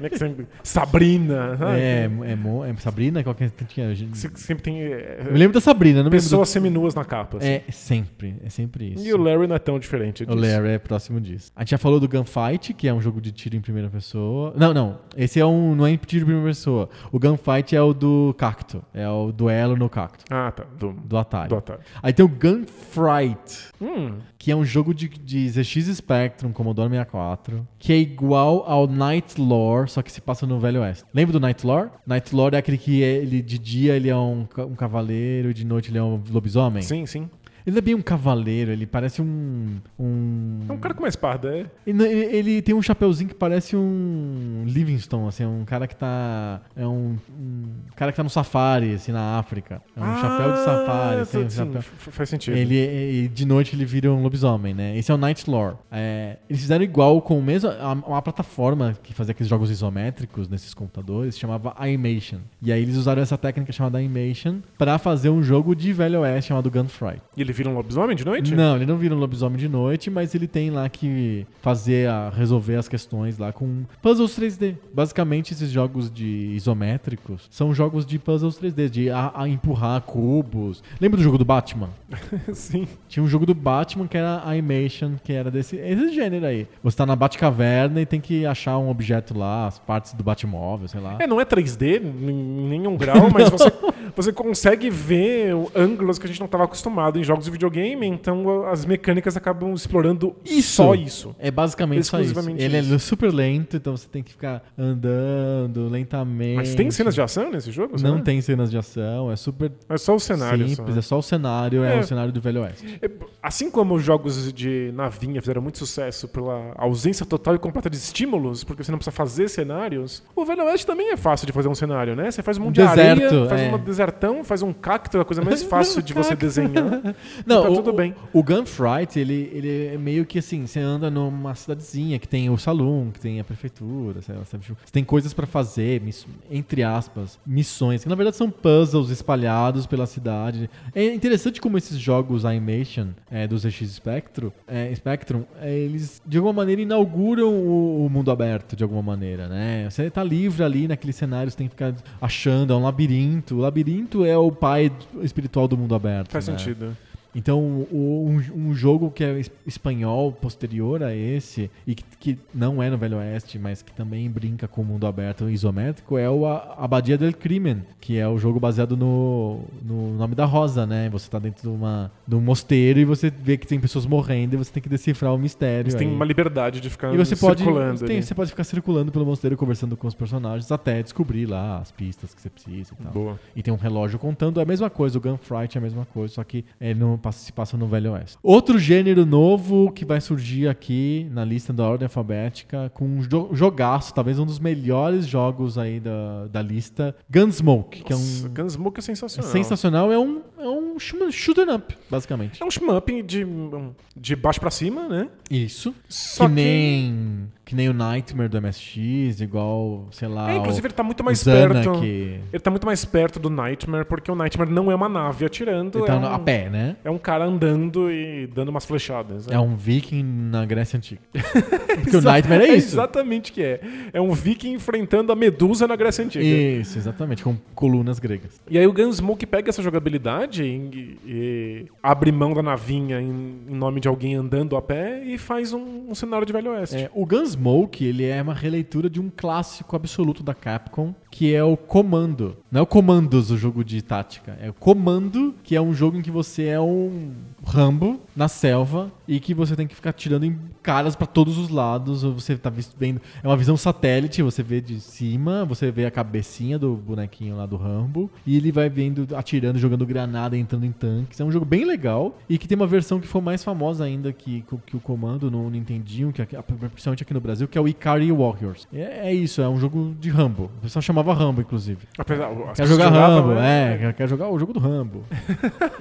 [SPEAKER 2] né, que sempre- Sabrina. né?
[SPEAKER 1] É, é, Mo- é Sabrina, qualquer tinha gente.
[SPEAKER 2] Se- Sempre tem é,
[SPEAKER 1] Eu me lembro da Sabrina, não me lembro.
[SPEAKER 2] pessoas seminuas na capa.
[SPEAKER 1] Do...
[SPEAKER 2] assim.
[SPEAKER 1] É sempre, é sempre isso.
[SPEAKER 2] E o Larry não é tão diferente
[SPEAKER 1] O
[SPEAKER 2] disso.
[SPEAKER 1] Larry é próximo disso. A gente já falou do Gunfight, que é um jogo de tiro em primeira pessoa. Não, não. Esse é um. Não é tiro em primeira pessoa. O Gunfight é o do cacto. É o duelo no cacto.
[SPEAKER 2] Ah, tá. Do,
[SPEAKER 1] Do Atari.
[SPEAKER 2] do Atari.
[SPEAKER 1] Aí tem o Gunfright.
[SPEAKER 2] Hum,
[SPEAKER 1] que é um jogo de, de ZX Spectrum, Commodore 64, que é igual ao Night Lore, só que se passa no Velho Oeste. Lembra do Night Lore? Night Lore é aquele que é- ele, de dia ele é um, ca- um cavaleiro e de noite ele é um lobisomem.
[SPEAKER 2] sim, sim.
[SPEAKER 1] Ele não é bem um cavaleiro, ele parece um. um...
[SPEAKER 2] É um cara com uma espada, é.
[SPEAKER 1] Ele, não- ele- ele tem um chapeuzinho que parece um Livingstone, assim, um cara que tá. É um, um cara que tá no safari, assim, na África. É um chapéu de safari, assim,
[SPEAKER 2] Ah, sim,
[SPEAKER 1] um chapéu.
[SPEAKER 2] Faz sentido.
[SPEAKER 1] Ele, e- e de noite ele vira um lobisomem, né? Esse é o Night Lore. É, eles fizeram igual com o mesmo. A, uma plataforma que fazia aqueles jogos isométricos nesses computadores chamava Animation. E aí eles usaram essa técnica chamada Animation pra fazer um jogo de Velho Oeste chamado Gunfight.
[SPEAKER 2] E ele Ele vira um lobisomem de noite?
[SPEAKER 1] Não, ele não vira um lobisomem de noite, mas ele tem lá que fazer a, resolver as questões lá com puzzles 3D. Basicamente, esses jogos de isométricos são jogos de puzzles 3D, de a, a empurrar cubos. Lembra do jogo do Batman?
[SPEAKER 2] Sim.
[SPEAKER 1] Tinha um jogo do Batman que era Animation, que era desse esse gênero aí. Você tá na Batcaverna e tem que achar um objeto lá, as partes do Batmóvel, sei lá.
[SPEAKER 2] É, não é 3D em nenhum um grau, mas você, você consegue ver ângulos que a gente não estava acostumado em jogos de videogame, então as mecânicas acabam explorando só isso.
[SPEAKER 1] É basicamente só isso.
[SPEAKER 2] Exclusivamente
[SPEAKER 1] Ele
[SPEAKER 2] isso.
[SPEAKER 1] é super lento, então você tem que ficar andando lentamente.
[SPEAKER 2] Mas tem cenas de ação nesse jogo?
[SPEAKER 1] Não
[SPEAKER 2] será?
[SPEAKER 1] tem cenas de ação, é super
[SPEAKER 2] É só o cenário. só,
[SPEAKER 1] simples,
[SPEAKER 2] né?
[SPEAKER 1] é só o cenário, é,
[SPEAKER 2] É.
[SPEAKER 1] o cenário do Velho Oeste.
[SPEAKER 2] É, Assim como os jogos de navinha fizeram muito sucesso pela ausência total e completa de estímulos, porque você não precisa fazer cenários, o Velho Oeste também é fácil de fazer um cenário, né? Você faz um monte de
[SPEAKER 1] Deserto,
[SPEAKER 2] areia, faz
[SPEAKER 1] é.
[SPEAKER 2] um desertão, faz um cacto, é a coisa mais fácil de você desenhar.
[SPEAKER 1] Não,
[SPEAKER 2] tá
[SPEAKER 1] o-
[SPEAKER 2] tudo bem.
[SPEAKER 1] O Gunfright, ele, ele é meio que assim, você anda numa cidadezinha que tem o salão, que tem a prefeitura, sei lá, sabe? Tipo, Você tem coisas pra fazer, miss- entre aspas, missões, que na verdade são puzzles espalhados pela cidade. É interessante como esses jogos animation é, do ZX Spectrum, é, Spectrum é, eles de alguma maneira inauguram o, o mundo aberto, de alguma maneira, né? Você tá livre ali naquele cenário, você tem que ficar achando, é um labirinto. O labirinto é o pai espiritual do mundo aberto.
[SPEAKER 2] Faz
[SPEAKER 1] né?
[SPEAKER 2] sentido.
[SPEAKER 1] Então, o- um, um jogo que é es- espanhol posterior a esse, e que, que não é no Velho Oeste, mas que também brinca com o mundo aberto e isométrico, é o A- Abadia del Crimen, que é o jogo baseado no, no nome da rosa, né? Você tá dentro de, uma, de um mosteiro e você vê que tem pessoas morrendo e você tem que decifrar o mistério.
[SPEAKER 2] Você tem
[SPEAKER 1] aí.
[SPEAKER 2] uma liberdade de ficar
[SPEAKER 1] E você pode,
[SPEAKER 2] circulando
[SPEAKER 1] você, tem-
[SPEAKER 2] ali.
[SPEAKER 1] você pode ficar circulando pelo mosteiro, conversando com os personagens, até descobrir lá as pistas que você precisa e tal.
[SPEAKER 2] Boa.
[SPEAKER 1] E tem um relógio contando, é a mesma coisa, o Gunfight é a mesma coisa, só que ele não passa- se passa no Velho Oeste. Outro gênero novo que vai surgir aqui na lista da ordem alfabética, com um jo- jogaço, talvez um dos melhores jogos aí da, da lista, Gunsmoke, que é
[SPEAKER 2] Nossa,
[SPEAKER 1] um...
[SPEAKER 2] Gunsmoke é
[SPEAKER 1] é
[SPEAKER 2] sensacional.
[SPEAKER 1] sensacional, é um, é um shoo- shooter up, basicamente.
[SPEAKER 2] É um shmup de, um, de baixo pra cima, né?
[SPEAKER 1] Isso.
[SPEAKER 2] Só
[SPEAKER 1] que, nem que nem o Nightmare do MSX, igual, sei lá,
[SPEAKER 2] É, inclusive ele tá muito mais perto.
[SPEAKER 1] que
[SPEAKER 2] Ele tá muito mais perto do Nightmare, porque o Nightmare não é uma nave atirando.
[SPEAKER 1] ele tá
[SPEAKER 2] é um,
[SPEAKER 1] a pé, né?
[SPEAKER 2] É um cara andando e dando umas flechadas. né?
[SPEAKER 1] É um viking na Grécia Antiga. Porque o Nightmare é isso.
[SPEAKER 2] exatamente o que é. É um viking enfrentando a Medusa na Grécia Antiga. E,
[SPEAKER 1] Isso, exatamente, com colunas gregas.
[SPEAKER 2] aí o Gunsmoke pega essa jogabilidade e, e abre mão da navinha em, em nome de alguém andando a pé e faz um, um cenário de Velho Oeste.
[SPEAKER 1] É, o Gunsmoke, ele é uma releitura de um clássico absoluto da Capcom, que é o Comando. Não é o Commandos, o jogo de tática. É o Comando, que é um jogo em que você é um Rambo na selva e que você tem que ficar tirando em caras pra todos os lados. ou Você tá vis- vendo... É uma visão satélite, você vê de cima, você vê a cabecinha do bonequinho lá do Rambo e ele vai vendo, atirando, jogando granada, entrando em tanques. É um jogo bem legal e que tem uma versão que foi mais famosa ainda que, que o comando no Nintendinho, que aqui, principalmente aqui no Brasil, que é o Ikari Warriors. É, é isso, é um jogo de Rambo. O pessoal chamava Rambo, inclusive.
[SPEAKER 2] Apesar, as
[SPEAKER 1] Quer
[SPEAKER 2] pessoas
[SPEAKER 1] jogar
[SPEAKER 2] jogavam,
[SPEAKER 1] Rambo,
[SPEAKER 2] né?
[SPEAKER 1] é, quer- quer jogar o jogo do Rambo.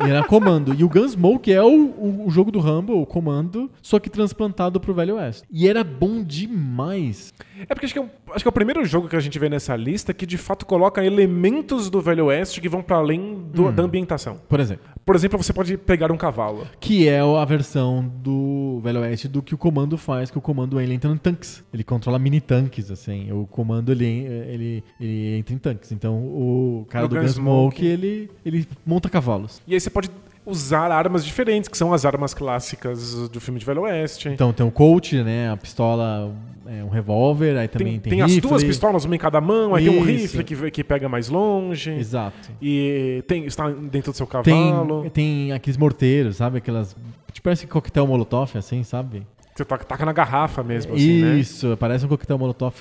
[SPEAKER 1] e era comando. E o Gunsmoke é o, o, o jogo do Rambo, o comando, só que transplantado pro Velho Oeste. E era bom demais.
[SPEAKER 2] É porque acho que é, o- acho que é o primeiro jogo que a gente vê nessa lista que de fato coloca elementos do Velho Oeste que vão pra além do-
[SPEAKER 1] Hum.
[SPEAKER 2] da ambientação.
[SPEAKER 1] Por exemplo,
[SPEAKER 2] Por exemplo, você pode pegar um cavalo.
[SPEAKER 1] Que é a versão do Velho Oeste do que o comando faz, que o comando ele entra em tanques. Ele controla mini tanques, assim. O comando ele, ele, ele entra em tanques. Então o cara
[SPEAKER 2] O
[SPEAKER 1] do
[SPEAKER 2] Gunsmoke.
[SPEAKER 1] Gunsmoke, ele, ele monta cavalos.
[SPEAKER 2] E aí você pode usar armas diferentes, que são as armas clássicas do filme de Velho Oeste.
[SPEAKER 1] Então tem o Colt, né? A pistola, é, um revólver, aí
[SPEAKER 2] tem
[SPEAKER 1] também tem,
[SPEAKER 2] tem as
[SPEAKER 1] rifle.
[SPEAKER 2] duas pistolas, uma em cada mão, aí tem um
[SPEAKER 1] Isso.
[SPEAKER 2] rifle que, vê- que pega mais longe.
[SPEAKER 1] Exato.
[SPEAKER 2] E tem, está dentro do seu cavalo.
[SPEAKER 1] Tem, tem aqueles morteiros, sabe? Aquelas. Tipo, parece coquetel molotov, assim, sabe?
[SPEAKER 2] que Você taca, taca na garrafa mesmo, assim, né?
[SPEAKER 1] Isso, parece um coquetel molotov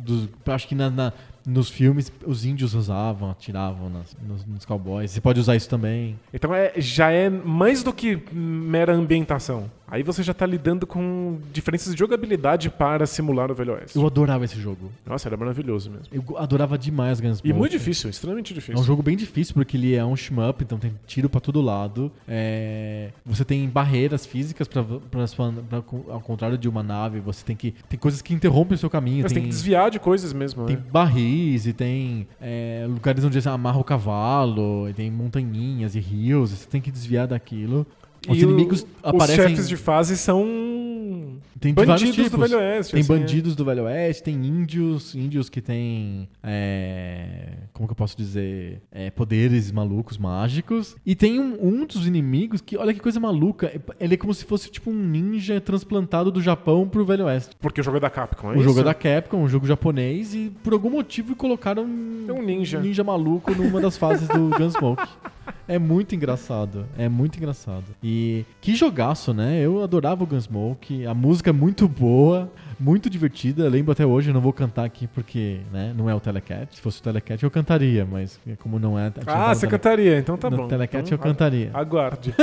[SPEAKER 1] dos. Acho que na- na- nos filmes os índios usavam, atiravam nas- nos, nos cowboys. Você pode usar isso também.
[SPEAKER 2] Então é, já é mais do que mera ambientação. Aí você já tá lidando com diferenças de jogabilidade para simular o Velho Oeste.
[SPEAKER 1] Eu adorava esse jogo.
[SPEAKER 2] Nossa, era maravilhoso mesmo.
[SPEAKER 1] Eu go- adorava demais Gunsmoke.
[SPEAKER 2] E muito difícil, extremamente
[SPEAKER 1] É um
[SPEAKER 2] difícil.
[SPEAKER 1] jogo bem difícil porque ele é um shmup, então tem tiro pra todo lado. É, Você tem barreiras físicas pra, pra sua- pra- ao contrário de uma nave. Você tem que tem coisas que interrompem o seu caminho.
[SPEAKER 2] Mas tem que desviar de coisas mesmo,
[SPEAKER 1] Tem
[SPEAKER 2] né?
[SPEAKER 1] Paris e tem é, lugares onde você amarra o cavalo, e tem montanhinhas e rios, você tem que desviar daquilo. Os
[SPEAKER 2] E o-
[SPEAKER 1] inimigos aparecem.
[SPEAKER 2] Os chefes de fase são.
[SPEAKER 1] Tem de
[SPEAKER 2] bandidos
[SPEAKER 1] vários tipos.
[SPEAKER 2] do Velho Oeste.
[SPEAKER 1] Tem
[SPEAKER 2] assim, é.
[SPEAKER 1] bandidos do Velho Oeste, tem índios, índios que têm. é, como que eu posso dizer? É, poderes malucos, mágicos. E tem um, um dos inimigos que, olha que coisa maluca, ele é como se fosse tipo um ninja transplantado do Japão pro Velho Oeste.
[SPEAKER 2] Porque o jogo é da Capcom, é
[SPEAKER 1] o
[SPEAKER 2] isso?
[SPEAKER 1] jogo é da Capcom, um jogo japonês, e por algum motivo colocaram
[SPEAKER 2] É um
[SPEAKER 1] um
[SPEAKER 2] ninja.
[SPEAKER 1] ninja maluco numa das fases do Gunsmoke. É muito engraçado, é muito engraçado. E que jogaço, né? Eu adorava o Gunsmoke, a música é muito boa, muito divertida. Lembro até hoje, eu não vou cantar aqui porque né, não é o Telecat. Se fosse o Telecat eu cantaria, mas como não é.
[SPEAKER 2] Ah, você cantaria, então tá
[SPEAKER 1] no
[SPEAKER 2] bom.
[SPEAKER 1] Telecat
[SPEAKER 2] Então,
[SPEAKER 1] eu cantaria. Tá
[SPEAKER 2] a- Aguarde.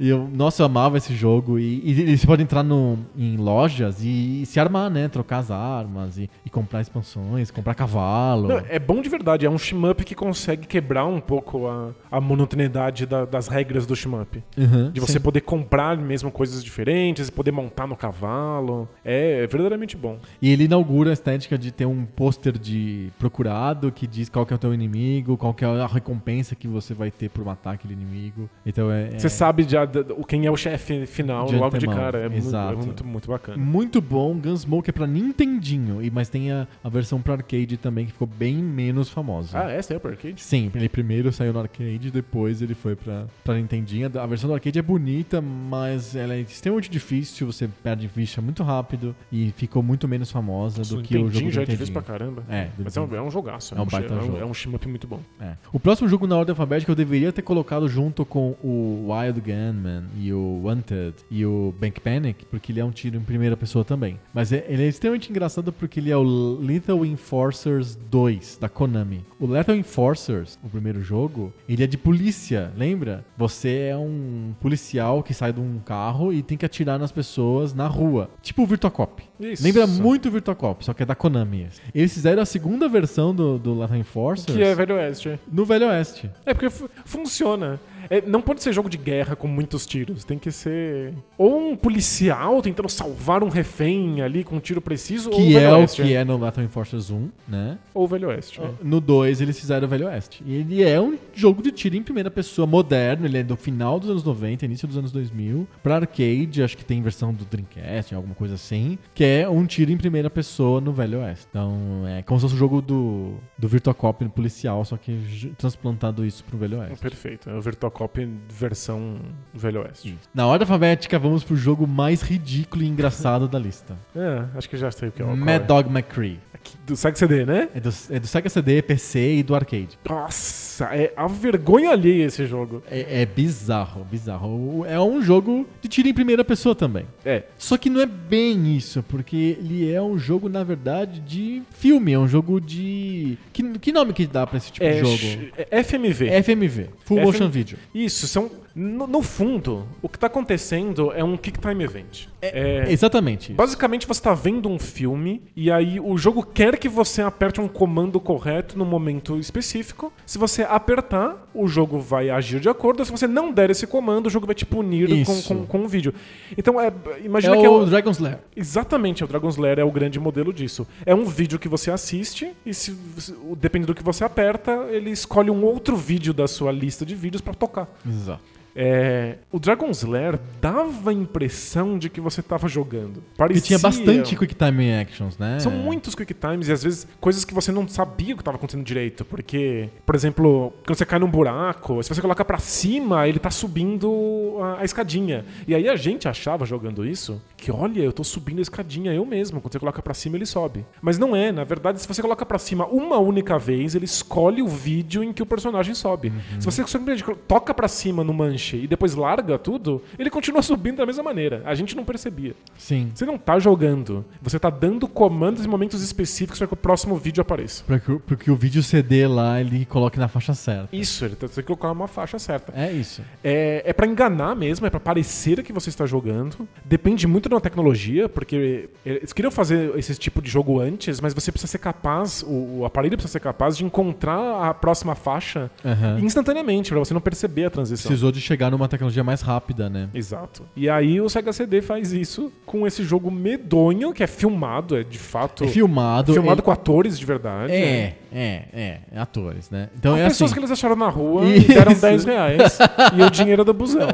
[SPEAKER 1] E eu, nossa, eu amava esse jogo. E, e, e você pode entrar no, em lojas e, e se armar, né? Trocar as armas e, e comprar expansões, comprar cavalo.
[SPEAKER 2] Não, é bom de verdade, é um shmup que consegue quebrar um pouco a, a monotonidade da- das regras do shmup.
[SPEAKER 1] Uhum,
[SPEAKER 2] De você
[SPEAKER 1] sim.
[SPEAKER 2] poder comprar mesmo coisas diferentes, poder montar no cavalo. É, é verdadeiramente bom.
[SPEAKER 1] E ele inaugura a estética de ter um pôster de procurado que diz qual que é o teu inimigo, qual que é a recompensa que você vai ter por matar aquele inimigo. Então é.
[SPEAKER 2] Você
[SPEAKER 1] é-
[SPEAKER 2] sabe já da- da- quem é o chefe final
[SPEAKER 1] De
[SPEAKER 2] logo de
[SPEAKER 1] antemão,
[SPEAKER 2] cara. É, muito, é
[SPEAKER 1] exato. Hum.
[SPEAKER 2] muito, muito bacana.
[SPEAKER 1] Muito bom, Gunsmoke é pra Nintendinho, e- mas tem a, a versão pra arcade também, que ficou bem menos famosa.
[SPEAKER 2] Ah, essa é o Arcade?
[SPEAKER 1] Sim, ele primeiro saiu no arcade, depois ele foi pra, pra Nintendinha. A versão do arcade é bonita, mas ela é extremamente difícil, você perde ficha muito rápido e ficou muito menos famosa do que o jogo do
[SPEAKER 2] já é
[SPEAKER 1] Nintendinho.
[SPEAKER 2] difícil pra caramba.
[SPEAKER 1] É, do
[SPEAKER 2] Mas é um, é um jogaço.
[SPEAKER 1] É um baita
[SPEAKER 2] shi-
[SPEAKER 1] jogo.
[SPEAKER 2] É um shmup muito bom.
[SPEAKER 1] É. O próximo jogo na ordem alfabética eu deveria ter colocado junto com o Wild Gunman e o Wanted e o Bank Panic, porque ele é um tiro em primeira pessoa também. Mas é- ele é extremamente engraçado porque ele é o Lethal Enforcers 2 da Konami. O Lethal Enforcers, o primeiro jogo, ele é de polícia, lembra? Você é um policial que sai de um carro e tem que atirar nas pessoas na rua, tipo o Virtua Cop.
[SPEAKER 2] Isso.
[SPEAKER 1] Lembra muito o Virtua Cop, só que é da Konami. esse. Eles fizeram a segunda versão do, do Lethal Enforcers.
[SPEAKER 2] Que é Velho Oeste.
[SPEAKER 1] No Velho Oeste.
[SPEAKER 2] É porque fu- funciona. É, não pode ser jogo de guerra com muitos tiros. Tem que ser ou um policial tentando salvar um refém ali com um tiro preciso, ou
[SPEAKER 1] Que
[SPEAKER 2] Velho
[SPEAKER 1] é o
[SPEAKER 2] Oeste.
[SPEAKER 1] que é no Lethal Enforcers 1, né?
[SPEAKER 2] Ou Velho Oeste. é.
[SPEAKER 1] No 2 eles fizeram o Velho Oeste. E ele é um jogo de tiro em primeira pessoa moderno, ele é do final dos anos 90, início dos anos 2000. Pra arcade, acho que tem versão do Dreamcast, alguma coisa assim, que é um tiro em primeira pessoa no Velho Oeste. Então é como se fosse o jogo do, do Virtua Cop policial, só que j- transplantado isso pro Velho Oeste.
[SPEAKER 2] Perfeito. É o Virtua Cop versão Velho Oeste.
[SPEAKER 1] Na ordem alfabética, vamos pro jogo mais ridículo e engraçado da lista.
[SPEAKER 2] É, acho que já sei o que é. qual é.
[SPEAKER 1] Mad Dog McCree.
[SPEAKER 2] Aqui Do Sega CD, né?
[SPEAKER 1] É do, é do Sega CD, PC e do arcade.
[SPEAKER 2] Nossa, é a vergonha alheia esse jogo.
[SPEAKER 1] É, é bizarro, bizarro. O- É um jogo de tiro em primeira pessoa também.
[SPEAKER 2] É.
[SPEAKER 1] Só que não é bem isso, porque ele é um jogo, na verdade, de filme. É um jogo de. Que, que nome que dá pra esse tipo
[SPEAKER 2] é
[SPEAKER 1] de jogo?
[SPEAKER 2] sh- é FMV.
[SPEAKER 1] FMV Full
[SPEAKER 2] FM.
[SPEAKER 1] Motion Video.
[SPEAKER 2] Isso, são. No, no fundo, o que tá acontecendo é um kick time event. É,
[SPEAKER 1] Exatamente. isso.
[SPEAKER 2] Basicamente, você tá vendo um filme e aí o jogo quer que você aperte um comando correto no momento específico. Se você apertar, o jogo vai agir de acordo. Se você não der esse comando, o jogo vai te punir com,
[SPEAKER 1] Isso.
[SPEAKER 2] com, com um vídeo. Então, é, imagina
[SPEAKER 1] É
[SPEAKER 2] que é
[SPEAKER 1] o
[SPEAKER 2] o...
[SPEAKER 1] Dragon Slayer.
[SPEAKER 2] Exatamente, o Dragon's Lair é o grande modelo disso. É um vídeo que você assiste e se, se- dependendo do que você aperta, ele escolhe um outro vídeo da sua lista de vídeos pra tocar.
[SPEAKER 1] Exato.
[SPEAKER 2] É, o Dragon's Lair dava a impressão de que você estava jogando. Parecia...
[SPEAKER 1] E tinha bastante Quick Time Actions, né?
[SPEAKER 2] São muitos quick times e às vezes coisas que você não sabia que estava acontecendo direito, porque, por exemplo, quando você cai num buraco, se você coloca pra cima, ele tá subindo a, a escadinha. E aí a gente achava jogando isso que, olha, eu tô subindo a escadinha eu mesmo, quando você coloca pra cima ele sobe. Mas não é, na verdade, se você coloca pra cima uma única vez, ele escolhe o vídeo em que o personagem sobe. Se você simplesmente toca pra cima no manche e depois larga tudo, ele continua subindo da mesma maneira. A gente não percebia.
[SPEAKER 1] Sim.
[SPEAKER 2] Você não tá jogando. Você tá dando comandos em momentos específicos para que o próximo vídeo apareça.
[SPEAKER 1] Pra que, o- pra que o vídeo CD lá ele coloque na faixa certa.
[SPEAKER 2] Isso, ele tá- você tem que colocar uma faixa certa.
[SPEAKER 1] É isso.
[SPEAKER 2] É, é para enganar mesmo, é para parecer que você está jogando. Depende muito da tecnologia, porque eles queriam fazer esse tipo de jogo antes, mas você precisa ser capaz, o, o aparelho precisa ser capaz de encontrar a próxima faixa
[SPEAKER 1] Aham.
[SPEAKER 2] instantaneamente, para você não perceber a transição.
[SPEAKER 1] Precisou de chegar numa tecnologia mais rápida, né?
[SPEAKER 2] Exato. E aí o Sega CD faz isso com esse jogo medonho, que é filmado, é de fato.
[SPEAKER 1] É filmado.
[SPEAKER 2] filmado
[SPEAKER 1] é-
[SPEAKER 2] com atores de verdade.
[SPEAKER 1] É, é, é. Atores, né? Então
[SPEAKER 2] Com
[SPEAKER 1] é
[SPEAKER 2] pessoas
[SPEAKER 1] assim.
[SPEAKER 2] que eles acharam na rua e deram
[SPEAKER 1] Isso.
[SPEAKER 2] 10 reais. e o dinheiro é do busão.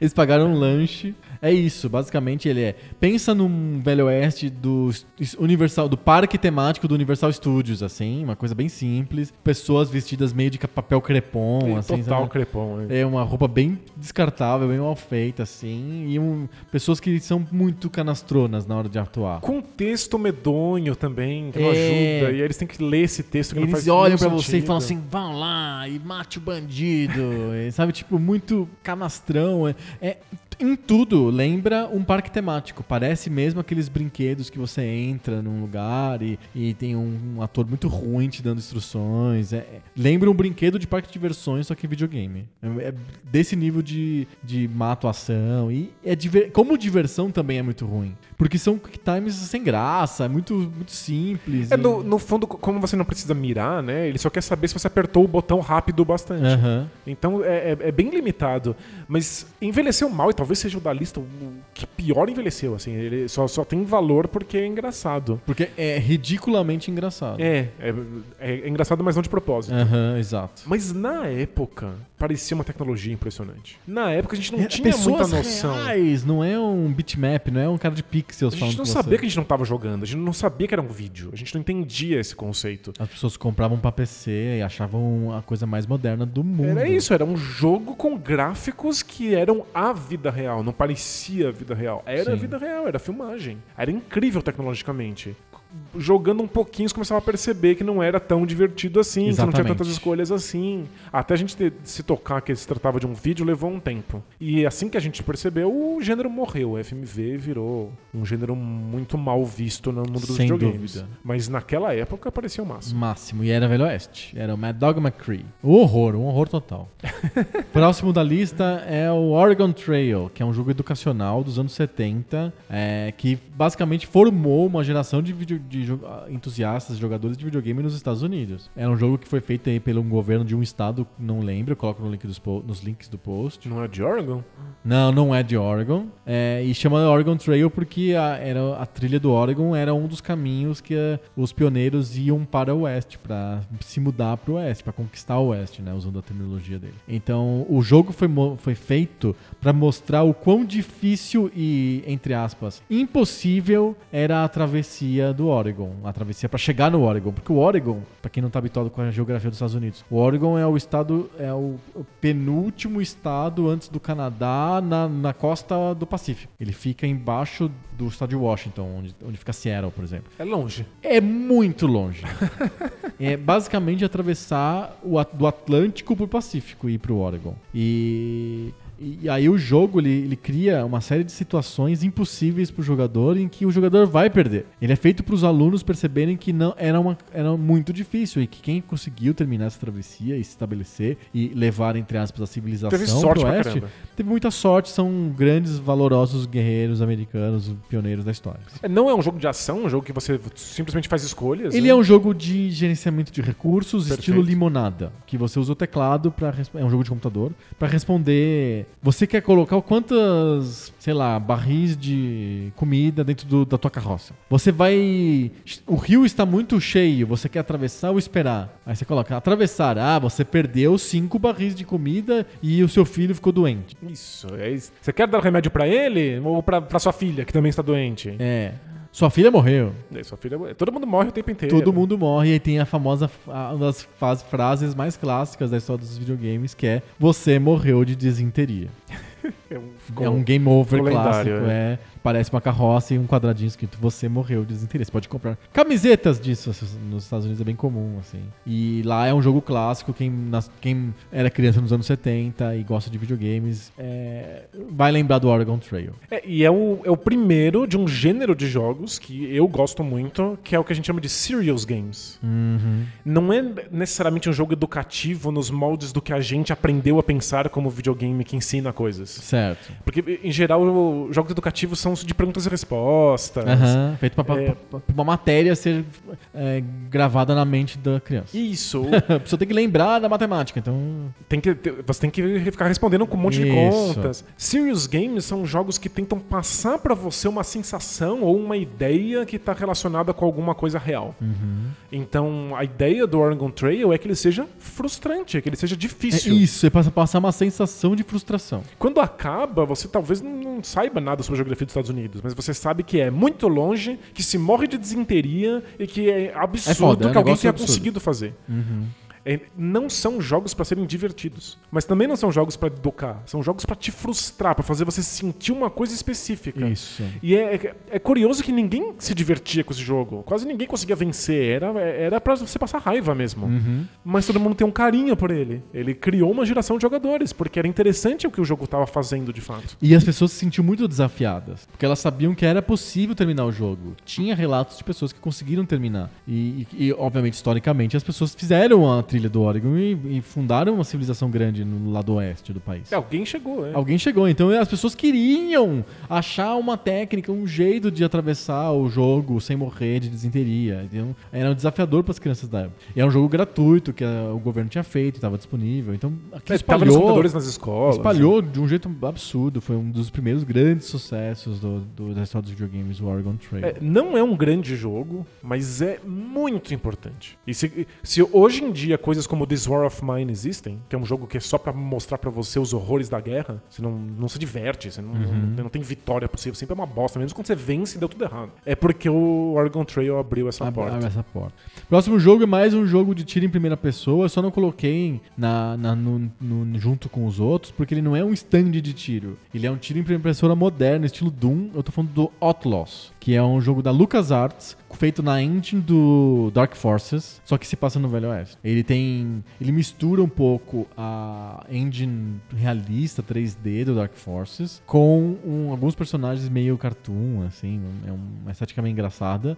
[SPEAKER 1] Eles pagaram um lanche. É isso, basicamente ele é. Pensa num Velho Oeste do s- Universal, do parque temático do Universal Studios, assim, uma coisa bem simples. Pessoas vestidas meio de ca- papel crepom, assim,
[SPEAKER 2] Total
[SPEAKER 1] sabe?
[SPEAKER 2] crepom. hein?
[SPEAKER 1] É uma roupa bem descartável, bem mal feita, assim. E um- pessoas que são muito canastronas na hora de atuar.
[SPEAKER 2] Com texto medonho também, que não
[SPEAKER 1] É.
[SPEAKER 2] ajuda. E aí eles têm que ler esse texto que não faz
[SPEAKER 1] Eles olham pra
[SPEAKER 2] nenhum
[SPEAKER 1] você e
[SPEAKER 2] sentido.
[SPEAKER 1] falam assim: vão lá e mate o bandido. e, sabe, tipo, muito canastrão. É, é- em tudo, lembra um parque temático. Parece mesmo aqueles brinquedos que você entra num lugar e, e tem um, um ator muito ruim te dando instruções. É- é- lembra um brinquedo de parque de diversões, só que videogame. É, é desse nível de, de má atuação. E é diver- como diversão também é muito ruim. Porque são quick times sem graça, é muito, muito simples.
[SPEAKER 2] É,
[SPEAKER 1] e-
[SPEAKER 2] no, no fundo, co- como você não precisa mirar, né? Ele só quer saber se você apertou o botão rápido bastante.
[SPEAKER 1] Aham.
[SPEAKER 2] Então é, é- é bem limitado. Mas envelheceu mal, e talvez seja o da lista o que pior envelheceu, assim. Ele só, só tem valor porque é engraçado.
[SPEAKER 1] Porque é ridiculamente engraçado.
[SPEAKER 2] É, é, é engraçado, mas não de propósito. É.
[SPEAKER 1] Aham, exato.
[SPEAKER 2] Mas na época, parecia uma tecnologia impressionante. Na época a gente não
[SPEAKER 1] É,
[SPEAKER 2] tinha muita noção.
[SPEAKER 1] reais, não é um bitmap, não é um cara de
[SPEAKER 2] A
[SPEAKER 1] pixels falando
[SPEAKER 2] gente não
[SPEAKER 1] com
[SPEAKER 2] sabia que
[SPEAKER 1] você.
[SPEAKER 2] a gente não tava jogando, a gente não sabia que era um vídeo, a gente não entendia esse conceito.
[SPEAKER 1] As pessoas compravam pra PC e achavam a coisa mais moderna do mundo.
[SPEAKER 2] Era isso, era um jogo com gráficos que eram a vida real, não parecia a vida real. Era a
[SPEAKER 1] Sim.
[SPEAKER 2] vida real, era filmagem. Era incrível tecnologicamente. Jogando um pouquinho, você começava a perceber que não era tão divertido assim, que não tinha
[SPEAKER 1] Exatamente.
[SPEAKER 2] tantas escolhas assim. Até a gente ter- se tocar que se tratava de um vídeo levou um tempo. E assim que a gente percebeu, o gênero morreu. O FMV virou um gênero muito mal visto no mundo dos
[SPEAKER 1] Sem
[SPEAKER 2] videogames.
[SPEAKER 1] dúvida.
[SPEAKER 2] Mas naquela época parecia o máximo.
[SPEAKER 1] Máximo. E era Velho Oeste. Era o Mad Dog McCree. Um horror, um horror total. Próximo da lista é o Oregon Trail, que é um jogo educacional dos anos 70, é, que basicamente formou uma geração de, video, de jo- ah, entusiastas, jogadores de videogame nos Estados Unidos. Era um jogo que foi feito aí pelo governo de um estado, não lembro, eu coloco no link dos po- nos links do post.
[SPEAKER 2] Não é de Oregon?
[SPEAKER 1] Não, não é de Oregon. É, e chama Oregon Trail porque a, era, a trilha do Oregon era um dos caminhos que eh, os pioneiros iam para o oeste, para se mudar para o oeste, para conquistar o oeste, né, usando a terminologia dele. Então, o jogo foi, mo- foi feito para mostrar o quão difícil e, entre aspas, impossível era a travessia do Oregon. A travessia para chegar no Oregon. Porque o Oregon, para quem não tá habituado com a geografia dos Estados Unidos, o Oregon é o estado, é o o penúltimo estado antes do Canadá na, na costa do Pacífico. Ele fica embaixo do estado de Washington, onde, onde fica Seattle, por exemplo.
[SPEAKER 2] É longe.
[SPEAKER 1] É muito longe. é basicamente atravessar o, at- do Atlântico pro Pacífico e ir pro Oregon. E, e aí o jogo ele, ele cria uma série de situações impossíveis pro jogador em que o jogador vai perder. Ele é feito pros alunos perceberem que não era, uma, era muito difícil e que quem conseguiu terminar essa travessia e se estabelecer e levar, entre aspas, a civilização
[SPEAKER 2] Teve
[SPEAKER 1] pro
[SPEAKER 2] sorte pra
[SPEAKER 1] oeste,
[SPEAKER 2] caramba.
[SPEAKER 1] teve muita sorte, são grandes, valorosos guerreiros americanos, pioneiros da história.
[SPEAKER 2] É, Não é um jogo de ação, é um jogo que você simplesmente faz escolhas. né?
[SPEAKER 1] Ele é um jogo de gerenciamento de recursos,
[SPEAKER 2] Perfeito.
[SPEAKER 1] estilo limonada, que você usa o teclado para é um jogo de computador para responder. Você quer colocar o quantas, sei lá, barris de comida dentro do- da tua carroça? Você vai, o rio está muito cheio, você quer atravessar ou esperar? Aí você coloca atravessar. Ah, você perdeu cinco barris de comida e o seu filho ficou doente.
[SPEAKER 2] um... Isso, é isso. Você quer dar remédio pra ele ou pra, pra sua filha, que também está doente?
[SPEAKER 1] É, sua filha morreu.
[SPEAKER 2] É, sua filha... Todo mundo morre o tempo inteiro.
[SPEAKER 1] Todo mundo morre e aí tem a famosa fa- uma das fa- frases mais clássicas da história dos videogames que é você morreu de desinteria.
[SPEAKER 2] É um,
[SPEAKER 1] é um game over
[SPEAKER 2] ficou
[SPEAKER 1] clássico,
[SPEAKER 2] lendário,
[SPEAKER 1] é. Parece uma carroça e um quadradinho escrito você morreu de desinteria. Você pode comprar camisetas disso assim, nos Estados Unidos é bem comum assim. E lá é um jogo clássico quem nas- quem era criança nos anos 70 e gosta de videogames é, vai lembrar do Oregon Trail.
[SPEAKER 2] É, e é o, é o primeiro de um gênero de jogos que eu gosto muito, que é o que a gente chama de serious games. Não é necessariamente um jogo educativo nos moldes do que a gente aprendeu a pensar como videogame que ensina coisas. perguntas.
[SPEAKER 1] Certo.
[SPEAKER 2] Porque, em geral, os jogos educativos são de perguntas e respostas.
[SPEAKER 1] Aham, Feito pra, pra-
[SPEAKER 2] É.
[SPEAKER 1] pra- pra uma matéria ser é, gravada na mente da criança.
[SPEAKER 2] Isso.
[SPEAKER 1] Ah, A pessoa tem que lembrar da matemática, então.
[SPEAKER 2] tem que, ter- você tem que ficar respondendo com um monte de
[SPEAKER 1] Isso.
[SPEAKER 2] contas. Serious games são jogos que tentam passar pra você uma sensação ou uma ideia que tá relacionada com alguma coisa real.
[SPEAKER 1] Uhum.
[SPEAKER 2] Então, a ideia do Oregon Trail é que ele seja frustrante, é que ele seja
[SPEAKER 1] É
[SPEAKER 2] difícil.
[SPEAKER 1] isso, é passa- passar uma sensação de frustração.
[SPEAKER 2] Quando acaba, você talvez não- não saiba nada sobre a geografia dos Estados Unidos, mas você sabe que é muito longe, que se morre de desinteria e que é absurdo
[SPEAKER 1] É foda, é um
[SPEAKER 2] que alguém
[SPEAKER 1] negócio
[SPEAKER 2] tenha
[SPEAKER 1] absurdo.
[SPEAKER 2] conseguido fazer. É, não são jogos pra serem divertidos, mas também não são jogos pra educar, são jogos pra te frustrar, pra fazer você sentir uma coisa específica.
[SPEAKER 1] Isso.
[SPEAKER 2] E é, é- é curioso que ninguém se divertia com esse jogo. Quase ninguém conseguia vencer. Era, era pra você passar raiva mesmo.
[SPEAKER 1] Uhum.
[SPEAKER 2] Mas todo mundo tem um carinho por ele. Ele criou uma geração de jogadores, porque era interessante o que o jogo tava fazendo de fato.
[SPEAKER 1] E as pessoas se sentiam muito desafiadas, porque elas sabiam que era possível terminar o jogo. Tinha relatos de pessoas que conseguiram terminar. E, e- e, obviamente, historicamente, as pessoas fizeram a trilha do Oregon e, e fundaram uma civilização grande no lado oeste do país.
[SPEAKER 2] É, alguém chegou, é.
[SPEAKER 1] Alguém chegou, então as pessoas queriam achar uma técnica, um jeito de atravessar o jogo sem morrer de desinteria. Então, era um desafiador para as crianças da época. E era um jogo gratuito que ah, o governo tinha feito, estava disponível. Então, aquilo
[SPEAKER 2] É, tava nos
[SPEAKER 1] espalhou,
[SPEAKER 2] computadores assim. nas escolas.
[SPEAKER 1] espalhou de um jeito absurdo. Foi um dos primeiros grandes sucessos do, do- da história dos videogames, o Oregon Trail.
[SPEAKER 2] É, não é um grande jogo, mas é muito importante. E se, se hoje em dia coisas como This War of Mine existem, que é um jogo que é só pra mostrar pra você os horrores da guerra, você não, não se diverte, você não,
[SPEAKER 1] Uhum.
[SPEAKER 2] não- não tem vitória possível, sempre é uma bosta, mesmo quando você vence deu tudo errado. É porque o Oregon Trail abriu essa
[SPEAKER 1] Abre-
[SPEAKER 2] porta.
[SPEAKER 1] abre essa porta. Próximo jogo é mais um jogo de tiro em primeira pessoa. Eu só não coloquei na, na- no- no- junto com os outros, porque ele não é um stand de tiro. Ele é um tiro em primeira pessoa moderno, estilo Doom. Eu tô falando do Outlaws, que é um jogo da LucasArts, feito na engine do Dark Forces, só que se passa no Velho Oeste. Ele tem. Ele mistura um pouco a engine realista 3D do Dark Forces com um- alguns personagens meio cartoon, assim, é uma estética meio engraçada.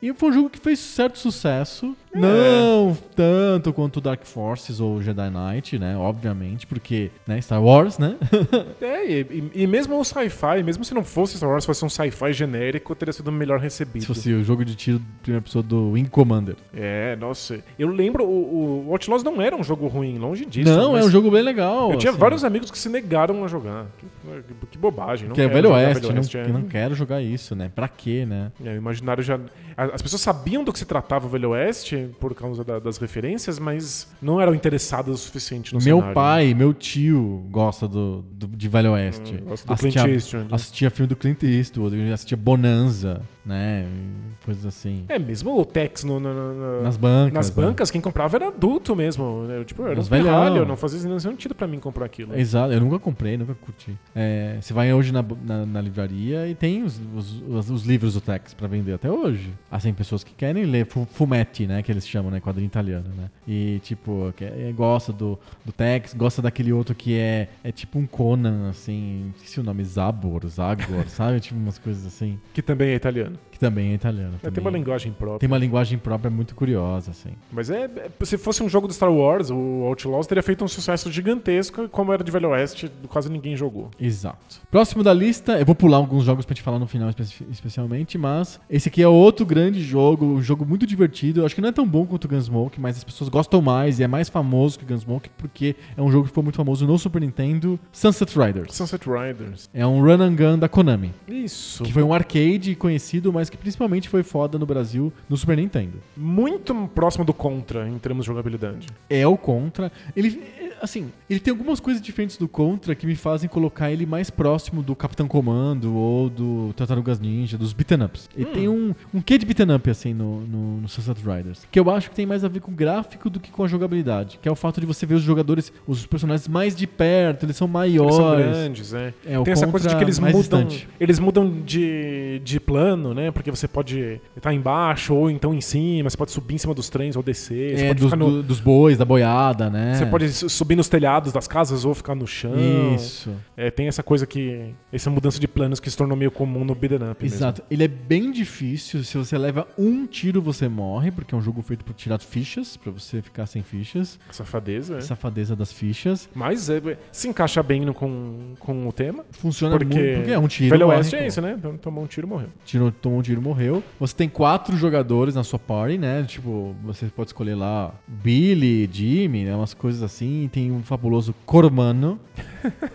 [SPEAKER 1] E foi um jogo que fez certo sucesso.
[SPEAKER 2] É.
[SPEAKER 1] Não tanto quanto Dark Forces ou Jedi Knight, né? Obviamente, porque, né? Star Wars, né?
[SPEAKER 2] É, e, e- e mesmo o sci-fi, mesmo se não fosse Star Wars, fosse um sci-fi genérico, teria sido melhor recebido.
[SPEAKER 1] Se fosse o jogo de tiro de primeira pessoa do Wing Commander.
[SPEAKER 2] É, nossa. Eu lembro, o, o Outlaws não era um jogo ruim, longe disso.
[SPEAKER 1] não, é
[SPEAKER 2] mas-
[SPEAKER 1] um jogo bem legal.
[SPEAKER 2] Eu tinha
[SPEAKER 1] assim,
[SPEAKER 2] vários amigos que se negaram a jogar. Que, que- que bobagem. Não
[SPEAKER 1] Que é
[SPEAKER 2] quero
[SPEAKER 1] Velho
[SPEAKER 2] jogar
[SPEAKER 1] Oeste,
[SPEAKER 2] Velho Oeste,
[SPEAKER 1] não,
[SPEAKER 2] é.
[SPEAKER 1] eu não quero jogar isso, né? Pra quê, né?
[SPEAKER 2] É, o imaginário já. a- As pessoas sabiam do que se tratava o Velho Oeste por causa da- das referências, mas não eram interessadas o suficiente no
[SPEAKER 1] meu
[SPEAKER 2] cenário. né?
[SPEAKER 1] pai, meu tio gosta do, do- de Velho Oeste.
[SPEAKER 2] Hum, gosta do Clint Eastwood.
[SPEAKER 1] assistia filme do Clint Eastwood, assistia Bonanza, né? E Coisas assim.
[SPEAKER 2] É, mesmo o Tex no, na- na- na-
[SPEAKER 1] Nas bancas,
[SPEAKER 2] Nas
[SPEAKER 1] né?
[SPEAKER 2] bancas, quem comprava era adulto mesmo. né? Eu, tipo, eu era um
[SPEAKER 1] Mas velhão.
[SPEAKER 2] pirralho, não fazia nenhum sentido pra mim comprar aquilo.
[SPEAKER 1] Exato, eu nunca comprei, nunca curti. É, você vai hoje na, na, na livraria e tem os, os, os- os livros do Tex pra vender até hoje. Assim, pessoas que querem ler fu- fumetti, né? Que eles chamam, né? Quadrinho italiano, né? E, tipo, que- é, gosta do, do Tex, gosta daquele outro que é, é tipo um Conan, assim. Esqueci o nome, Zabor, Zagor, sabe? Tipo umas coisas assim.
[SPEAKER 2] Que também é italiano.
[SPEAKER 1] Que também é italiano.
[SPEAKER 2] É,
[SPEAKER 1] Também.
[SPEAKER 2] Tem uma linguagem própria.
[SPEAKER 1] Tem uma linguagem própria muito curiosa, assim.
[SPEAKER 2] Mas é, é- se fosse um jogo do Star Wars, o Outlaws teria feito um sucesso gigantesco, e como era de Velho Oeste, quase ninguém jogou.
[SPEAKER 1] Exato. Próximo da lista, eu vou pular alguns jogos pra te falar no final espe- especialmente, mas esse aqui é outro grande jogo, um jogo muito divertido. Eu acho que não é tão bom quanto o Gunsmoke, mas as pessoas gostam mais e é mais famoso que o Gunsmoke porque é um jogo que ficou muito famoso no Super Nintendo, Sunset Riders.
[SPEAKER 2] Sunset Riders.
[SPEAKER 1] É um run and gun da Konami,
[SPEAKER 2] Isso.
[SPEAKER 1] que foi um arcade conhecido, mas que principalmente foi foda no Brasil no Super Nintendo.
[SPEAKER 2] Muito próximo do Contra em termos de jogabilidade.
[SPEAKER 1] é o Contra. Ele, assim, ele tem algumas coisas diferentes do Contra que me fazem colocar ele mais próximo do Capitão Comando ou do Tartarugas Ninja, dos beaten ups. Ele
[SPEAKER 2] Hum.
[SPEAKER 1] tem um, um quê de beaten up, assim, no, no, no Sunset Riders. Que eu acho que tem mais a ver com o gráfico do que com a jogabilidade. Que é o fato de você ver os jogadores, os personagens mais de perto, eles são
[SPEAKER 2] Eles
[SPEAKER 1] maiores.
[SPEAKER 2] são grandes, né?
[SPEAKER 1] É, o
[SPEAKER 2] Tem essa coisa de que
[SPEAKER 1] Contra
[SPEAKER 2] eles
[SPEAKER 1] mais
[SPEAKER 2] mudam,
[SPEAKER 1] distante.
[SPEAKER 2] eles mudam de, de plano, né? Porque você pode estar embaixo ou então em cima, você pode subir em cima dos trens ou descer, você
[SPEAKER 1] É,
[SPEAKER 2] pode
[SPEAKER 1] dos,
[SPEAKER 2] ficar no-
[SPEAKER 1] do- dos bois, da boiada, né?
[SPEAKER 2] Você pode su- subir subir nos telhados das casas ou ficar no chão.
[SPEAKER 1] Isso.
[SPEAKER 2] É, tem essa coisa que. Essa mudança de planos que se tornou meio comum no beat'em up. mesmo.
[SPEAKER 1] Exato. Ele é bem difícil. Se você leva um tiro, você morre, porque é um jogo feito por tirar fichas, pra você ficar sem fichas.
[SPEAKER 2] Safadeza, é.
[SPEAKER 1] Safadeza das fichas.
[SPEAKER 2] Mas é, se encaixa bem no- com, com o tema.
[SPEAKER 1] Funciona
[SPEAKER 2] Porque,
[SPEAKER 1] muito. Porque é um tiro.
[SPEAKER 2] Velho
[SPEAKER 1] morre,
[SPEAKER 2] Oeste é
[SPEAKER 1] pô.
[SPEAKER 2] isso, né? Então, Tomou um tiro, morreu.
[SPEAKER 1] Tirou, tomou um tiro e morreu. Você tem quatro jogadores na sua party, né? Tipo, você pode escolher lá Billy, Jimmy, né? Umas coisas assim. E tem um fabuloso Cormano.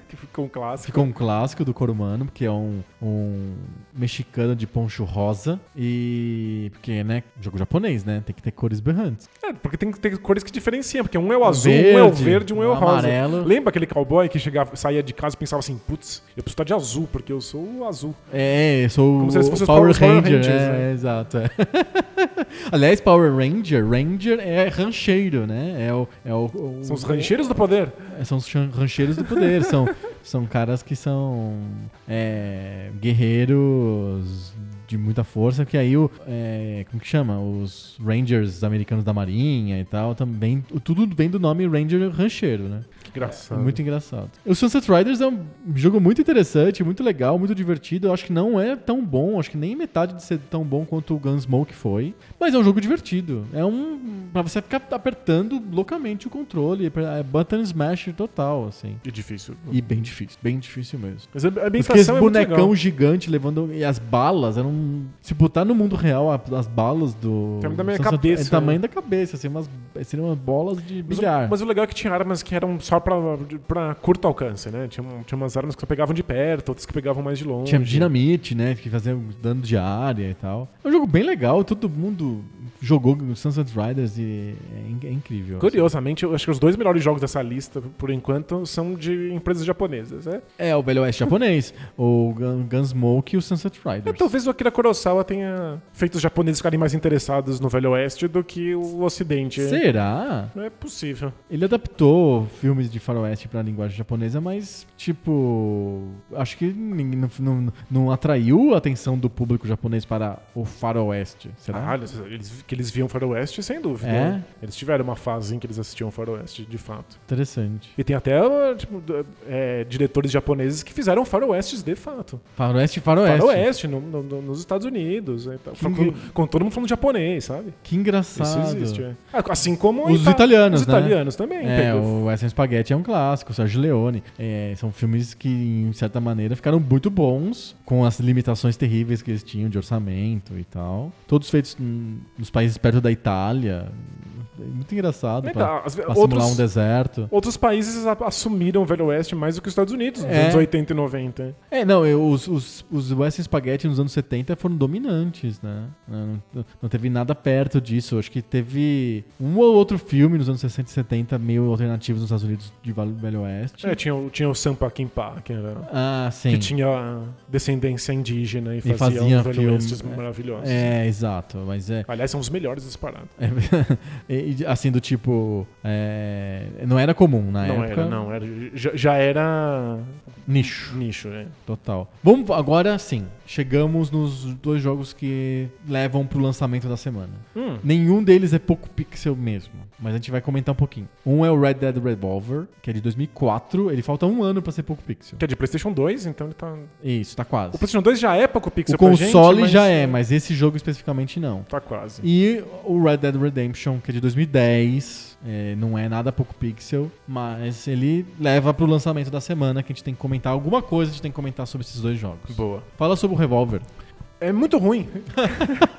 [SPEAKER 2] Que ficou um clássico.
[SPEAKER 1] Ficou um clássico do Cormano, que é um, um mexicano de poncho rosa. E. Porque, né? Jogo japonês, né? Tem que ter cores berrantes.
[SPEAKER 2] É, porque tem, tem cores que diferenciam, porque um é o azul, um é o
[SPEAKER 1] verde,
[SPEAKER 2] verde, um é o
[SPEAKER 1] um
[SPEAKER 2] rosa.
[SPEAKER 1] amarelo.
[SPEAKER 2] Lembra aquele cowboy que chegava, saía de casa e pensava assim, putz, eu preciso estar de azul, porque eu sou o azul.
[SPEAKER 1] É, eu sou
[SPEAKER 2] Como se eles
[SPEAKER 1] o
[SPEAKER 2] fossem os
[SPEAKER 1] Power,
[SPEAKER 2] Power- Power
[SPEAKER 1] Ranger.
[SPEAKER 2] Rangers,
[SPEAKER 1] é,
[SPEAKER 2] né?
[SPEAKER 1] é, exato. é. Aliás, Power Ranger, Ranger é rancheiro, né? É o, é o, o-
[SPEAKER 2] São os rancheiros do poder.
[SPEAKER 1] É, São os chan- rancheiros do poder, são, são caras que são é, guerreiros de muita força, que aí o. é, como que chama? Os Rangers americanos da Marinha e tal, também. Tudo vem do nome Ranger Rancheiro, né?
[SPEAKER 2] Que engraçado.
[SPEAKER 1] Muito engraçado. O Sunset Riders é um jogo muito interessante, muito legal, muito divertido. Eu acho que não é tão bom, acho que nem metade de ser tão bom quanto o Gunsmoke foi. Mas é um jogo divertido. É um. pra você ficar apertando loucamente o controle. É button smash total, assim.
[SPEAKER 2] E difícil.
[SPEAKER 1] E bem difícil, bem difícil mesmo.
[SPEAKER 2] Mas a a
[SPEAKER 1] Porque esse
[SPEAKER 2] ambientação é muito legal.
[SPEAKER 1] bonecão gigante levando. E as balas eram. Se botar no mundo real a- as balas do.
[SPEAKER 2] Tamanho da minha
[SPEAKER 1] Sunset- É
[SPEAKER 2] cabeça, né?
[SPEAKER 1] tamanho da cabeça, assim, umas, seriam umas bolas de
[SPEAKER 2] Mas o-
[SPEAKER 1] bilhar.
[SPEAKER 2] Mas o legal é que tinha armas que eram só pra, pra curto alcance, né? Tinha, um- tinha umas armas que só pegavam de perto, outras que pegavam mais de longe.
[SPEAKER 1] Tinha dinamite, né? Que fazia um dano de área e tal. É um jogo bem legal, todo mundo jogou o Sunset Riders e é, in- é incrível.
[SPEAKER 2] Então, Curiosamente, eu acho que os dois melhores jogos dessa lista, por enquanto, são de empresas japonesas, né?
[SPEAKER 1] É o Velho Oeste japonês, o Gun- Gunsmoke e o Sunset
[SPEAKER 2] É,
[SPEAKER 1] Riders.
[SPEAKER 2] talvez o Akira Kurosawa tenha feito os japoneses ficarem mais interessados no Velho Oeste do que o Ocidente. né?
[SPEAKER 1] Será?
[SPEAKER 2] É possível.
[SPEAKER 1] Ele adaptou filmes de faroeste pra linguagem japonesa, mas, tipo, acho que ninguém- não, não- não atraiu a atenção do público japonês para o faroeste. Será?
[SPEAKER 2] Ah, eles, eles- que eles viam Faroeste, sem dúvida.
[SPEAKER 1] É?
[SPEAKER 2] né? Eles tiveram uma fase em que eles assistiam Faroeste, de fato.
[SPEAKER 1] Interessante.
[SPEAKER 2] E tem até ó, tipo, d- é, diretores japoneses que fizeram Faroestes de fato.
[SPEAKER 1] Faroeste e faroeste.
[SPEAKER 2] Faroeste no- no- no- nos Estados Unidos. né, tá?
[SPEAKER 1] Que
[SPEAKER 2] Com-
[SPEAKER 1] engra-
[SPEAKER 2] com todo mundo falando japonês, sabe?
[SPEAKER 1] Que engraçado.
[SPEAKER 2] Isso existe. É. Ah, Assim como
[SPEAKER 1] Os
[SPEAKER 2] ita-
[SPEAKER 1] italianos,
[SPEAKER 2] Os
[SPEAKER 1] né?
[SPEAKER 2] italianos também.
[SPEAKER 1] É,
[SPEAKER 2] pegou-
[SPEAKER 1] o Western Spaghetti é um clássico, o Sergio Leone. É, são filmes que, em certa maneira, ficaram muito bons, com as limitações terríveis que eles tinham de orçamento e tal. Todos feitos hum, nos países perto da Itália. É muito engraçado
[SPEAKER 2] Né,
[SPEAKER 1] pra,
[SPEAKER 2] tá, as-
[SPEAKER 1] pra
[SPEAKER 2] outros-
[SPEAKER 1] simular um deserto.
[SPEAKER 2] Outros países a- assumiram o Velho Oeste mais do que os Estados Unidos, nos
[SPEAKER 1] É.
[SPEAKER 2] anos 80 e 90.
[SPEAKER 1] É, não, eu- os, os, os Western Spaghetti nos anos 70 foram dominantes, né? Não, não- não teve nada perto disso. Acho que teve um ou outro filme nos anos 60 e 70 meio alternativos nos Estados Unidos de Vale- Velho Oeste.
[SPEAKER 2] É, tinha, o- tinha o Sampa Kimpa, que, era,
[SPEAKER 1] Ah, sim.
[SPEAKER 2] que tinha descendência indígena e, fazia,
[SPEAKER 1] fazia
[SPEAKER 2] uns Velho
[SPEAKER 1] filme,
[SPEAKER 2] Oestes
[SPEAKER 1] é.
[SPEAKER 2] maravilhosos.
[SPEAKER 1] É, exato, mas é.
[SPEAKER 2] Aliás, são os melhores disparados.
[SPEAKER 1] é- e- e, assim, do tipo. é, não era comum na
[SPEAKER 2] não
[SPEAKER 1] época.
[SPEAKER 2] era, não. Era, já, já era
[SPEAKER 1] Nicho,
[SPEAKER 2] nicho, né?
[SPEAKER 1] total. Vamos agora sim. Chegamos nos dois jogos que levam pro lançamento da semana.
[SPEAKER 2] Hum.
[SPEAKER 1] Nenhum deles é pouco pixel mesmo, mas a gente vai comentar um pouquinho. Um é o Red Dead Revolver, que é de 2004. Ele falta um ano pra ser pouco pixel.
[SPEAKER 2] Que é de PlayStation 2, então ele tá.
[SPEAKER 1] Isso, tá
[SPEAKER 2] O
[SPEAKER 1] quase.
[SPEAKER 2] PlayStation 2 já é pouco pixel
[SPEAKER 1] O console
[SPEAKER 2] pra gente,
[SPEAKER 1] já é, mas esse jogo especificamente não.
[SPEAKER 2] Tá quase.
[SPEAKER 1] E o Red Dead Redemption, que é de 2010, é, não é nada pouco pixel, mas ele leva pro lançamento da semana que a gente tem que comentar alguma coisa, a gente tem que comentar sobre esses dois jogos.
[SPEAKER 2] Boa.
[SPEAKER 1] Fala sobre o Revolver.
[SPEAKER 2] É muito ruim.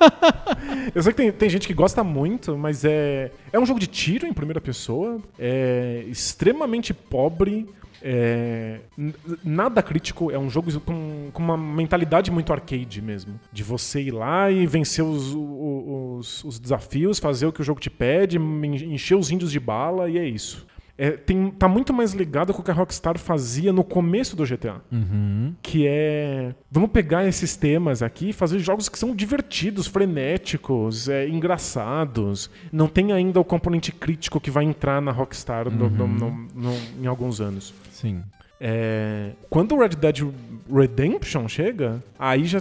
[SPEAKER 2] Eu sei que tem, tem gente que gosta muito, mas é. É um jogo de tiro em primeira pessoa. É extremamente pobre. é, n- nada crítico, é um jogo com, com uma mentalidade muito arcade mesmo. De você ir lá e vencer os, o- os- os desafios, fazer o que o jogo te pede, en- encher os índios de bala e é isso. É, tem- tá muito mais ligado com o que a Rockstar fazia no começo do GTA
[SPEAKER 1] Uhum.
[SPEAKER 2] que é vamos pegar esses temas aqui e fazer jogos que são divertidos, frenéticos, é, engraçados. Não tem ainda o componente crítico que vai entrar na Rockstar no- no- no- no- em alguns anos.
[SPEAKER 1] Sim.
[SPEAKER 2] É, quando o Red Dead Redemption chega, aí já,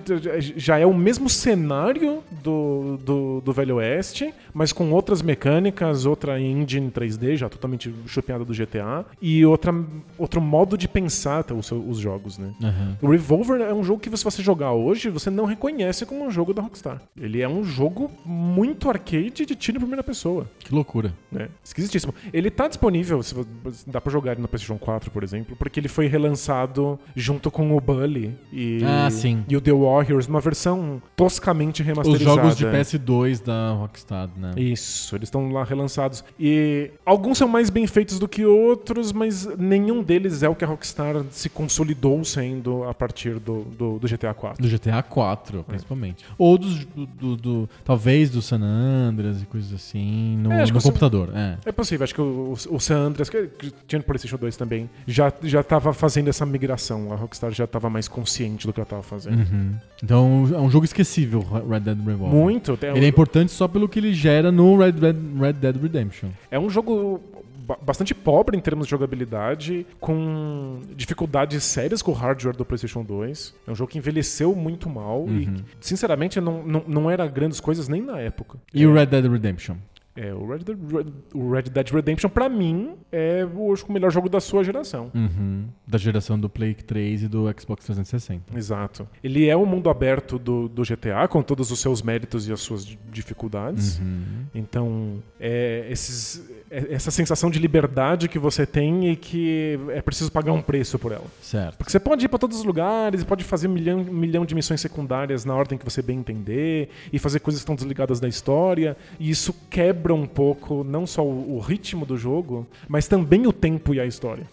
[SPEAKER 2] já é o mesmo cenário do, do, do Velho Oeste, mas com outras mecânicas, outra engine 3D, já totalmente chupinhada do GTA, e outra, outro modo de pensar tá, os, seu- os jogos, né?
[SPEAKER 1] Uhum.
[SPEAKER 2] O Revolver é um jogo que se você jogar hoje, você não reconhece como um jogo da Rockstar. Ele é um jogo muito arcade de tiro em primeira pessoa
[SPEAKER 1] Que loucura.
[SPEAKER 2] né? Esquisitíssimo. Ele tá disponível, se vo- dá pra jogar ele no PlayStation 4, por exemplo, porque ele foi relançado junto com o Bully e,
[SPEAKER 1] Ah, sim.
[SPEAKER 2] e o The Warriors, uma versão toscamente
[SPEAKER 1] Os
[SPEAKER 2] remasterizada.
[SPEAKER 1] jogos de PS2 da Rockstar, né?
[SPEAKER 2] Isso, eles estão lá relançados. E alguns são mais bem feitos do que outros, mas nenhum deles é o que a Rockstar se consolidou sendo a partir do, do, do GTA 4.
[SPEAKER 1] Do GTA 4, principalmente. É. Ou dos, do, do- do- Talvez do San Andreas e coisas assim. No,
[SPEAKER 2] É, acho
[SPEAKER 1] no
[SPEAKER 2] que o San-
[SPEAKER 1] computador, é.
[SPEAKER 2] É possível, acho que o, o o San Andreas, que que tinha no PlayStation 2 também, já, já tava fazendo essa migração. A Rockstar já tava mais consciente do que ela tava fazendo.
[SPEAKER 1] Uhum. Então é um jogo esquecível, Red Dead Revolver.
[SPEAKER 2] Muito. É,
[SPEAKER 1] Ele é importante só pelo que ele gera no Red, Red- Red Dead Redemption.
[SPEAKER 2] é um jogo ba- bastante pobre em termos de jogabilidade, com dificuldades sérias com o hardware do PlayStation 2. É um jogo que envelheceu muito mal
[SPEAKER 1] Uhum.
[SPEAKER 2] e, sinceramente, não, não, não era grandes coisas nem na época.
[SPEAKER 1] E o Red Dead Redemption.
[SPEAKER 2] É, o Red Dead, Red- o Red Dead Redemption, pra mim, é o- acho que o melhor jogo da sua geração.
[SPEAKER 1] Uhum. Da geração do Play 3 e do Xbox 360.
[SPEAKER 2] Exato. Ele é o mundo aberto do, do GTA, com todos os seus méritos e as suas di-
[SPEAKER 1] Uhum.
[SPEAKER 2] dificuldades. Então, é, esses- é- essa sensação de liberdade que você tem e que é preciso pagar um preço por ela.
[SPEAKER 1] Certo.
[SPEAKER 2] Porque você pode ir pra todos os lugares, pode fazer milhão, milhão de missões secundárias na ordem que você bem entender, e fazer coisas que estão desligadas da história, e isso quebra um pouco não só o, o ritmo do jogo, mas também o tempo e a história.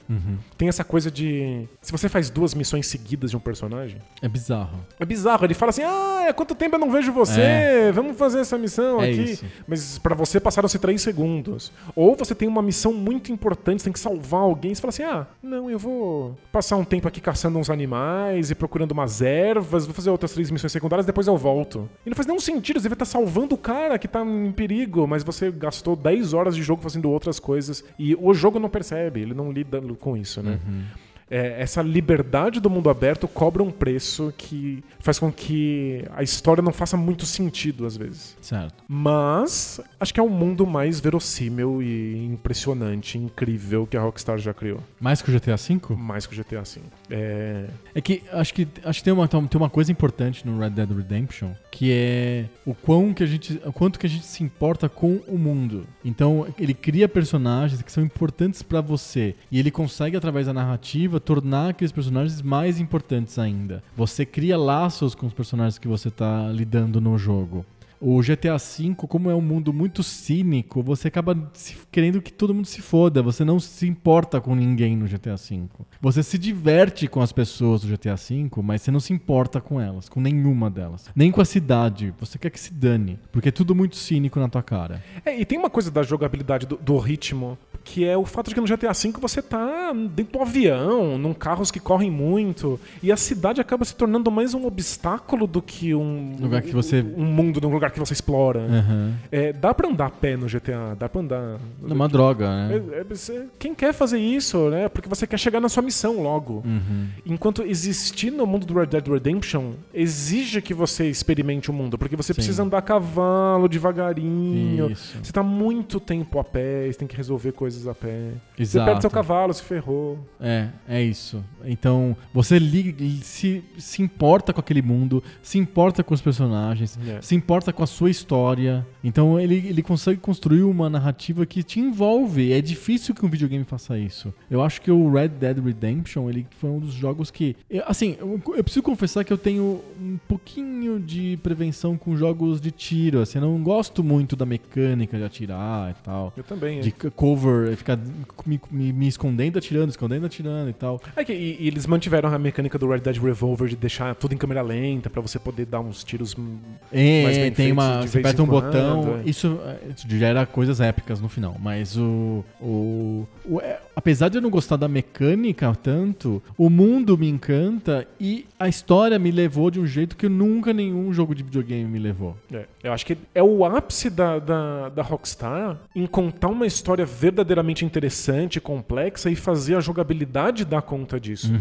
[SPEAKER 2] Tem essa coisa de. Se você faz duas missões seguidas de um personagem,
[SPEAKER 1] É bizarro.
[SPEAKER 2] é bizarro, ele fala assim: "Ah, há quanto tempo eu não vejo você?
[SPEAKER 1] É.
[SPEAKER 2] Vamos fazer essa missão
[SPEAKER 1] É
[SPEAKER 2] aqui".
[SPEAKER 1] isso.
[SPEAKER 2] Mas pra você passaram-se três segundos. Ou você tem uma missão muito importante, você tem que salvar alguém, você fala assim: "Ah, não, eu vou passar um tempo aqui caçando uns animais e procurando umas ervas, vou fazer outras três missões secundárias, depois eu volto". E não faz nenhum sentido, você devia estar salvando o cara que tá em perigo, mas você gastou 10 horas de jogo fazendo outras coisas e o jogo não percebe, ele não lida com isso, né?
[SPEAKER 1] Uhum.
[SPEAKER 2] É, essa liberdade do mundo aberto cobra um preço que faz com que a história não faça muito sentido às vezes.
[SPEAKER 1] Certo.
[SPEAKER 2] Mas acho que é o mundo mais verossímil e impressionante, incrível que a Rockstar já criou.
[SPEAKER 1] Mais que o GTA V?
[SPEAKER 2] Mais que o GTA V. É,
[SPEAKER 1] É que acho que, acho que tem, uma, tem uma coisa importante no Red Dead Redemption, que é o, quão que a gente, o quanto que a gente se importa com o mundo. Então, ele cria personagens que são importantes pra você. E ele consegue, através da narrativa, tornar aqueles personagens mais importantes ainda. Você cria laços com os personagens que você tá lidando no jogo. O GTA V, como é um mundo muito cínico, você acaba se- querendo que todo mundo se foda. Você não se importa com ninguém no GTA V. Você se diverte com as pessoas do GTA V, mas você não se importa com elas, com nenhuma delas. Nem com a cidade. Você quer que se dane. Porque é tudo muito cínico na tua cara.
[SPEAKER 2] É, e tem uma coisa da jogabilidade, do, do ritmo, que é o fato de que no GTA V você tá dentro de um avião, num carros que correm muito, e a cidade acaba se tornando mais um obstáculo do que um
[SPEAKER 1] Lugar que você-
[SPEAKER 2] um mundo, num lugar que você explora.
[SPEAKER 1] Aham.
[SPEAKER 2] É, dá pra andar a pé no GTA, dá pra andar.
[SPEAKER 1] É uma droga, né?
[SPEAKER 2] É, é, você- quem quer fazer isso, né? Porque você quer chegar na sua missão logo.
[SPEAKER 1] Uhum.
[SPEAKER 2] Enquanto existir no mundo do Red Dead Redemption exige que você experimente o mundo, porque você
[SPEAKER 1] Sim.
[SPEAKER 2] precisa andar a cavalo, devagarinho.
[SPEAKER 1] Isso.
[SPEAKER 2] Você tá muito tempo a pé, você tem que resolver coisas a pé. Você
[SPEAKER 1] Exato.
[SPEAKER 2] perde seu cavalo, se ferrou.
[SPEAKER 1] É, é isso. Então, você liga, se, se importa com aquele mundo, se importa com os personagens,
[SPEAKER 2] É.
[SPEAKER 1] se importa com a sua história. Então, ele, ele consegue construir uma narrativa que te envolve. É difícil que um videogame faça isso. Eu acho que o Red Dead Redemption, ele foi um dos jogos que... eu- assim, eu, eu preciso confessar que eu tenho um pouquinho de prevenção com jogos de tiro. Assim, eu não gosto muito da mecânica de atirar e tal.
[SPEAKER 2] Eu também. é.
[SPEAKER 1] De c- cover, ficar me, me, me escondendo, atirando, escondendo, atirando e tal.
[SPEAKER 2] É que, e, e eles mantiveram a mecânica do Red Dead Revolver de deixar tudo em câmera lenta pra você poder dar uns tiros. hum, Mais
[SPEAKER 1] É,
[SPEAKER 2] bem
[SPEAKER 1] tem
[SPEAKER 2] feito
[SPEAKER 1] uma.
[SPEAKER 2] de
[SPEAKER 1] Você
[SPEAKER 2] vez
[SPEAKER 1] aperta
[SPEAKER 2] em
[SPEAKER 1] um
[SPEAKER 2] quando,
[SPEAKER 1] botão.
[SPEAKER 2] é.
[SPEAKER 1] Isso, é, isso gera coisas épicas no final. Mas o. o, o- é, apesar de eu não gostar da mecânica tanto, o mundo me encanta e a história me levou de um jeito que nunca nenhum jogo de videogame me levou.
[SPEAKER 2] É, eu acho que é o ápice da, da, da Rockstar em contar uma história verdadeiramente interessante, complexa e fazer a jogabilidade dar conta disso.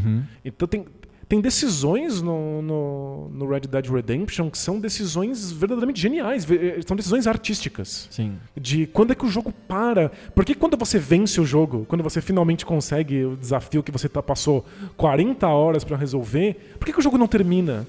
[SPEAKER 2] Então tem. Tem decisões no, no, no Red Dead Redemption que são decisões verdadeiramente geniais, ve- são decisões artísticas.
[SPEAKER 1] Sim.
[SPEAKER 2] De quando é que o jogo para. Porque quando você vence o jogo, quando você finalmente consegue o desafio que você tá- passou 40 horas pra resolver, por que, que o jogo não termina?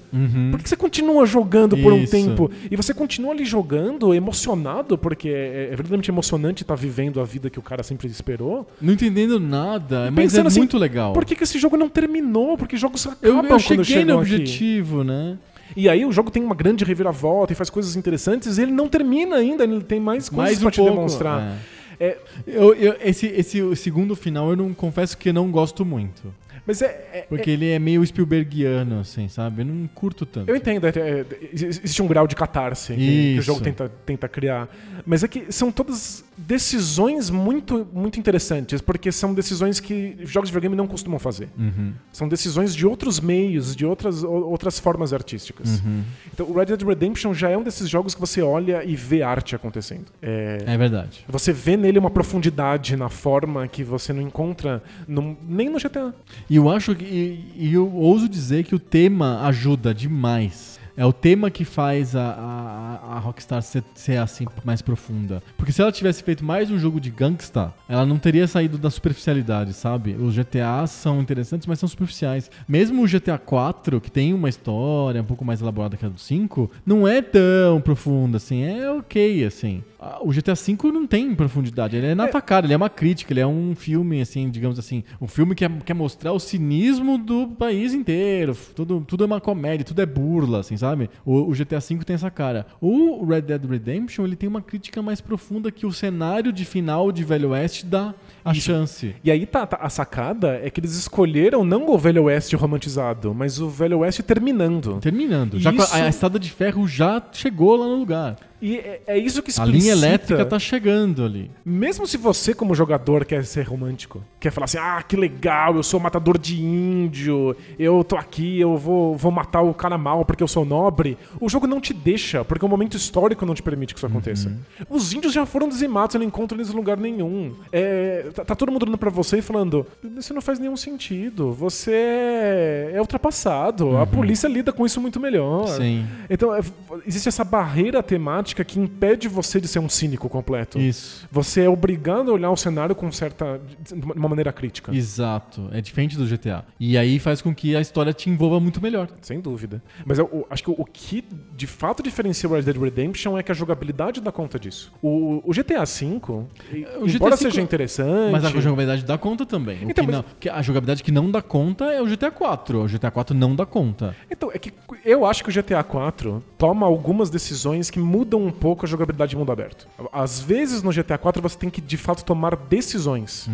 [SPEAKER 2] Por que você continua jogando por um
[SPEAKER 1] Uhum. Isso.
[SPEAKER 2] tempo? E você continua ali jogando, emocionado, porque é, é verdadeiramente emocionante estar vivendo a vida que o cara sempre esperou.
[SPEAKER 1] Não entendendo nada, mas
[SPEAKER 2] Pensando
[SPEAKER 1] é
[SPEAKER 2] assim,
[SPEAKER 1] muito legal.
[SPEAKER 2] Por que, que esse jogo não terminou? Porque jogos
[SPEAKER 1] eu, eu
[SPEAKER 2] acabam quando
[SPEAKER 1] cheguei
[SPEAKER 2] chegam
[SPEAKER 1] no
[SPEAKER 2] aqui.
[SPEAKER 1] objetivo, né?
[SPEAKER 2] E aí o jogo tem uma grande reviravolta e faz coisas interessantes e ele não termina ainda, ele tem mais
[SPEAKER 1] Mais
[SPEAKER 2] coisas pra
[SPEAKER 1] um
[SPEAKER 2] te
[SPEAKER 1] pouco.
[SPEAKER 2] demonstrar.
[SPEAKER 1] é.
[SPEAKER 2] É,
[SPEAKER 1] Eu, eu- esse, esse o segundo final eu não confesso que não gosto muito.
[SPEAKER 2] mas é- é,
[SPEAKER 1] Porque ele é meio Spielbergiano, assim, sabe? Eu não curto tanto.
[SPEAKER 2] Eu entendo, é, é, existe um grau de catarse que, que o
[SPEAKER 1] Isso.
[SPEAKER 2] jogo tenta, tenta criar. Mas é que são todas decisões muito, muito interessantes, porque são decisões que jogos de videogame não costumam fazer.
[SPEAKER 1] Uhum.
[SPEAKER 2] São decisões de outros meios, de outras, o- outras formas artísticas.
[SPEAKER 1] Uhum.
[SPEAKER 2] Então, o Red Dead Redemption já é um desses jogos que você olha e vê arte acontecendo. É,
[SPEAKER 1] É verdade.
[SPEAKER 2] Você vê nele uma profundidade na forma que você não encontra num- nem no GTA.
[SPEAKER 1] E eu acho que. E, e eu ouso dizer que o tema ajuda demais. É o tema que faz a, a, a Rockstar ser, ser assim mais profunda. Porque se ela tivesse feito mais um jogo de gangsta, ela não teria saído da superficialidade, sabe? Os GTA são interessantes, mas são superficiais. Mesmo o GTA 4, que tem uma história um pouco mais elaborada que a do 5, não é tão profunda assim. É ok, assim. Ah, O GTA V não tem profundidade, ele é na tua cara, ele é uma crítica, ele é um filme, assim, digamos assim, um filme que quer mostrar o cinismo do país inteiro. F- Tudo, tudo é uma comédia, tudo é burla, assim, sabe? O, o GTA V tem essa cara. O Red Dead Redemption, ele tem uma crítica mais profunda que o cenário de final de Velho Oeste dá a chance.
[SPEAKER 2] E aí tá, tá- a sacada é que eles escolheram não o Velho Oeste romantizado, mas o Velho Oeste terminando.
[SPEAKER 1] Terminando. Já com
[SPEAKER 2] Isso-
[SPEAKER 1] a, a estrada de ferro já chegou lá no lugar.
[SPEAKER 2] E é, é isso que
[SPEAKER 1] A
[SPEAKER 2] explicita.
[SPEAKER 1] linha elétrica tá chegando ali.
[SPEAKER 2] Mesmo se você, como jogador, quer ser romântico, quer falar assim, ah, que legal, eu sou matador de índio, eu tô aqui, eu vou, vou matar o cara mal porque eu sou nobre, o jogo não te deixa, porque o momento histórico não te permite que isso aconteça.
[SPEAKER 1] Uhum.
[SPEAKER 2] Os índios já foram dizimados, eu não encontro eles em lugar nenhum. É, tá, tá todo mundo olhando pra você e falando, isso não faz nenhum sentido, você é- é ultrapassado, a polícia lida com isso muito melhor.
[SPEAKER 1] Uhum. Sim.
[SPEAKER 2] Então, é, existe essa barreira temática que impede você de ser um cínico completo.
[SPEAKER 1] Isso.
[SPEAKER 2] Você é obrigado a olhar o cenário com certa. de uma maneira crítica.
[SPEAKER 1] Exato, é diferente do GTA. E aí faz com que a história te envolva muito melhor.
[SPEAKER 2] Sem dúvida. Mas eu, eu acho que o, o que de fato diferencia o Red Dead Redemption é que a jogabilidade dá conta disso. O, o GTA V, e-
[SPEAKER 1] O GTA
[SPEAKER 2] embora
[SPEAKER 1] V
[SPEAKER 2] seja interessante.
[SPEAKER 1] Mas a jogabilidade dá conta também. O
[SPEAKER 2] Então,
[SPEAKER 1] que
[SPEAKER 2] mas-
[SPEAKER 1] não- que a jogabilidade que não dá conta é o GTA 4. O GTA 4 não dá conta.
[SPEAKER 2] Então, é que eu acho que o GTA IV toma algumas decisões que mudam um pouco a jogabilidade de mundo aberto. Às vezes no GTA IV você tem que de fato tomar decisões.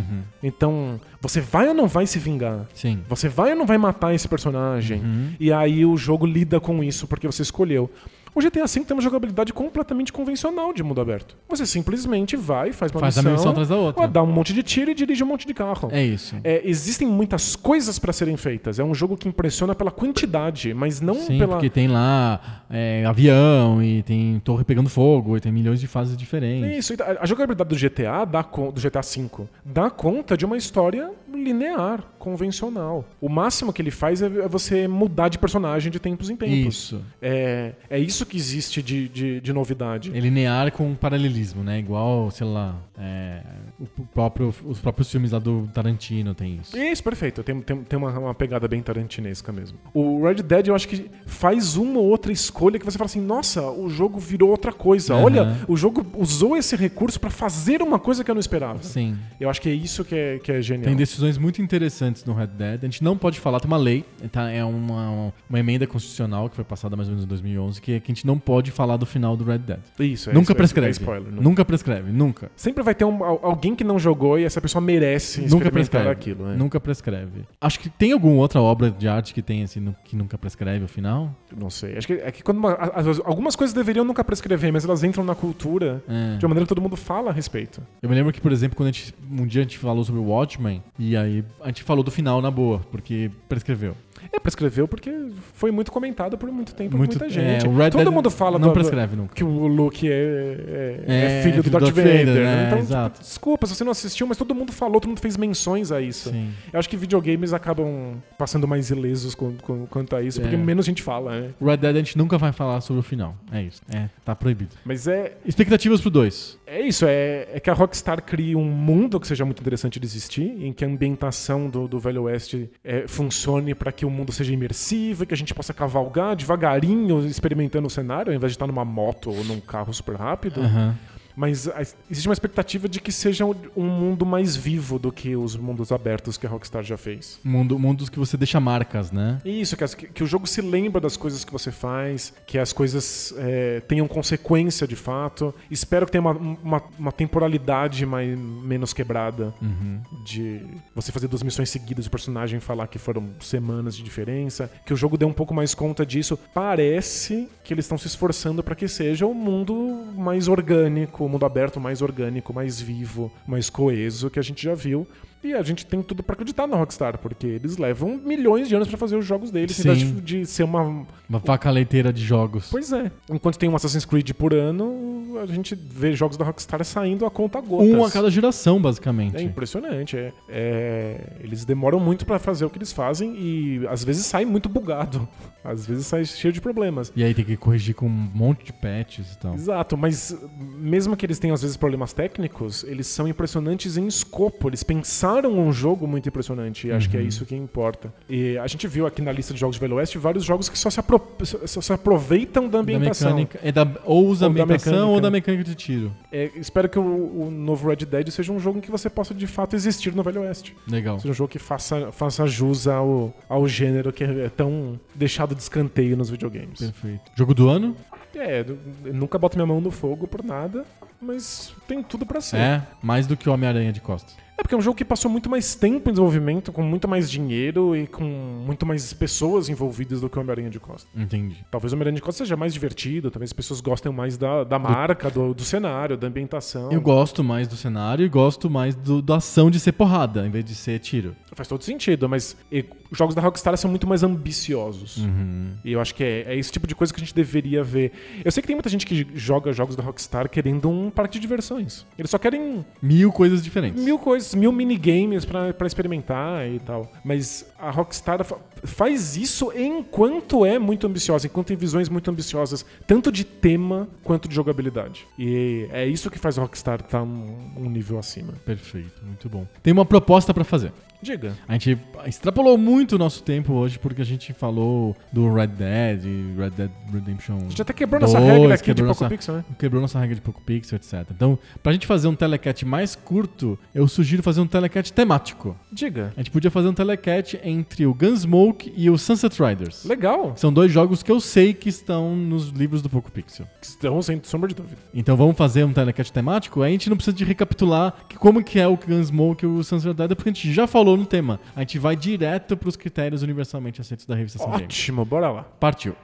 [SPEAKER 2] Então, você vai ou não vai se vingar?
[SPEAKER 1] Uhum. Sim. Uhum.
[SPEAKER 2] Você vai ou não vai matar esse personagem? E aí o jogo lida com isso porque você escolheu. O GTA V tem uma jogabilidade completamente convencional de mundo aberto. Você simplesmente vai, faz uma
[SPEAKER 1] Faz a
[SPEAKER 2] missão,
[SPEAKER 1] missão atrás da outra.
[SPEAKER 2] dá um monte de tiro e dirige um monte de carro.
[SPEAKER 1] É isso.
[SPEAKER 2] É, existem muitas coisas pra serem feitas. É um jogo que impressiona pela quantidade, mas não
[SPEAKER 1] Sim,
[SPEAKER 2] então, pela.
[SPEAKER 1] porque tem lá é, avião e tem torre pegando fogo e tem milhões de fases diferentes. É
[SPEAKER 2] Isso, então, a a jogabilidade do GTA, dá con- do GTA V, dá conta de uma história linear, convencional. O máximo que ele faz é é você mudar de personagem de tempos em tempos.
[SPEAKER 1] Isso.
[SPEAKER 2] É, é isso que existe de, de, de novidade.
[SPEAKER 1] É linear com paralelismo, né? Igual, sei lá, é, o próprio- os próprios filmes lá do Tarantino tem isso.
[SPEAKER 2] É Isso, perfeito. Tem, tem, tem uma, uma pegada bem tarantinesca mesmo. O Red Dead, eu acho que faz uma ou outra escolha que você fala assim: nossa, o jogo virou outra coisa.
[SPEAKER 1] Aham.
[SPEAKER 2] Olha, o jogo usou esse recurso pra fazer uma coisa que eu não esperava.
[SPEAKER 1] Sim.
[SPEAKER 2] Eu acho que é isso que é, que é genial.
[SPEAKER 1] Tem decisões muito interessantes no Red Dead. A gente não pode falar, tem uma lei, tá? é uma, uma emenda constitucional que foi passada mais ou menos em 2011, que, que a gente não pode falar do final do Red Dead.
[SPEAKER 2] Isso, é isso,
[SPEAKER 1] nunca
[SPEAKER 2] é-
[SPEAKER 1] prescreve.
[SPEAKER 2] É spoiler, nunca.
[SPEAKER 1] Nunca prescreve, nunca.
[SPEAKER 2] Sempre vai ter um- al- alguém que não jogou e essa pessoa merece
[SPEAKER 1] Nunca
[SPEAKER 2] experimentar
[SPEAKER 1] prescreve.
[SPEAKER 2] aquilo. né?
[SPEAKER 1] Nunca prescreve. Acho que tem alguma outra obra de arte que tem assim, nu- que nunca prescreve o final?
[SPEAKER 2] Não sei. Acho que é que quando uma- a- as- algumas coisas deveriam nunca prescrever, mas elas entram na cultura
[SPEAKER 1] É.
[SPEAKER 2] de uma maneira que todo mundo fala a respeito.
[SPEAKER 1] Eu me lembro que, por exemplo, quando a gente, um dia a gente falou sobre o Watchmen, e aí a gente falou do final na boa, porque prescreveu.
[SPEAKER 2] É, prescreveu porque foi muito comentado por muito tempo, por
[SPEAKER 1] Muito-
[SPEAKER 2] muita gente.
[SPEAKER 1] é, o Red
[SPEAKER 2] Todo
[SPEAKER 1] Dead
[SPEAKER 2] mundo fala
[SPEAKER 1] não
[SPEAKER 2] do- do-
[SPEAKER 1] prescreve nunca.
[SPEAKER 2] que o Luke é, é- é
[SPEAKER 1] É,
[SPEAKER 2] filho do Darth Vader. né?
[SPEAKER 1] né?
[SPEAKER 2] Então,
[SPEAKER 1] Exato.
[SPEAKER 2] tipo, desculpa se você não assistiu, mas todo mundo falou, todo mundo fez menções a isso.
[SPEAKER 1] Sim.
[SPEAKER 2] Eu acho que videogames acabam passando mais ilesos com- com- quanto a isso,
[SPEAKER 1] É.
[SPEAKER 2] porque menos gente fala, né?
[SPEAKER 1] Red Dead a gente nunca vai falar sobre o final. É isso. É, tá proibido.
[SPEAKER 2] Mas é,
[SPEAKER 1] Expectativas pro 2.
[SPEAKER 2] É isso, é, é que a Rockstar cria um mundo que seja muito interessante de existir, em que a ambientação do, do Velho Oeste é, funcione para que o mundo seja imersivo e que a gente possa cavalgar devagarinho, experimentando o cenário, ao invés de estar numa moto ou num carro super rápido.
[SPEAKER 1] Aham.
[SPEAKER 2] Mas a- existe uma expectativa de que seja um- um mundo mais vivo do que os mundos abertos que a Rockstar já fez.
[SPEAKER 1] Mundo, mundos que você deixa marcas, né?
[SPEAKER 2] Isso, que, as- que- que o jogo se lembra das coisas que você faz, que as coisas é, tenham consequência de fato. Espero que tenha uma, uma, uma temporalidade mais, menos quebrada
[SPEAKER 1] Uhum.
[SPEAKER 2] de você fazer duas missões seguidas e o personagem falar que foram semanas de diferença. Que o jogo dê um pouco mais conta disso. Parece que eles estão se esforçando para que seja um mundo mais orgânico, um mundo aberto mais orgânico, mais vivo, mais coeso que a gente já viu. E a gente tem tudo pra acreditar na Rockstar, porque eles levam milhões de anos pra fazer os jogos deles, em
[SPEAKER 1] Sim.
[SPEAKER 2] vez de, de ser uma.
[SPEAKER 1] Uma vaca leiteira de jogos.
[SPEAKER 2] Pois é. Enquanto tem um Assassin's Creed por ano, a gente vê jogos da Rockstar saindo a conta gotas.
[SPEAKER 1] Um a cada geração, basicamente.
[SPEAKER 2] É impressionante. É, É, eles demoram muito pra fazer o que eles fazem e às vezes sai muito bugado. Às vezes sai cheio de problemas.
[SPEAKER 1] E aí tem que corrigir com um monte de patches e tal.
[SPEAKER 2] Exato, mas mesmo que eles tenham às vezes problemas técnicos, eles são impressionantes em escopo. Eles pensaram um jogo muito impressionante e acho que é isso que importa. E a gente viu aqui na lista de jogos de Velho Oeste vários jogos que só se, apro- só- só se aproveitam da
[SPEAKER 1] Da
[SPEAKER 2] ambientação.
[SPEAKER 1] mecânica, é da, ou usa
[SPEAKER 2] Ou da
[SPEAKER 1] ambientação
[SPEAKER 2] mecânica.
[SPEAKER 1] ou da mecânica de tiro.
[SPEAKER 2] É, espero que o, o novo Red Dead seja um jogo em que você possa de fato existir no Velho Oeste.
[SPEAKER 1] Legal.
[SPEAKER 2] Seja um jogo que faça, faça jus ao, ao gênero que é tão deixado de escanteio nos videogames.
[SPEAKER 1] Perfeito. Jogo do ano?
[SPEAKER 2] É, eu nunca boto minha mão no fogo por nada, mas tem tudo pra ser.
[SPEAKER 1] É, mais do que o Homem-Aranha de Costa.
[SPEAKER 2] É porque é um jogo que passou muito mais tempo em desenvolvimento, com muito mais dinheiro e com muito mais pessoas envolvidas do que o Homem-Aranha de Costa.
[SPEAKER 1] Entendi.
[SPEAKER 2] Talvez o Homem-Aranha de Costa seja mais divertido, talvez as pessoas gostem mais da, da marca, do, do cenário, da ambientação.
[SPEAKER 1] Eu gosto mais do cenário e gosto mais do, da ação de ser porrada, em vez de ser tiro.
[SPEAKER 2] Faz todo sentido, mas e, os jogos da Rockstar são muito mais ambiciosos.
[SPEAKER 1] Uhum.
[SPEAKER 2] E eu acho que é, é esse tipo de coisa que a gente deveria ver. Eu sei que tem muita gente que joga jogos da Rockstar querendo um parque de diversões. Eles só querem
[SPEAKER 1] Mil coisas diferentes.
[SPEAKER 2] mil coisas, mil minigames pra, pra experimentar e tal. Mas a Rockstar fa- faz isso enquanto é muito ambiciosa, enquanto tem visões muito ambiciosas, tanto de tema quanto de jogabilidade. E é isso que faz a Rockstar estar um, um nível acima.
[SPEAKER 1] Perfeito, muito bom. Tem uma proposta pra fazer.
[SPEAKER 2] Diga.
[SPEAKER 1] A gente extrapolou muito o nosso tempo hoje porque a gente falou do Red Dead e Red Dead Redemption.
[SPEAKER 2] A gente até quebrou nossa
[SPEAKER 1] dois,
[SPEAKER 2] regra aqui de
[SPEAKER 1] quebrou
[SPEAKER 2] Poco
[SPEAKER 1] nossa-
[SPEAKER 2] Pixel, né?
[SPEAKER 1] Quebrou nossa regra de pouco pixel, etc. Então, pra gente fazer um telecat mais curto, eu sugiro fazer um telecat temático.
[SPEAKER 2] Diga.
[SPEAKER 1] A gente podia fazer um telecat entre o Gunsmoke e o Sunset Riders.
[SPEAKER 2] Legal.
[SPEAKER 1] São dois jogos que eu sei que estão nos livros do Poco Pixel.
[SPEAKER 2] Estão sem sombra de dúvida.
[SPEAKER 1] Então vamos fazer um telecast temático? Aí a gente não precisa de recapitular que- como que é o Gunsmoke e o Sunset Riders, porque a gente já falou no tema. A gente vai direto pros critérios universalmente aceitos da revista São Games.
[SPEAKER 2] Ótimo, bora lá.
[SPEAKER 1] Partiu.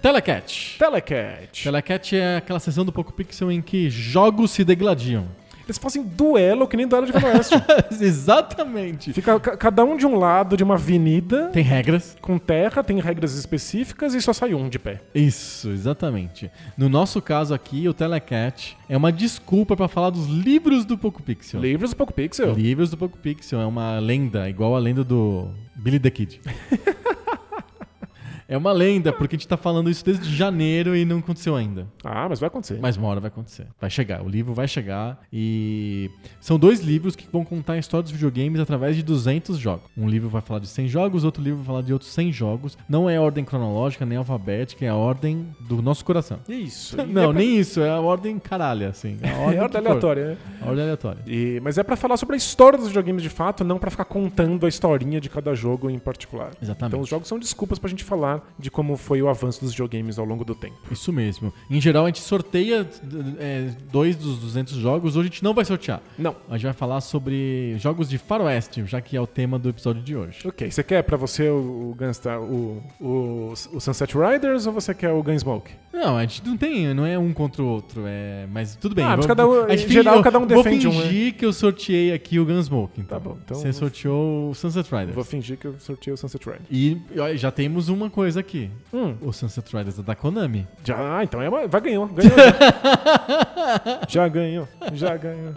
[SPEAKER 1] Telecat.
[SPEAKER 2] Telecat.
[SPEAKER 1] Telecat é aquela sessão do Poco Pixel em que jogos se degladiam.
[SPEAKER 2] Eles fazem duelo que nem duelo de Velho Oeste.
[SPEAKER 1] Exatamente.
[SPEAKER 2] Fica ca- cada um de um lado de uma avenida.
[SPEAKER 1] Tem regras.
[SPEAKER 2] Com terra, tem regras específicas e só sai um de pé.
[SPEAKER 1] Isso, exatamente. No nosso caso aqui, o Telecat é uma desculpa pra falar dos livros do Poco Pixel.
[SPEAKER 2] Livros do Poco Pixel.
[SPEAKER 1] Livros do Poco Pixel é uma lenda, igual a lenda do Billy the Kid. é uma lenda, porque a gente tá falando isso desde janeiro e não aconteceu ainda.
[SPEAKER 2] Ah, mas vai acontecer.
[SPEAKER 1] Mas uma hora vai acontecer. Vai chegar, o livro vai chegar e são dois livros que vão contar a história dos videogames através de 200 jogos. Um livro vai falar de 100 jogos, outro livro vai falar de outros 100 jogos. Não é a ordem cronológica nem alfabética, é a ordem do nosso coração.
[SPEAKER 2] Isso.
[SPEAKER 1] Não, nem isso, é a ordem caralha, assim. A ordem,
[SPEAKER 2] É
[SPEAKER 1] que
[SPEAKER 2] ordem
[SPEAKER 1] for.
[SPEAKER 2] aleatória, né?
[SPEAKER 1] A ordem aleatória.
[SPEAKER 2] E- mas é pra falar sobre a história dos videogames de fato, não pra ficar contando a historinha de cada jogo em particular.
[SPEAKER 1] Exatamente.
[SPEAKER 2] Então os jogos são desculpas pra gente falar falar de como foi o avanço dos videogames ao longo do tempo.
[SPEAKER 1] Isso mesmo. Em geral, a gente sorteia é, dois dos 200 jogos. Hoje a gente não vai sortear.
[SPEAKER 2] Não.
[SPEAKER 1] A gente vai falar sobre jogos de faroeste, já que é o tema do episódio de hoje.
[SPEAKER 2] Ok, você quer pra você o, o Gunstar, o, o, o Sunset Riders ou você quer o Gunsmoke?
[SPEAKER 1] Não, a gente não tem, não é um contra o outro, é, mas tudo bem.
[SPEAKER 2] Ah, mas
[SPEAKER 1] Vou-
[SPEAKER 2] cada um-
[SPEAKER 1] a gente
[SPEAKER 2] em geral,
[SPEAKER 1] eu-
[SPEAKER 2] cada um defende um,
[SPEAKER 1] Vou fingir que eu sorteei aqui o Gunsmoke, então.
[SPEAKER 2] Tá bom, então
[SPEAKER 1] Você
[SPEAKER 2] eu-
[SPEAKER 1] sorteou o Sunset Riders.
[SPEAKER 2] Vou fingir que eu sorteio o Sunset Riders.
[SPEAKER 1] E ó, já temos uma coisa aqui.
[SPEAKER 2] Hum.
[SPEAKER 1] O Sunset Riders é da Konami.
[SPEAKER 2] Já, ah, então é uma, vai ganhou, ganhou. já. já ganhou, já ganhou.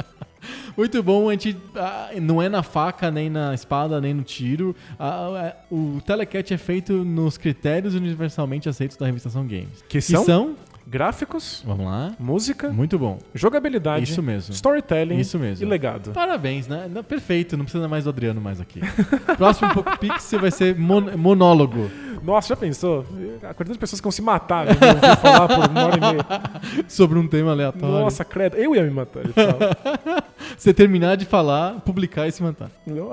[SPEAKER 1] Muito bom, a gente ah, não é na faca, nem na espada, nem no tiro. Ah, ah, o Telecat é feito nos critérios universalmente aceitos da revistação Games.
[SPEAKER 2] Que são?
[SPEAKER 1] Que são?
[SPEAKER 2] Gráficos,
[SPEAKER 1] Vamos lá.
[SPEAKER 2] música,
[SPEAKER 1] Muito bom.
[SPEAKER 2] jogabilidade,
[SPEAKER 1] Isso mesmo.
[SPEAKER 2] storytelling
[SPEAKER 1] Isso mesmo.
[SPEAKER 2] e legado.
[SPEAKER 1] Parabéns, né? Não, perfeito, não precisa mais do Adriano mais aqui. Próximo PocoPixel vai ser mon- monólogo.
[SPEAKER 2] Nossa, já pensou? A quantidade de pessoas que vão se matar né, de ouvir falar por uma hora e meia.
[SPEAKER 1] sobre um tema aleatório.
[SPEAKER 2] Nossa, credo, eu ia me matar. ele fala.
[SPEAKER 1] Você terminar de falar, publicar e se matar.
[SPEAKER 2] Não.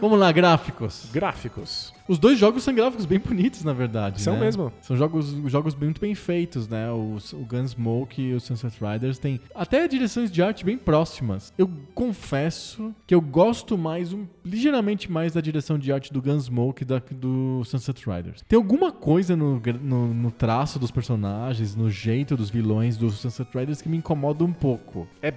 [SPEAKER 1] Vamos lá, gráficos.
[SPEAKER 2] Gráficos.
[SPEAKER 1] Os dois jogos são gráficos bem bonitos, na verdade.
[SPEAKER 2] São
[SPEAKER 1] né?
[SPEAKER 2] mesmo.
[SPEAKER 1] São jogos, jogos bem- muito bem feitos, né? O, o Gunsmoke e o Sunset Riders têm até direções de arte bem próximas. Eu confesso que eu gosto mais, um, ligeiramente mais da direção de arte do Gunsmoke da, do Sunset Riders. Tem alguma coisa no, gra- no, no traço dos personagens, no jeito dos vilões do Sunset Riders que me incomoda um pouco.
[SPEAKER 2] É,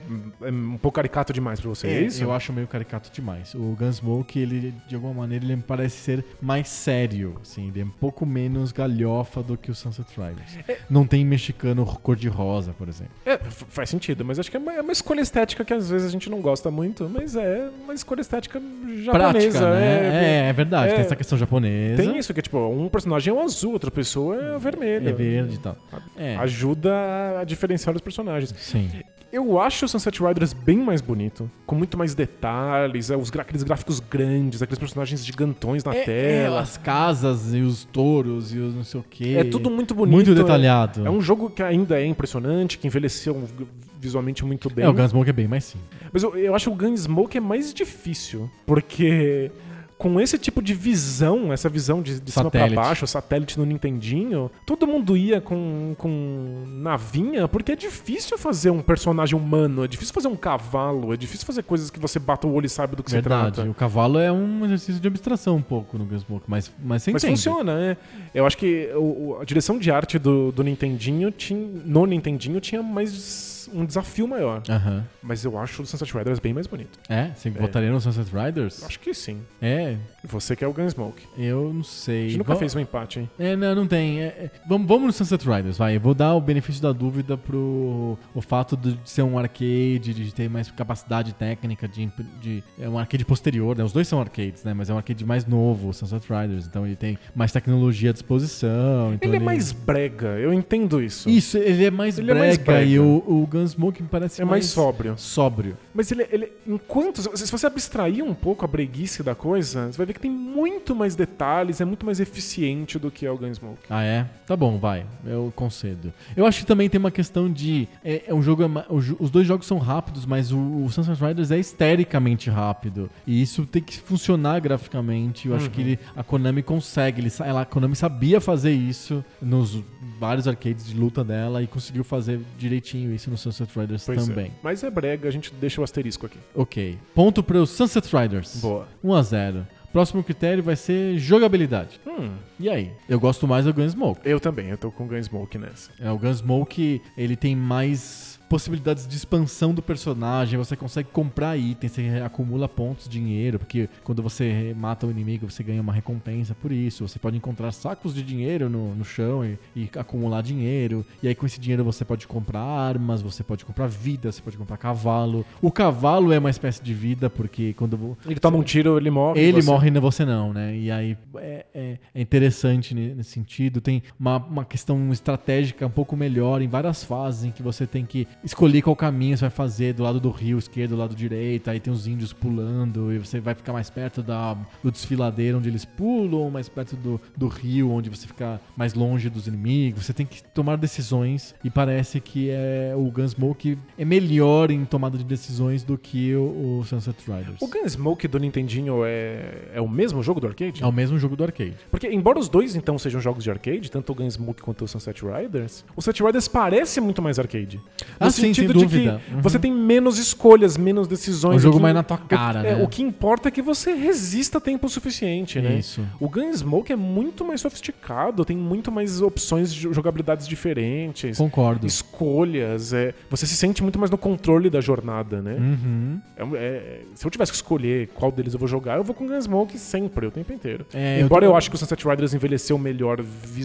[SPEAKER 2] é um pouco caricato demais pra você, é,
[SPEAKER 1] É,
[SPEAKER 2] isso?
[SPEAKER 1] Eu acho meio caricato demais. O Gunsmoke, ele, de alguma maneira, ele me parece ser mais sério. Assim, ele é um pouco menos galhofa do que o Sunset Riders. Não tem mexicano cor-de-rosa, por exemplo.
[SPEAKER 2] É, f- faz sentido, mas acho que é uma, é uma escolha estética que às vezes a gente não gosta muito, mas é uma escolha estética japonesa.
[SPEAKER 1] Prática, né?
[SPEAKER 2] é,
[SPEAKER 1] É, é verdade.
[SPEAKER 2] é.
[SPEAKER 1] Tem essa questão japonesa.
[SPEAKER 2] Tem isso, que é tipo, um personagem é o azul, outra pessoa é o vermelho.
[SPEAKER 1] É verde e tal. É,
[SPEAKER 2] Ajuda a diferenciar os personagens.
[SPEAKER 1] sim.
[SPEAKER 2] Eu acho o Sunset Riders bem mais bonito, com muito mais detalhes, é, os gra- aqueles gráficos grandes, aqueles personagens gigantões na
[SPEAKER 1] É, é,
[SPEAKER 2] tela.
[SPEAKER 1] as casas e os touros e os não sei o quê.
[SPEAKER 2] É, tudo muito bonito.
[SPEAKER 1] Muito
[SPEAKER 2] é-
[SPEAKER 1] detalhado.
[SPEAKER 2] É, um jogo que ainda é impressionante, que envelheceu v- visualmente muito bem.
[SPEAKER 1] É, o Gunsmoke é bem mais sim.
[SPEAKER 2] Mas eu, eu acho o Gunsmoke é mais difícil, porque com esse tipo de visão, essa visão de, de cima pra
[SPEAKER 1] Satélite.
[SPEAKER 2] baixo, satélite no Nintendinho, todo mundo ia com, com navinha, porque é difícil fazer um personagem humano, é difícil fazer um cavalo, é difícil fazer coisas que você bata o olho e sabe do que se
[SPEAKER 1] Verdade.
[SPEAKER 2] trata.
[SPEAKER 1] O cavalo é um exercício de abstração um pouco no Gunsmoke, mas, mas você
[SPEAKER 2] Mas
[SPEAKER 1] entende.
[SPEAKER 2] funciona, né? Eu acho que o- o- a direção de arte do, do Nintendinho tinha, no Nintendinho tinha mais um desafio maior.
[SPEAKER 1] Aham.
[SPEAKER 2] Mas eu acho o Sunset Riders bem mais bonito.
[SPEAKER 1] É? Você votaria no Sunset Riders?
[SPEAKER 2] Eu acho que sim.
[SPEAKER 1] É,
[SPEAKER 2] Você quer o Gunsmoke.
[SPEAKER 1] eu não
[SPEAKER 2] A
[SPEAKER 1] sei.
[SPEAKER 2] gente nunca
[SPEAKER 1] Va-
[SPEAKER 2] fez um empate, hein?
[SPEAKER 1] É, não, não tem. É, é, vamos, vamos no Sunset Riders, vai. Eu vou dar o benefício da dúvida pro o fato de ser um arcade, de ter mais capacidade técnica, de, imp- de- é um arcade posterior, né? Os dois são arcades, né? Mas é um arcade mais novo, o Sunset Riders. Então ele tem mais tecnologia à disposição. então
[SPEAKER 2] Ele é mais brega, eu entendo isso.
[SPEAKER 1] Isso, ele é mais
[SPEAKER 2] Ele é
[SPEAKER 1] brega.
[SPEAKER 2] mais
[SPEAKER 1] E
[SPEAKER 2] brega.
[SPEAKER 1] o, o Gunsmoke me parece
[SPEAKER 2] É mais sóbrio.
[SPEAKER 1] Sóbrio.
[SPEAKER 2] Mas ele, ele enquanto se se você abstrair um pouco a breguice da coisa, você vai ver que tem muito mais detalhes, é muito mais eficiente do que é o Gunsmoke.
[SPEAKER 1] Ah, é? Tá bom, vai. Eu concedo. Eu acho que também tem uma questão de. É, é um jogo. é ma- o jo- Os dois jogos são rápidos, mas o, o Sunset Riders é histericamente rápido. E isso tem que funcionar graficamente. Eu acho
[SPEAKER 2] Uhum.
[SPEAKER 1] que ele- a Konami consegue. Ele, sa- ela, a Konami sabia fazer isso nos vários arcades de luta dela e conseguiu fazer direitinho isso no Sunset Riders
[SPEAKER 2] Pois
[SPEAKER 1] também.
[SPEAKER 2] É. Mas é brega, a gente deixa o asterisco aqui.
[SPEAKER 1] Ok. Ponto pro Sunset Riders.
[SPEAKER 2] Boa.
[SPEAKER 1] 1 a 0 Próximo critério vai ser jogabilidade.
[SPEAKER 2] Hum,
[SPEAKER 1] E aí? Eu gosto mais do Gunsmoke.
[SPEAKER 2] eu também, eu tô com o Gunsmoke nessa.
[SPEAKER 1] É, o Gunsmoke, ele tem mais possibilidades de expansão do personagem, você consegue comprar itens, você acumula pontos, dinheiro, porque quando você mata o inimigo, você ganha uma recompensa por isso. Você pode encontrar sacos de dinheiro no, no chão e, e acumular dinheiro. E aí com esse dinheiro você pode comprar armas, você pode comprar vida, você pode comprar cavalo. O cavalo é uma espécie de vida, porque quando vo-
[SPEAKER 2] Ele toma um tiro, ele morre.
[SPEAKER 1] ele
[SPEAKER 2] você-
[SPEAKER 1] morre e você não, né? E aí é, é- é interessante ne- nesse sentido. Tem uma, uma questão estratégica um pouco melhor em várias fases em que você tem que escolher qual caminho você vai fazer, do lado do rio esquerdo, do lado direito, aí tem os índios pulando, e você vai ficar mais perto da, do desfiladeiro onde eles pulam, mais perto do, do rio, onde você fica mais longe dos inimigos. Você tem que tomar decisões, e parece que é o Gunsmoke é melhor em tomada de decisões do que o, o Sunset Riders.
[SPEAKER 2] O Gunsmoke do Nintendinho é, é o mesmo jogo do arcade?
[SPEAKER 1] É o mesmo jogo do arcade.
[SPEAKER 2] Porque, embora os dois então sejam jogos de arcade, tanto o Gunsmoke quanto o Sunset Riders, o Sunset Riders parece muito mais arcade. No
[SPEAKER 1] Ah, sim, sem
[SPEAKER 2] sentido de que
[SPEAKER 1] dúvida. Uhum.
[SPEAKER 2] você tem menos escolhas, menos decisões.
[SPEAKER 1] É um jogo
[SPEAKER 2] O que-
[SPEAKER 1] mais na tua cara,
[SPEAKER 2] o, é,
[SPEAKER 1] né?
[SPEAKER 2] O que importa é que você resista tempo suficiente, né?
[SPEAKER 1] Isso.
[SPEAKER 2] O Gunsmoke é muito mais sofisticado, tem muito mais opções de jogabilidades diferentes.
[SPEAKER 1] Concordo.
[SPEAKER 2] Escolhas, é, você se sente muito mais no controle da jornada, né?
[SPEAKER 1] Uhum.
[SPEAKER 2] É um- é- se eu tivesse que escolher qual deles eu vou jogar, eu vou com Gunsmoke sempre, o tempo inteiro.
[SPEAKER 1] É, eu
[SPEAKER 2] Embora eu,
[SPEAKER 1] tô-
[SPEAKER 2] ache que o Sunset Riders envelheceu melhor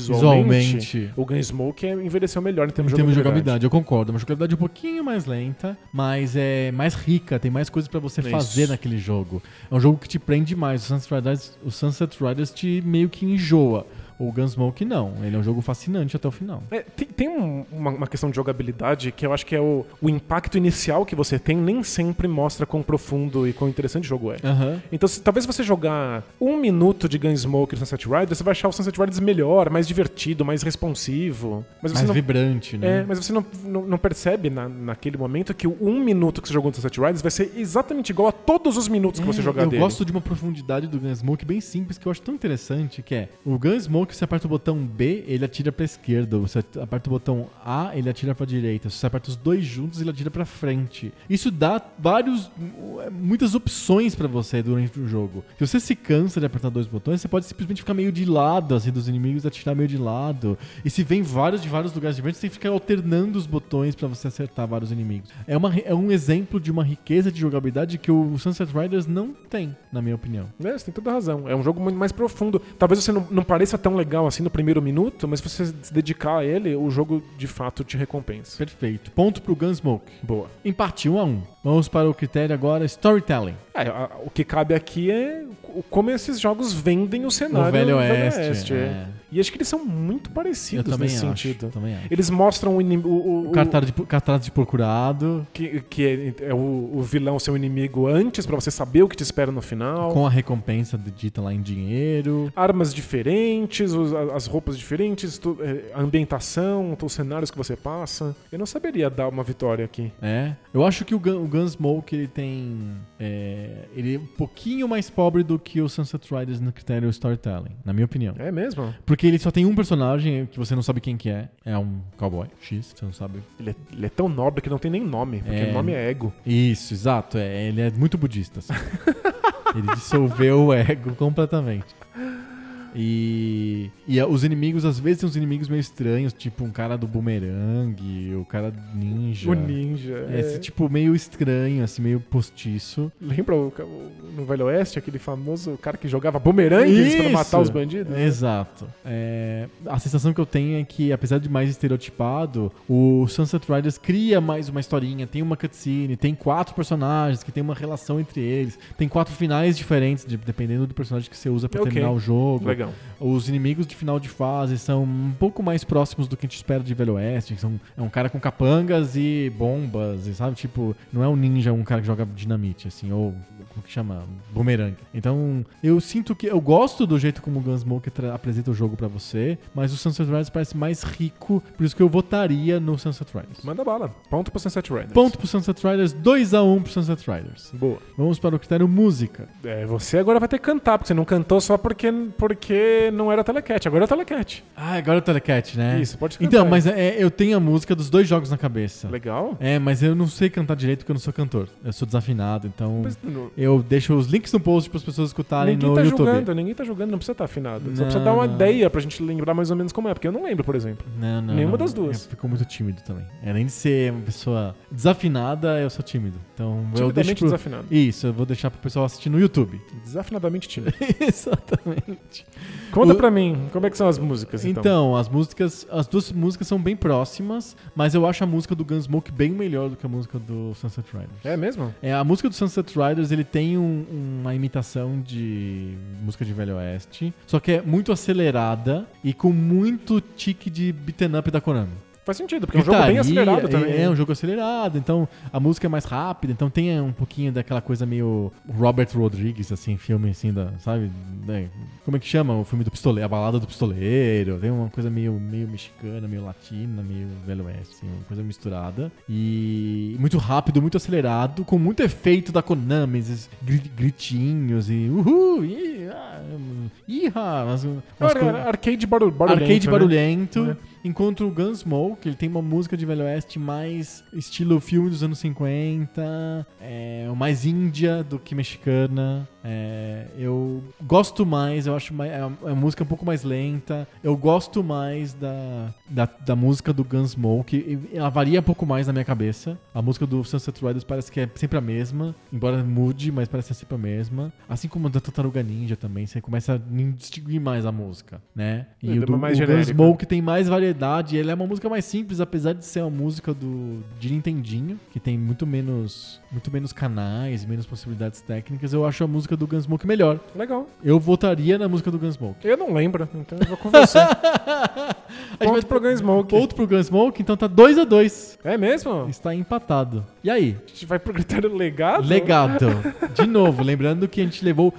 [SPEAKER 2] visualmente,
[SPEAKER 1] Visualmente.
[SPEAKER 2] o Gunsmoke é- envelheceu melhor em termos,
[SPEAKER 1] Em termos de
[SPEAKER 2] de
[SPEAKER 1] jogabilidade,
[SPEAKER 2] jogabilidade.
[SPEAKER 1] eu concordo. Uma jogabilidade um pouquinho mais lenta, mas é mais rica, tem mais coisas pra você
[SPEAKER 2] É Isso.
[SPEAKER 1] fazer naquele jogo. É um jogo que te prende mais. O Sunset Riders, o Sunset Riders te meio que enjoa. O Gunsmoke não. Ele é um jogo fascinante até o final.
[SPEAKER 2] É, tem tem um- uma, uma questão de jogabilidade que eu acho que é o, o impacto inicial que você tem nem sempre mostra quão profundo e quão interessante o jogo é.
[SPEAKER 1] Aham.
[SPEAKER 2] Então, se, talvez você jogar um minuto de Gunsmoke no Sunset Riders, você vai achar o Sunset Riders melhor, mais divertido, mais responsivo. Mas você
[SPEAKER 1] Mais
[SPEAKER 2] não,
[SPEAKER 1] vibrante, né?
[SPEAKER 2] é, mas você não, não, não percebe na, naquele momento que o um minuto que você jogou no Sunset Riders vai ser exatamente igual a todos os minutos que você
[SPEAKER 1] É,
[SPEAKER 2] jogar
[SPEAKER 1] eu
[SPEAKER 2] dele.
[SPEAKER 1] gosto de uma profundidade do Gunsmoke bem simples que eu acho tão interessante, que é o Gunsmoke, você aperta o botão B, ele atira pra esquerda. Você aperta o botão A, ele atira pra direita. Se você aperta os dois juntos, ele atira pra frente. Isso dá vários é, muitas opções pra você durante o jogo. Se você se cansa de apertar dois botões, você pode simplesmente ficar meio de lado assim dos inimigos, e atirar meio de lado. E se vem vários de vários lugares diferentes, você tem que ficar alternando os botões pra você acertar vários inimigos. É, uma, ri- é um exemplo de uma riqueza de jogabilidade que o Sunset Riders não tem, na minha opinião.
[SPEAKER 2] É, você tem toda a razão. É um jogo muito mais profundo. Talvez você não, não pareça tão legal assim no primeiro minuto, mas se você se dedicar a ele, o jogo de fato te recompensa.
[SPEAKER 1] Perfeito. Ponto pro Gunsmoke.
[SPEAKER 2] Boa.
[SPEAKER 1] Empate 1 um a 1 um. Vamos para o critério agora storytelling.
[SPEAKER 2] É, a- o que cabe aqui é o- como esses jogos vendem o cenário
[SPEAKER 1] O Velho Oeste,
[SPEAKER 2] é.
[SPEAKER 1] é.
[SPEAKER 2] E acho que eles são muito
[SPEAKER 1] Eu
[SPEAKER 2] parecidos
[SPEAKER 1] também acho,
[SPEAKER 2] nesse sentido.
[SPEAKER 1] também acho.
[SPEAKER 2] Eles mostram o, inim- o, o- o-
[SPEAKER 1] Cartaz de, cartaz de procurado
[SPEAKER 2] que, que é, é o, o vilão seu inimigo antes pra você saber o que te espera no final.
[SPEAKER 1] com a recompensa de- dita lá em dinheiro.
[SPEAKER 2] Armas diferentes, os- a- as roupas diferentes, tu- é, a ambientação, os cenários que você passa. Eu não saberia dar uma vitória aqui.
[SPEAKER 1] É. Eu acho que o, Gun, o Gunsmoke ele tem. é, ele é um pouquinho mais pobre do que o Sunset Riders no critério storytelling, na minha opinião.
[SPEAKER 2] É mesmo?
[SPEAKER 1] Porque ele só tem um personagem que você não sabe quem que é. É um cowboy X, você não sabe.
[SPEAKER 2] Ele é, ele é tão nobre que não tem nem nome, porque
[SPEAKER 1] É.
[SPEAKER 2] o nome é ego.
[SPEAKER 1] Isso, exato. É, ele é muito budista. assim. ele dissolveu o ego completamente. E, e é, os inimigos, às vezes, tem uns inimigos meio estranhos, tipo um cara do bumerangue, o cara ninja.
[SPEAKER 2] O ninja. é-
[SPEAKER 1] Esse tipo meio estranho, assim, meio postiço.
[SPEAKER 2] Lembra o, ca- o- no Velho Oeste, aquele famoso cara que jogava bumerangues pra
[SPEAKER 1] Isso.
[SPEAKER 2] matar os bandidos? né?
[SPEAKER 1] Exato. É, a sensação que eu tenho é que, apesar de mais estereotipado, o Sunset Riders cria mais uma historinha, tem uma cutscene, tem quatro personagens que tem uma relação entre eles, tem quatro finais diferentes, de- dependendo do personagem que você usa pra
[SPEAKER 2] Ok.
[SPEAKER 1] terminar o jogo.
[SPEAKER 2] Legal.
[SPEAKER 1] Os inimigos de final de fase são um pouco mais próximos do que a gente espera de Velho Oeste. que São, é um cara com capangas e bombas, e sabe? Tipo, não é um ninja, um cara que joga dinamite, assim, ou como que chama? Bumerangue. Então, eu sinto que. Eu gosto do jeito como o Gunsmoke tra- apresenta o jogo pra você, mas o Sunset Riders parece mais rico, por isso que eu votaria no Sunset Riders.
[SPEAKER 2] Manda bala. Ponto pro Sunset Riders.
[SPEAKER 1] Ponto pro Sunset Riders, 2x1 pro Sunset Riders.
[SPEAKER 2] Boa.
[SPEAKER 1] Vamos para o critério música.
[SPEAKER 2] É, você agora vai ter que cantar, porque você não cantou só porque, porque não era telecat. Agora é telecat.
[SPEAKER 1] Ah, agora é o Telecat, né?
[SPEAKER 2] Isso, pode cantar
[SPEAKER 1] Então,
[SPEAKER 2] aí.
[SPEAKER 1] mas é- eu tenho a música dos dois jogos na cabeça.
[SPEAKER 2] Legal.
[SPEAKER 1] É, mas eu não sei cantar direito porque eu não sou cantor. Eu sou desafinado, então.
[SPEAKER 2] Mas não-
[SPEAKER 1] Eu deixo os links no post para as pessoas escutarem
[SPEAKER 2] ninguém
[SPEAKER 1] no
[SPEAKER 2] tá
[SPEAKER 1] YouTube.
[SPEAKER 2] julgando, ninguém tá julgando, não precisa estar afinado. Só
[SPEAKER 1] Não,
[SPEAKER 2] precisa dar uma
[SPEAKER 1] não.
[SPEAKER 2] ideia pra gente lembrar mais ou menos como é, porque eu não lembro, por exemplo.
[SPEAKER 1] Não, não.
[SPEAKER 2] Nenhuma
[SPEAKER 1] não.
[SPEAKER 2] das duas.
[SPEAKER 1] Eu fico muito tímido também. É, Além de ser uma pessoa desafinada, eu sou tímido. Então eu deixo.
[SPEAKER 2] Timidamente
[SPEAKER 1] Pro...
[SPEAKER 2] desafinado.
[SPEAKER 1] Isso, eu vou deixar pro pessoal assistir no YouTube.
[SPEAKER 2] Desafinadamente tímido.
[SPEAKER 1] Exatamente.
[SPEAKER 2] Conta
[SPEAKER 1] O-
[SPEAKER 2] pra mim, como é que são as músicas, então?
[SPEAKER 1] Então, as músicas, as duas músicas são bem próximas, mas eu acho a música do Gunsmoke bem melhor do que a música do Sunset Riders.
[SPEAKER 2] É mesmo?
[SPEAKER 1] É, a música do Sunset Riders, ele tem um- uma imitação de música de Velho Oeste, só que é muito acelerada e com muito tique de beaten up da Konami.
[SPEAKER 2] Faz sentido, porque é um jogo bem
[SPEAKER 1] gritaria,
[SPEAKER 2] acelerado
[SPEAKER 1] é,
[SPEAKER 2] também. né?
[SPEAKER 1] É, um jogo acelerado, então a música é mais rápida, então tem um pouquinho daquela coisa meio Robert Rodrigues, assim, filme assim, da, sabe? Né? Como é que chama? O filme do pistoleiro, a balada do pistoleiro, tem uma coisa meio, meio mexicana, meio latina, meio velho oeste, assim, uma coisa misturada. E muito rápido, muito acelerado, com muito efeito da Konami, esses gri- gritinhos e uhul, ih, ah, hum, iha, umas- umas
[SPEAKER 2] Ar-
[SPEAKER 1] coisas-
[SPEAKER 2] É um ar- arcade barul barulhento.
[SPEAKER 1] arcade
[SPEAKER 2] né?
[SPEAKER 1] barulhento.
[SPEAKER 2] Né?
[SPEAKER 1] Enquanto o Gunsmoke, ele tem uma música de Velho Oeste mais estilo filme dos anos 50, é, mais índia do que mexicana. É, eu gosto mais, eu acho mais, é uma é uma música um pouco mais lenta. Eu gosto mais da, da, da música do Gunsmoke. e- e Ela varia um pouco mais na minha cabeça. A música do Sunset Riders parece que é sempre a mesma, embora mude, mas parece ser sempre a mesma. Assim como a da Tartaruga Ninja também, você começa a distinguir mais a música, né?
[SPEAKER 2] É,
[SPEAKER 1] E o
[SPEAKER 2] dá
[SPEAKER 1] do
[SPEAKER 2] uma mais
[SPEAKER 1] o
[SPEAKER 2] genérica.
[SPEAKER 1] Gunsmoke tem mais variedade. Ele é uma música mais simples, apesar de ser uma música do de Nintendinho, que tem muito menos, muito menos canais, menos possibilidades técnicas. Eu acho a música do Gunsmoke melhor.
[SPEAKER 2] Legal.
[SPEAKER 1] Eu votaria na música do Gunsmoke.
[SPEAKER 2] Eu não lembro, então eu vou conversar.
[SPEAKER 1] A gente vai-
[SPEAKER 2] Ponto pro Gunsmoke.
[SPEAKER 1] Outro pro Gunsmoke, então tá 2 a 2
[SPEAKER 2] É mesmo?
[SPEAKER 1] Está empatado. E aí?
[SPEAKER 2] A gente vai pro critério legado?
[SPEAKER 1] Legado. De novo, lembrando que a gente levou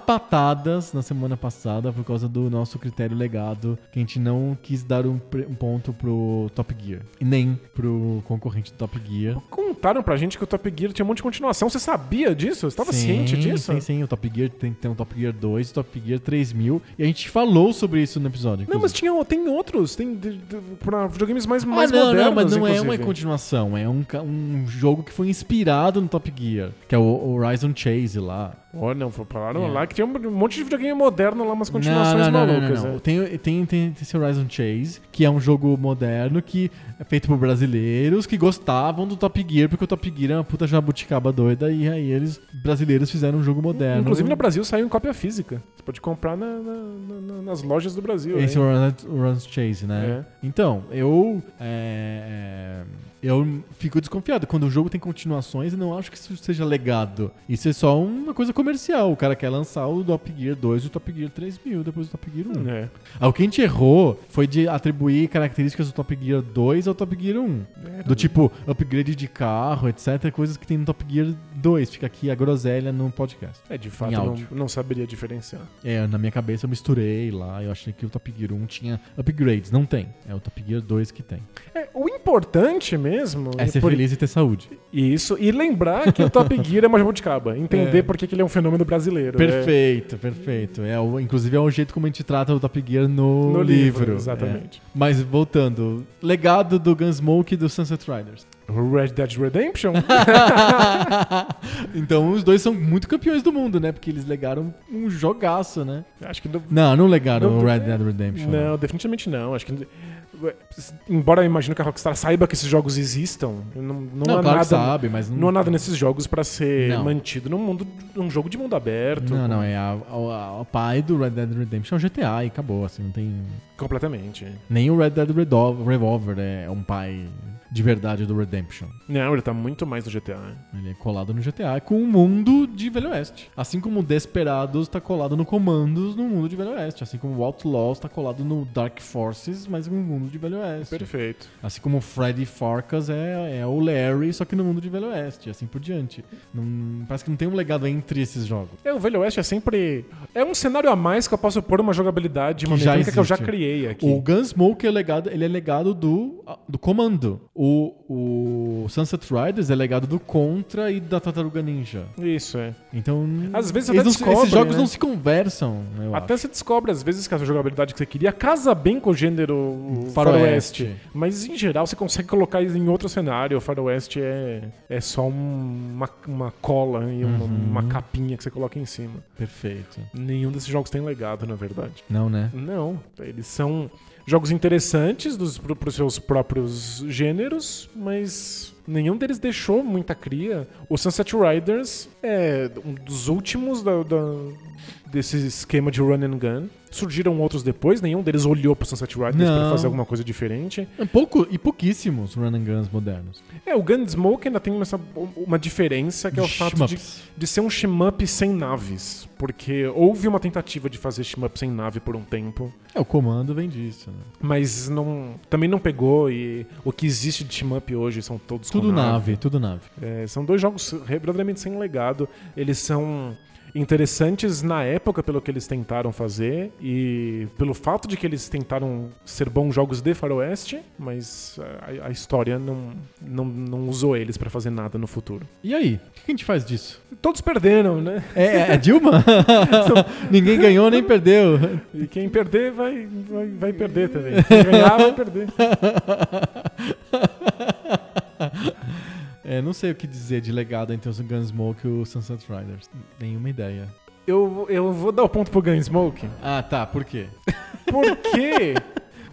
[SPEAKER 1] sapatadas na semana passada por causa do nosso critério legado, que a gente não quis dar um, pre- um ponto pro Top Gear. E nem pro concorrente do Top Gear.
[SPEAKER 2] Contaram pra gente que o Top Gear tinha um monte de continuação. Você sabia disso? Você tava
[SPEAKER 1] Sim,
[SPEAKER 2] ciente disso?
[SPEAKER 1] Sim, sim. O Top Gear tem, tem o Top Gear 2, o Top Gear 3000. E a gente falou sobre isso no episódio.
[SPEAKER 2] Não,
[SPEAKER 1] inclusive.
[SPEAKER 2] mas tinha, tem outros. Tem de- de- pra videogames mais,
[SPEAKER 1] Ah,
[SPEAKER 2] mais
[SPEAKER 1] não,
[SPEAKER 2] modernos,
[SPEAKER 1] não, mas não é uma
[SPEAKER 2] inclusive.
[SPEAKER 1] continuação. É um, ca- um jogo que foi inspirado no Top Gear, que é o Horizon Chase lá.
[SPEAKER 2] Ó, não, falaram
[SPEAKER 1] Yeah.
[SPEAKER 2] lá que tinha um monte de videogame moderno lá, umas continuações malucas.
[SPEAKER 1] É. não,
[SPEAKER 2] né?
[SPEAKER 1] não. Tem, tem, tem esse Horizon Chase, que é um jogo moderno que é feito por brasileiros que gostavam do Top Gear, porque o Top Gear é uma puta jabuticaba doida, e aí eles, brasileiros, fizeram um jogo moderno.
[SPEAKER 2] Inclusive no Brasil saiu em cópia física. Você pode comprar na- na- na- nas lojas do Brasil.
[SPEAKER 1] Esse é
[SPEAKER 2] hein?
[SPEAKER 1] Horizon Horizon Chase, né? Então, eu. é, eu fico desconfiado. Quando o jogo tem continuações, eu não acho que isso seja legado. Isso é só uma coisa comercial. O cara quer lançar o Top Gear 2 e o Top Gear 3000, depois o Top Gear 1.
[SPEAKER 2] É.
[SPEAKER 1] Ah, O que a gente errou foi de atribuir características do Top Gear 2 ao Top Gear 1.
[SPEAKER 2] É,
[SPEAKER 1] Do tipo, upgrade de carro, etc. Coisas que tem no Top Gear 2. Fica aqui a groselha no podcast.
[SPEAKER 2] É, de fato,
[SPEAKER 1] Em
[SPEAKER 2] não,
[SPEAKER 1] áudio.
[SPEAKER 2] não saberia diferenciar.
[SPEAKER 1] É, na minha cabeça eu misturei lá. Eu achei que o Top Gear 1 tinha upgrades. Não tem. É o Top Gear 2 que tem.
[SPEAKER 2] É, o importante mesmo
[SPEAKER 1] É ser
[SPEAKER 2] por-
[SPEAKER 1] feliz e ter saúde.
[SPEAKER 2] Isso, e lembrar que o Top Gear é uma jabuticaba. Entender
[SPEAKER 1] É.
[SPEAKER 2] por que que ele é um fenômeno brasileiro. né?
[SPEAKER 1] Perfeito, perfeito. É, o- inclusive é o jeito como a gente trata o Top Gear no,
[SPEAKER 2] No livro,
[SPEAKER 1] livro.
[SPEAKER 2] exatamente.
[SPEAKER 1] É. Mas voltando, legado do Gunsmoke e do Sunset Riders.
[SPEAKER 2] Red Dead Redemption?
[SPEAKER 1] então os dois são muito campeões do mundo, né? Porque eles legaram um jogaço, né?
[SPEAKER 2] Acho que não.
[SPEAKER 1] Não, não é. legaram
[SPEAKER 2] Não,
[SPEAKER 1] o Red Dead Redemption.
[SPEAKER 2] Não, definitivamente não. Acho que. Embora eu imagino que a Rockstar saiba que esses jogos existam, não, não,
[SPEAKER 1] Não,
[SPEAKER 2] há
[SPEAKER 1] claro
[SPEAKER 2] nada.
[SPEAKER 1] que sabe, mas não.
[SPEAKER 2] Não há nada nesses jogos pra ser
[SPEAKER 1] Não.
[SPEAKER 2] mantido num mundo, num jogo de mundo aberto.
[SPEAKER 1] Não, não, é a- a- a- o pai do Red Dead Redemption é o GTA e acabou, assim, não tem.
[SPEAKER 2] Completamente.
[SPEAKER 1] Nem o Red Dead Redo- Revolver é um pai de verdade do Redemption.
[SPEAKER 2] Não, ele tá muito mais no GTA.
[SPEAKER 1] Ele é colado no GTA com o mundo de Velho Oeste. Assim como o Desperados tá colado no Commandos no mundo de Velho Oeste. Assim como o Outlaws tá colado no Dark Forces, mas no mundo de Velho Oeste.
[SPEAKER 2] Perfeito.
[SPEAKER 1] Assim como o Freddy Farkas é, é o Larry, só que no mundo de Velho Oeste, e assim por diante. Não- parece que não tem um legado entre esses jogos.
[SPEAKER 2] É, o Velho Oeste é sempre. É um cenário a mais que eu posso pôr uma jogabilidade, uma
[SPEAKER 1] Que já
[SPEAKER 2] mecânica que eu já
[SPEAKER 1] existe.
[SPEAKER 2] criei aqui.
[SPEAKER 1] O Gunsmoke é legado, ele é legado do, do comando. O, o Sunset Riders é legado do Contra e da Tartaruga Ninja.
[SPEAKER 2] Isso, é.
[SPEAKER 1] Então,
[SPEAKER 2] Às vezes
[SPEAKER 1] eles
[SPEAKER 2] até
[SPEAKER 1] não-
[SPEAKER 2] descobrem,
[SPEAKER 1] esses jogos
[SPEAKER 2] né?
[SPEAKER 1] não se conversam, eu acho.
[SPEAKER 2] Até se descobre às vezes que a jogabilidade que você queria casa bem com o gênero faroeste.
[SPEAKER 1] Faroeste.
[SPEAKER 2] Mas em geral você consegue colocar isso em outro cenário. O faroeste é, é só um- uma, uma cola e
[SPEAKER 1] Uhum.
[SPEAKER 2] uma, uma capinha que você coloca em cima.
[SPEAKER 1] Perfeito.
[SPEAKER 2] Nenhum desses jogos tem legado, na verdade.
[SPEAKER 1] Não, né?
[SPEAKER 2] Não, eles são jogos interessantes dos, pro, pros seus próprios gêneros, mas Nenhum deles deixou muita cria. O Sunset Riders é um dos últimos da- da- desse esquema de run and gun. Surgiram outros depois, nenhum deles olhou pro Sunset Riders pra
[SPEAKER 1] Não.
[SPEAKER 2] fazer alguma coisa diferente.
[SPEAKER 1] É pouco e pouquíssimos run and guns modernos.
[SPEAKER 2] É, o Gunsmoke ainda tem essa, um, uma diferença, que é o fato de,
[SPEAKER 1] Shmups.
[SPEAKER 2] de ser um shmup sem naves. Porque houve uma tentativa de fazer shmup sem nave por um tempo,
[SPEAKER 1] É, o comando vem disso, né?
[SPEAKER 2] mas não, também não pegou. E o que existe de shmup hoje são todos com
[SPEAKER 1] Tudo nave, tudo nave.
[SPEAKER 2] É, são dois jogos verdadeiramente sem legado. Eles são interessantes na época pelo que eles tentaram fazer e pelo fato de que eles tentaram ser bons jogos de faroeste, mas a, a história não, não, não usou eles pra fazer nada no futuro.
[SPEAKER 1] E aí? O que a gente faz disso?
[SPEAKER 2] Todos perderam, né?
[SPEAKER 1] É, é Dilma? Ninguém ganhou nem perdeu.
[SPEAKER 2] E quem perder vai, vai, vai perder também. Quem ganhar vai perder.
[SPEAKER 1] É, não sei o que dizer de legado entre os Gunsmoke e o Sunset Riders. Nenhuma ideia.
[SPEAKER 2] Eu, eu vou dar o ponto pro Gunsmoke.
[SPEAKER 1] Ah, tá. Por quê?
[SPEAKER 2] Porque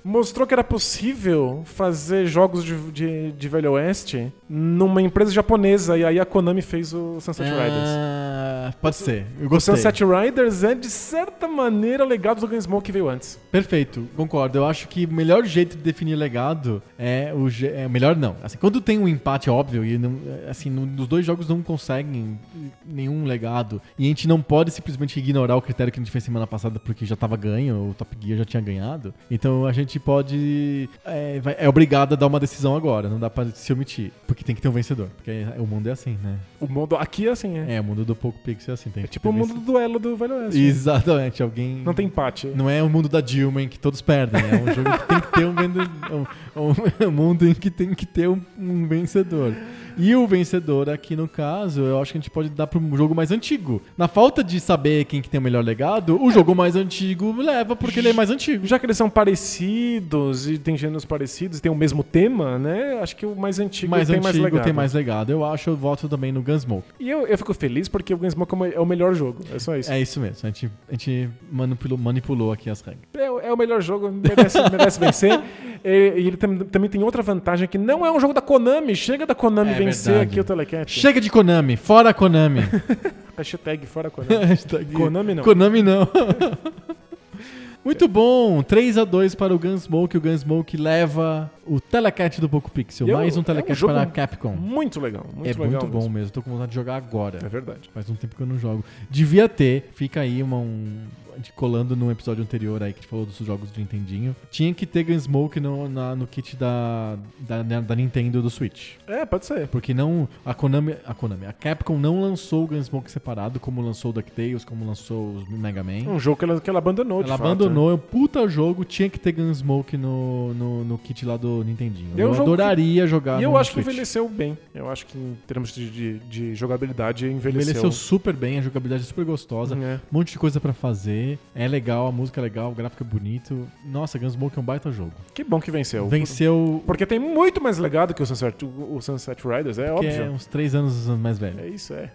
[SPEAKER 2] mostrou que era possível fazer jogos de, de, de Velho Oeste numa empresa japonesa. E aí a Konami fez o Sunset Riders.
[SPEAKER 1] Ah, pode ser. Eu
[SPEAKER 2] O
[SPEAKER 1] gostei.
[SPEAKER 2] Sunset Riders é, de certa maneira, legado do Gunsmoke que veio antes.
[SPEAKER 1] Perfeito, concordo. Eu acho que o melhor jeito de definir legado é o je- é, melhor não. Assim, quando tem um empate óbvio e não- assim, não- os dois jogos não conseguem nenhum legado e a gente não pode simplesmente ignorar o critério que a gente fez semana passada porque já tava ganho, o Top Gear já tinha ganhado. Então a gente pode é, vai- é obrigado a dar uma decisão agora, não dá pra se omitir, porque tem que ter um vencedor, porque é- o mundo é assim, né?
[SPEAKER 2] O mundo aqui é assim, é.
[SPEAKER 1] É, o mundo do pouco pixel é assim, tem
[SPEAKER 2] É
[SPEAKER 1] que ter
[SPEAKER 2] tipo o mundo
[SPEAKER 1] vencedor.
[SPEAKER 2] do duelo do Velho Oeste.
[SPEAKER 1] Exatamente, alguém
[SPEAKER 2] Não tem empate.
[SPEAKER 1] não é o mundo da Dilma em que todos perdem. É um jogo que tem que ter um, vende- um- um- um mundo em que tem que ter um, um vencedor. E o vencedor aqui no caso, eu acho que a gente pode dar para um jogo mais antigo. Na falta de saber quem que tem o melhor legado, o jogo mais antigo leva porque ele é mais antigo.
[SPEAKER 2] Já que eles são parecidos e tem gêneros parecidos e tem o mesmo tema, né? Acho que o mais antigo
[SPEAKER 1] mais
[SPEAKER 2] tem mais
[SPEAKER 1] antigo
[SPEAKER 2] legado.
[SPEAKER 1] tem mais legado. Eu acho, eu voto também no Gunsmoke.
[SPEAKER 2] E eu, eu fico feliz porque o Gunsmoke é o me- é o melhor jogo. É só isso.
[SPEAKER 1] É isso mesmo. A gente, a gente manipulou, manipulou aqui as regras.
[SPEAKER 2] É, o- é o melhor jogo, merece, merece vencer. E, e ele tam- também tem outra vantagem que não é um jogo da Konami. Chega da Konami
[SPEAKER 1] É
[SPEAKER 2] vencer
[SPEAKER 1] verdade.
[SPEAKER 2] aqui o Telecat.
[SPEAKER 1] Chega de Konami, fora Konami.
[SPEAKER 2] Hashtag fora Konami.
[SPEAKER 1] Hashtag-
[SPEAKER 2] Konami não.
[SPEAKER 1] Konami não. Muito bom, 3x2 para o Gunsmoke. O Gunsmoke leva o Telecat do Poco Pixel.
[SPEAKER 2] Eu-
[SPEAKER 1] mais
[SPEAKER 2] é
[SPEAKER 1] um
[SPEAKER 2] um
[SPEAKER 1] Telecat
[SPEAKER 2] jogo
[SPEAKER 1] para a Capcom.
[SPEAKER 2] Muito legal, muito
[SPEAKER 1] é
[SPEAKER 2] legal.
[SPEAKER 1] muito bom
[SPEAKER 2] mesmo.
[SPEAKER 1] mesmo. Tô com vontade de jogar agora.
[SPEAKER 2] É verdade.
[SPEAKER 1] Faz um tempo que eu não jogo. Devia ter, fica aí uma, um. de- Colando num episódio anterior aí que a gente falou dos jogos do Nintendinho. Tinha que ter Gunsmoke no, na- no kit da, da, né, da Nintendo do Switch.
[SPEAKER 2] É, pode ser.
[SPEAKER 1] Porque não. A Konami. A Konami. A Capcom não lançou o Gunsmoke separado, como lançou o DuckTales, como lançou o Mega Man.
[SPEAKER 2] Um jogo que ela, que ela abandonou, de
[SPEAKER 1] Ela
[SPEAKER 2] fato. né?
[SPEAKER 1] abandonou, é um puta jogo, tinha que ter Gunsmoke no, no, no kit lá do Nintendinho.
[SPEAKER 2] E é um
[SPEAKER 1] eu
[SPEAKER 2] jogo que-
[SPEAKER 1] adoraria jogar
[SPEAKER 2] E eu
[SPEAKER 1] no
[SPEAKER 2] acho que
[SPEAKER 1] Switch.
[SPEAKER 2] envelheceu bem. Eu acho que em termos de, de- de jogabilidade, envelheceu.
[SPEAKER 1] Envelheceu super bem, a jogabilidade é super gostosa,
[SPEAKER 2] É.
[SPEAKER 1] um monte de coisa pra fazer, é legal, a música é legal, o gráfico é bonito. Nossa, Gunsmoke é um baita jogo.
[SPEAKER 2] Que bom que venceu.
[SPEAKER 1] Venceu,
[SPEAKER 2] Porque tem muito mais legado que o Sunset, o Sunset Riders, é
[SPEAKER 1] que é
[SPEAKER 2] óbvio.
[SPEAKER 1] uns três anos mais velho.
[SPEAKER 2] É isso, é.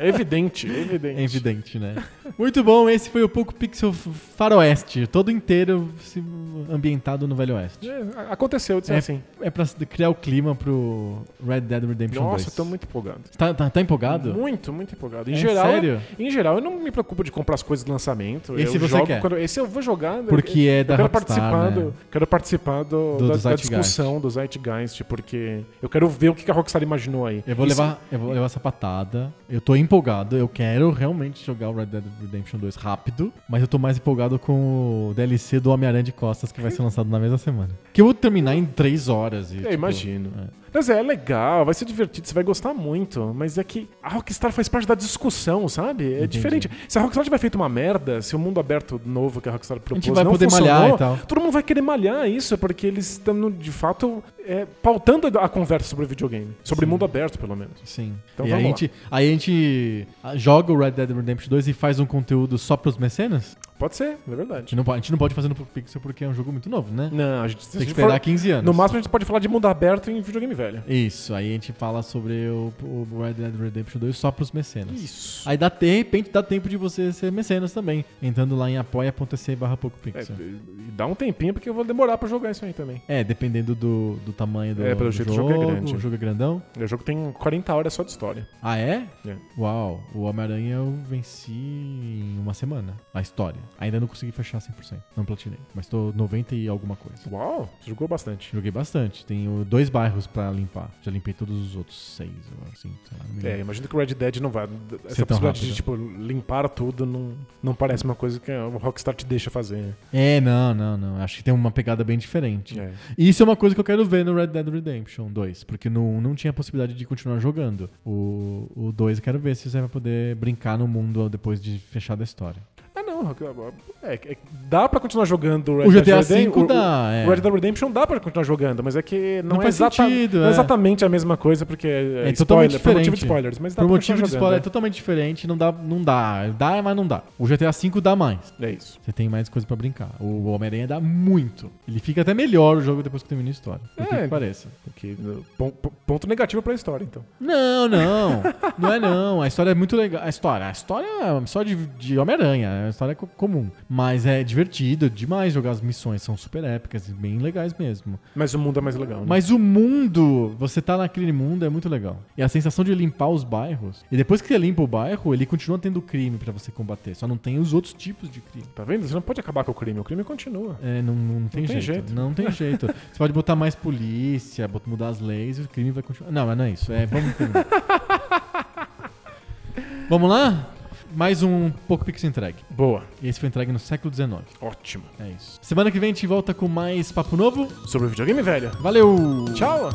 [SPEAKER 2] é evidente, é evidente.
[SPEAKER 1] É evidente, né? Muito bom, esse foi o Poco Pixel F- Faroeste, todo inteiro se- ambientado no Velho Oeste.
[SPEAKER 2] É, a- aconteceu, de ser
[SPEAKER 1] É.
[SPEAKER 2] assim.
[SPEAKER 1] É pra se- criar o clima pro Red Dead Redemption
[SPEAKER 2] Nossa,
[SPEAKER 1] 2.
[SPEAKER 2] tô muito empolgado.
[SPEAKER 1] Tá, tá, tá empolgado?
[SPEAKER 2] Muito, muito empolgado. Em
[SPEAKER 1] É
[SPEAKER 2] geral,
[SPEAKER 1] sério?
[SPEAKER 2] em geral, eu não me preocupo de comprar as coisas do lançamento.
[SPEAKER 1] Esse
[SPEAKER 2] eu
[SPEAKER 1] você
[SPEAKER 2] jogo
[SPEAKER 1] quer?
[SPEAKER 2] quando- esse eu vou jogar. eu-
[SPEAKER 1] Porque é da
[SPEAKER 2] eu quero
[SPEAKER 1] Rockstar,
[SPEAKER 2] participar
[SPEAKER 1] né?
[SPEAKER 2] do, quero participar do-
[SPEAKER 1] Do-
[SPEAKER 2] da,
[SPEAKER 1] do
[SPEAKER 2] da
[SPEAKER 1] Zeitgeist.
[SPEAKER 2] discussão do Zeitgeist, porque eu quero ver o que que a Rockstar imaginou aí.
[SPEAKER 1] Eu vou,
[SPEAKER 2] Isso-
[SPEAKER 1] levar, eu vou levar essa patada. Eu tô empolgado. Eu quero realmente jogar o Red Dead Redemption 2 rápido. Mas eu tô mais empolgado com o DLC do Homem-Aranha de Costas que vai ser lançado na mesma semana. Que eu vou terminar em 3 horas. E,
[SPEAKER 2] Eu
[SPEAKER 1] tipo,
[SPEAKER 2] imagino.
[SPEAKER 1] é.
[SPEAKER 2] Mas é, é legal, vai ser divertido, você vai gostar muito. Mas é que a Rockstar faz parte da discussão, sabe? É diferente. Se a Rockstar tiver feito uma merda, se o mundo aberto novo que a Rockstar propôs
[SPEAKER 1] vai
[SPEAKER 2] não
[SPEAKER 1] poder
[SPEAKER 2] funcionou,
[SPEAKER 1] malhar e tal.
[SPEAKER 2] todo mundo vai querer malhar isso, porque eles estão, de fato, é, pautando a conversa sobre videogame. Sobre mundo aberto, pelo menos.
[SPEAKER 1] Sim.
[SPEAKER 2] Então
[SPEAKER 1] e aí a,
[SPEAKER 2] vamos lá.
[SPEAKER 1] gente, aí a gente ah, joga o Red Dead Redemption 2 e faz um conteúdo só pros mecenas?
[SPEAKER 2] Pode ser, é verdade.
[SPEAKER 1] gente não, po- a gente não pode fazer no Pixel porque é um jogo muito novo, né?
[SPEAKER 2] Não, a gente se a
[SPEAKER 1] Tem que
[SPEAKER 2] gente
[SPEAKER 1] esperar
[SPEAKER 2] for-
[SPEAKER 1] 15 anos.
[SPEAKER 2] No máximo a gente pode falar de mundo aberto em videogame velho.
[SPEAKER 1] Isso, aí a gente fala sobre o, o Red Dead Redemption 2 só pros mecenas.
[SPEAKER 2] Isso.
[SPEAKER 1] Aí dá, de repente dá tempo de você ser mecenas também, entrando lá em apoia.se barra
[SPEAKER 2] É,
[SPEAKER 1] PocoPixel.
[SPEAKER 2] e dá um tempinho porque eu vou demorar pra jogar isso aí também.
[SPEAKER 1] É, dependendo do, do tamanho do,
[SPEAKER 2] É, pelo
[SPEAKER 1] do
[SPEAKER 2] jeito o
[SPEAKER 1] jogo.
[SPEAKER 2] jogo é grande.
[SPEAKER 1] O jogo é grandão.
[SPEAKER 2] O jogo tem 40 horas só de história.
[SPEAKER 1] Ah, é?
[SPEAKER 2] É.
[SPEAKER 1] Uau, o Homem-Aranha eu venci em uma semana. A história. Ainda não consegui fechar 100%. Não platinei. Mas tô 90 e alguma coisa.
[SPEAKER 2] Uau, você jogou bastante.
[SPEAKER 1] Joguei bastante. Tenho dois bairros pra limpar. Já limpei todos os outros seis, ou assim, sei lá. Não me
[SPEAKER 2] É,
[SPEAKER 1] lembro.
[SPEAKER 2] imagino que o Red Dead não vai.
[SPEAKER 1] tão
[SPEAKER 2] Essa possibilidade
[SPEAKER 1] rápido.
[SPEAKER 2] de
[SPEAKER 1] né?
[SPEAKER 2] tipo, limpar tudo não, não parece uma coisa que ah, o Rockstar te deixa fazer. né?
[SPEAKER 1] É, não, não, não. Acho que tem uma pegada bem diferente.
[SPEAKER 2] É.
[SPEAKER 1] E isso é uma coisa que eu quero ver no Red Dead Redemption 2, porque no 1 não tinha possibilidade de continuar jogando. O, o 2 eu quero ver se você vai poder brincar no mundo depois de fechar da história.
[SPEAKER 2] Ah, não. É, é- dá pra continuar jogando o Red
[SPEAKER 1] O GTA
[SPEAKER 2] Dead Redemption.
[SPEAKER 1] V
[SPEAKER 2] o-
[SPEAKER 1] dá,
[SPEAKER 2] o,
[SPEAKER 1] é.
[SPEAKER 2] o Red Dead Redemption dá pra continuar jogando, mas é que
[SPEAKER 1] Não
[SPEAKER 2] não, é,
[SPEAKER 1] faz
[SPEAKER 2] exata-
[SPEAKER 1] sentido,
[SPEAKER 2] não é
[SPEAKER 1] é.
[SPEAKER 2] exatamente a mesma coisa, porque é,
[SPEAKER 1] É
[SPEAKER 2] é
[SPEAKER 1] totalmente
[SPEAKER 2] spoiler, por motivo de
[SPEAKER 1] diferente.
[SPEAKER 2] spoilers. Mas dá
[SPEAKER 1] Por
[SPEAKER 2] pra
[SPEAKER 1] motivo de
[SPEAKER 2] continuar
[SPEAKER 1] spoiler é
[SPEAKER 2] jogando, né?
[SPEAKER 1] totalmente diferente, não dá, não dá. Dá, mas não dá. O GTA V dá mais.
[SPEAKER 2] né? É isso.
[SPEAKER 1] Você tem mais coisa pra brincar. O Homem-Aranha dá muito. Ele fica até melhor o jogo depois que termina a história. Por que
[SPEAKER 2] É.
[SPEAKER 1] que pareça.
[SPEAKER 2] Porque, uh, pon- pon- ponto negativo pra história, então.
[SPEAKER 1] Não, não. não é não. A história é muito legal. A história, a história é só de, de Homem-Aranha. É uma história co- comum. Mas é divertido demais jogar as missões. São super épicas e bem legais mesmo.
[SPEAKER 2] Mas o mundo é mais legal. Né?
[SPEAKER 1] Mas o mundo, você tá naquele mundo, é muito legal. E a sensação de limpar os bairros. E depois que você limpa o bairro, ele continua tendo crime pra você combater. Só não tem os outros tipos de crime.
[SPEAKER 2] Tá vendo? Você não pode acabar com o crime. O crime continua.
[SPEAKER 1] É, não, não, tem,
[SPEAKER 2] tem
[SPEAKER 1] jeito.
[SPEAKER 2] jeito.
[SPEAKER 1] Não tem jeito. Você pode botar mais polícia, bot- mudar as leis e o crime vai continuar. Não, mas não é isso. É, vamos terminar. vamos lá? Mais um Poco Pix entregue.
[SPEAKER 2] Boa.
[SPEAKER 1] Esse foi entregue no século XIX.
[SPEAKER 2] Ótimo.
[SPEAKER 1] É isso. Semana que vem a gente volta com mais papo novo.
[SPEAKER 2] Sobre o videogame, velho.
[SPEAKER 1] Valeu!
[SPEAKER 2] Tchau.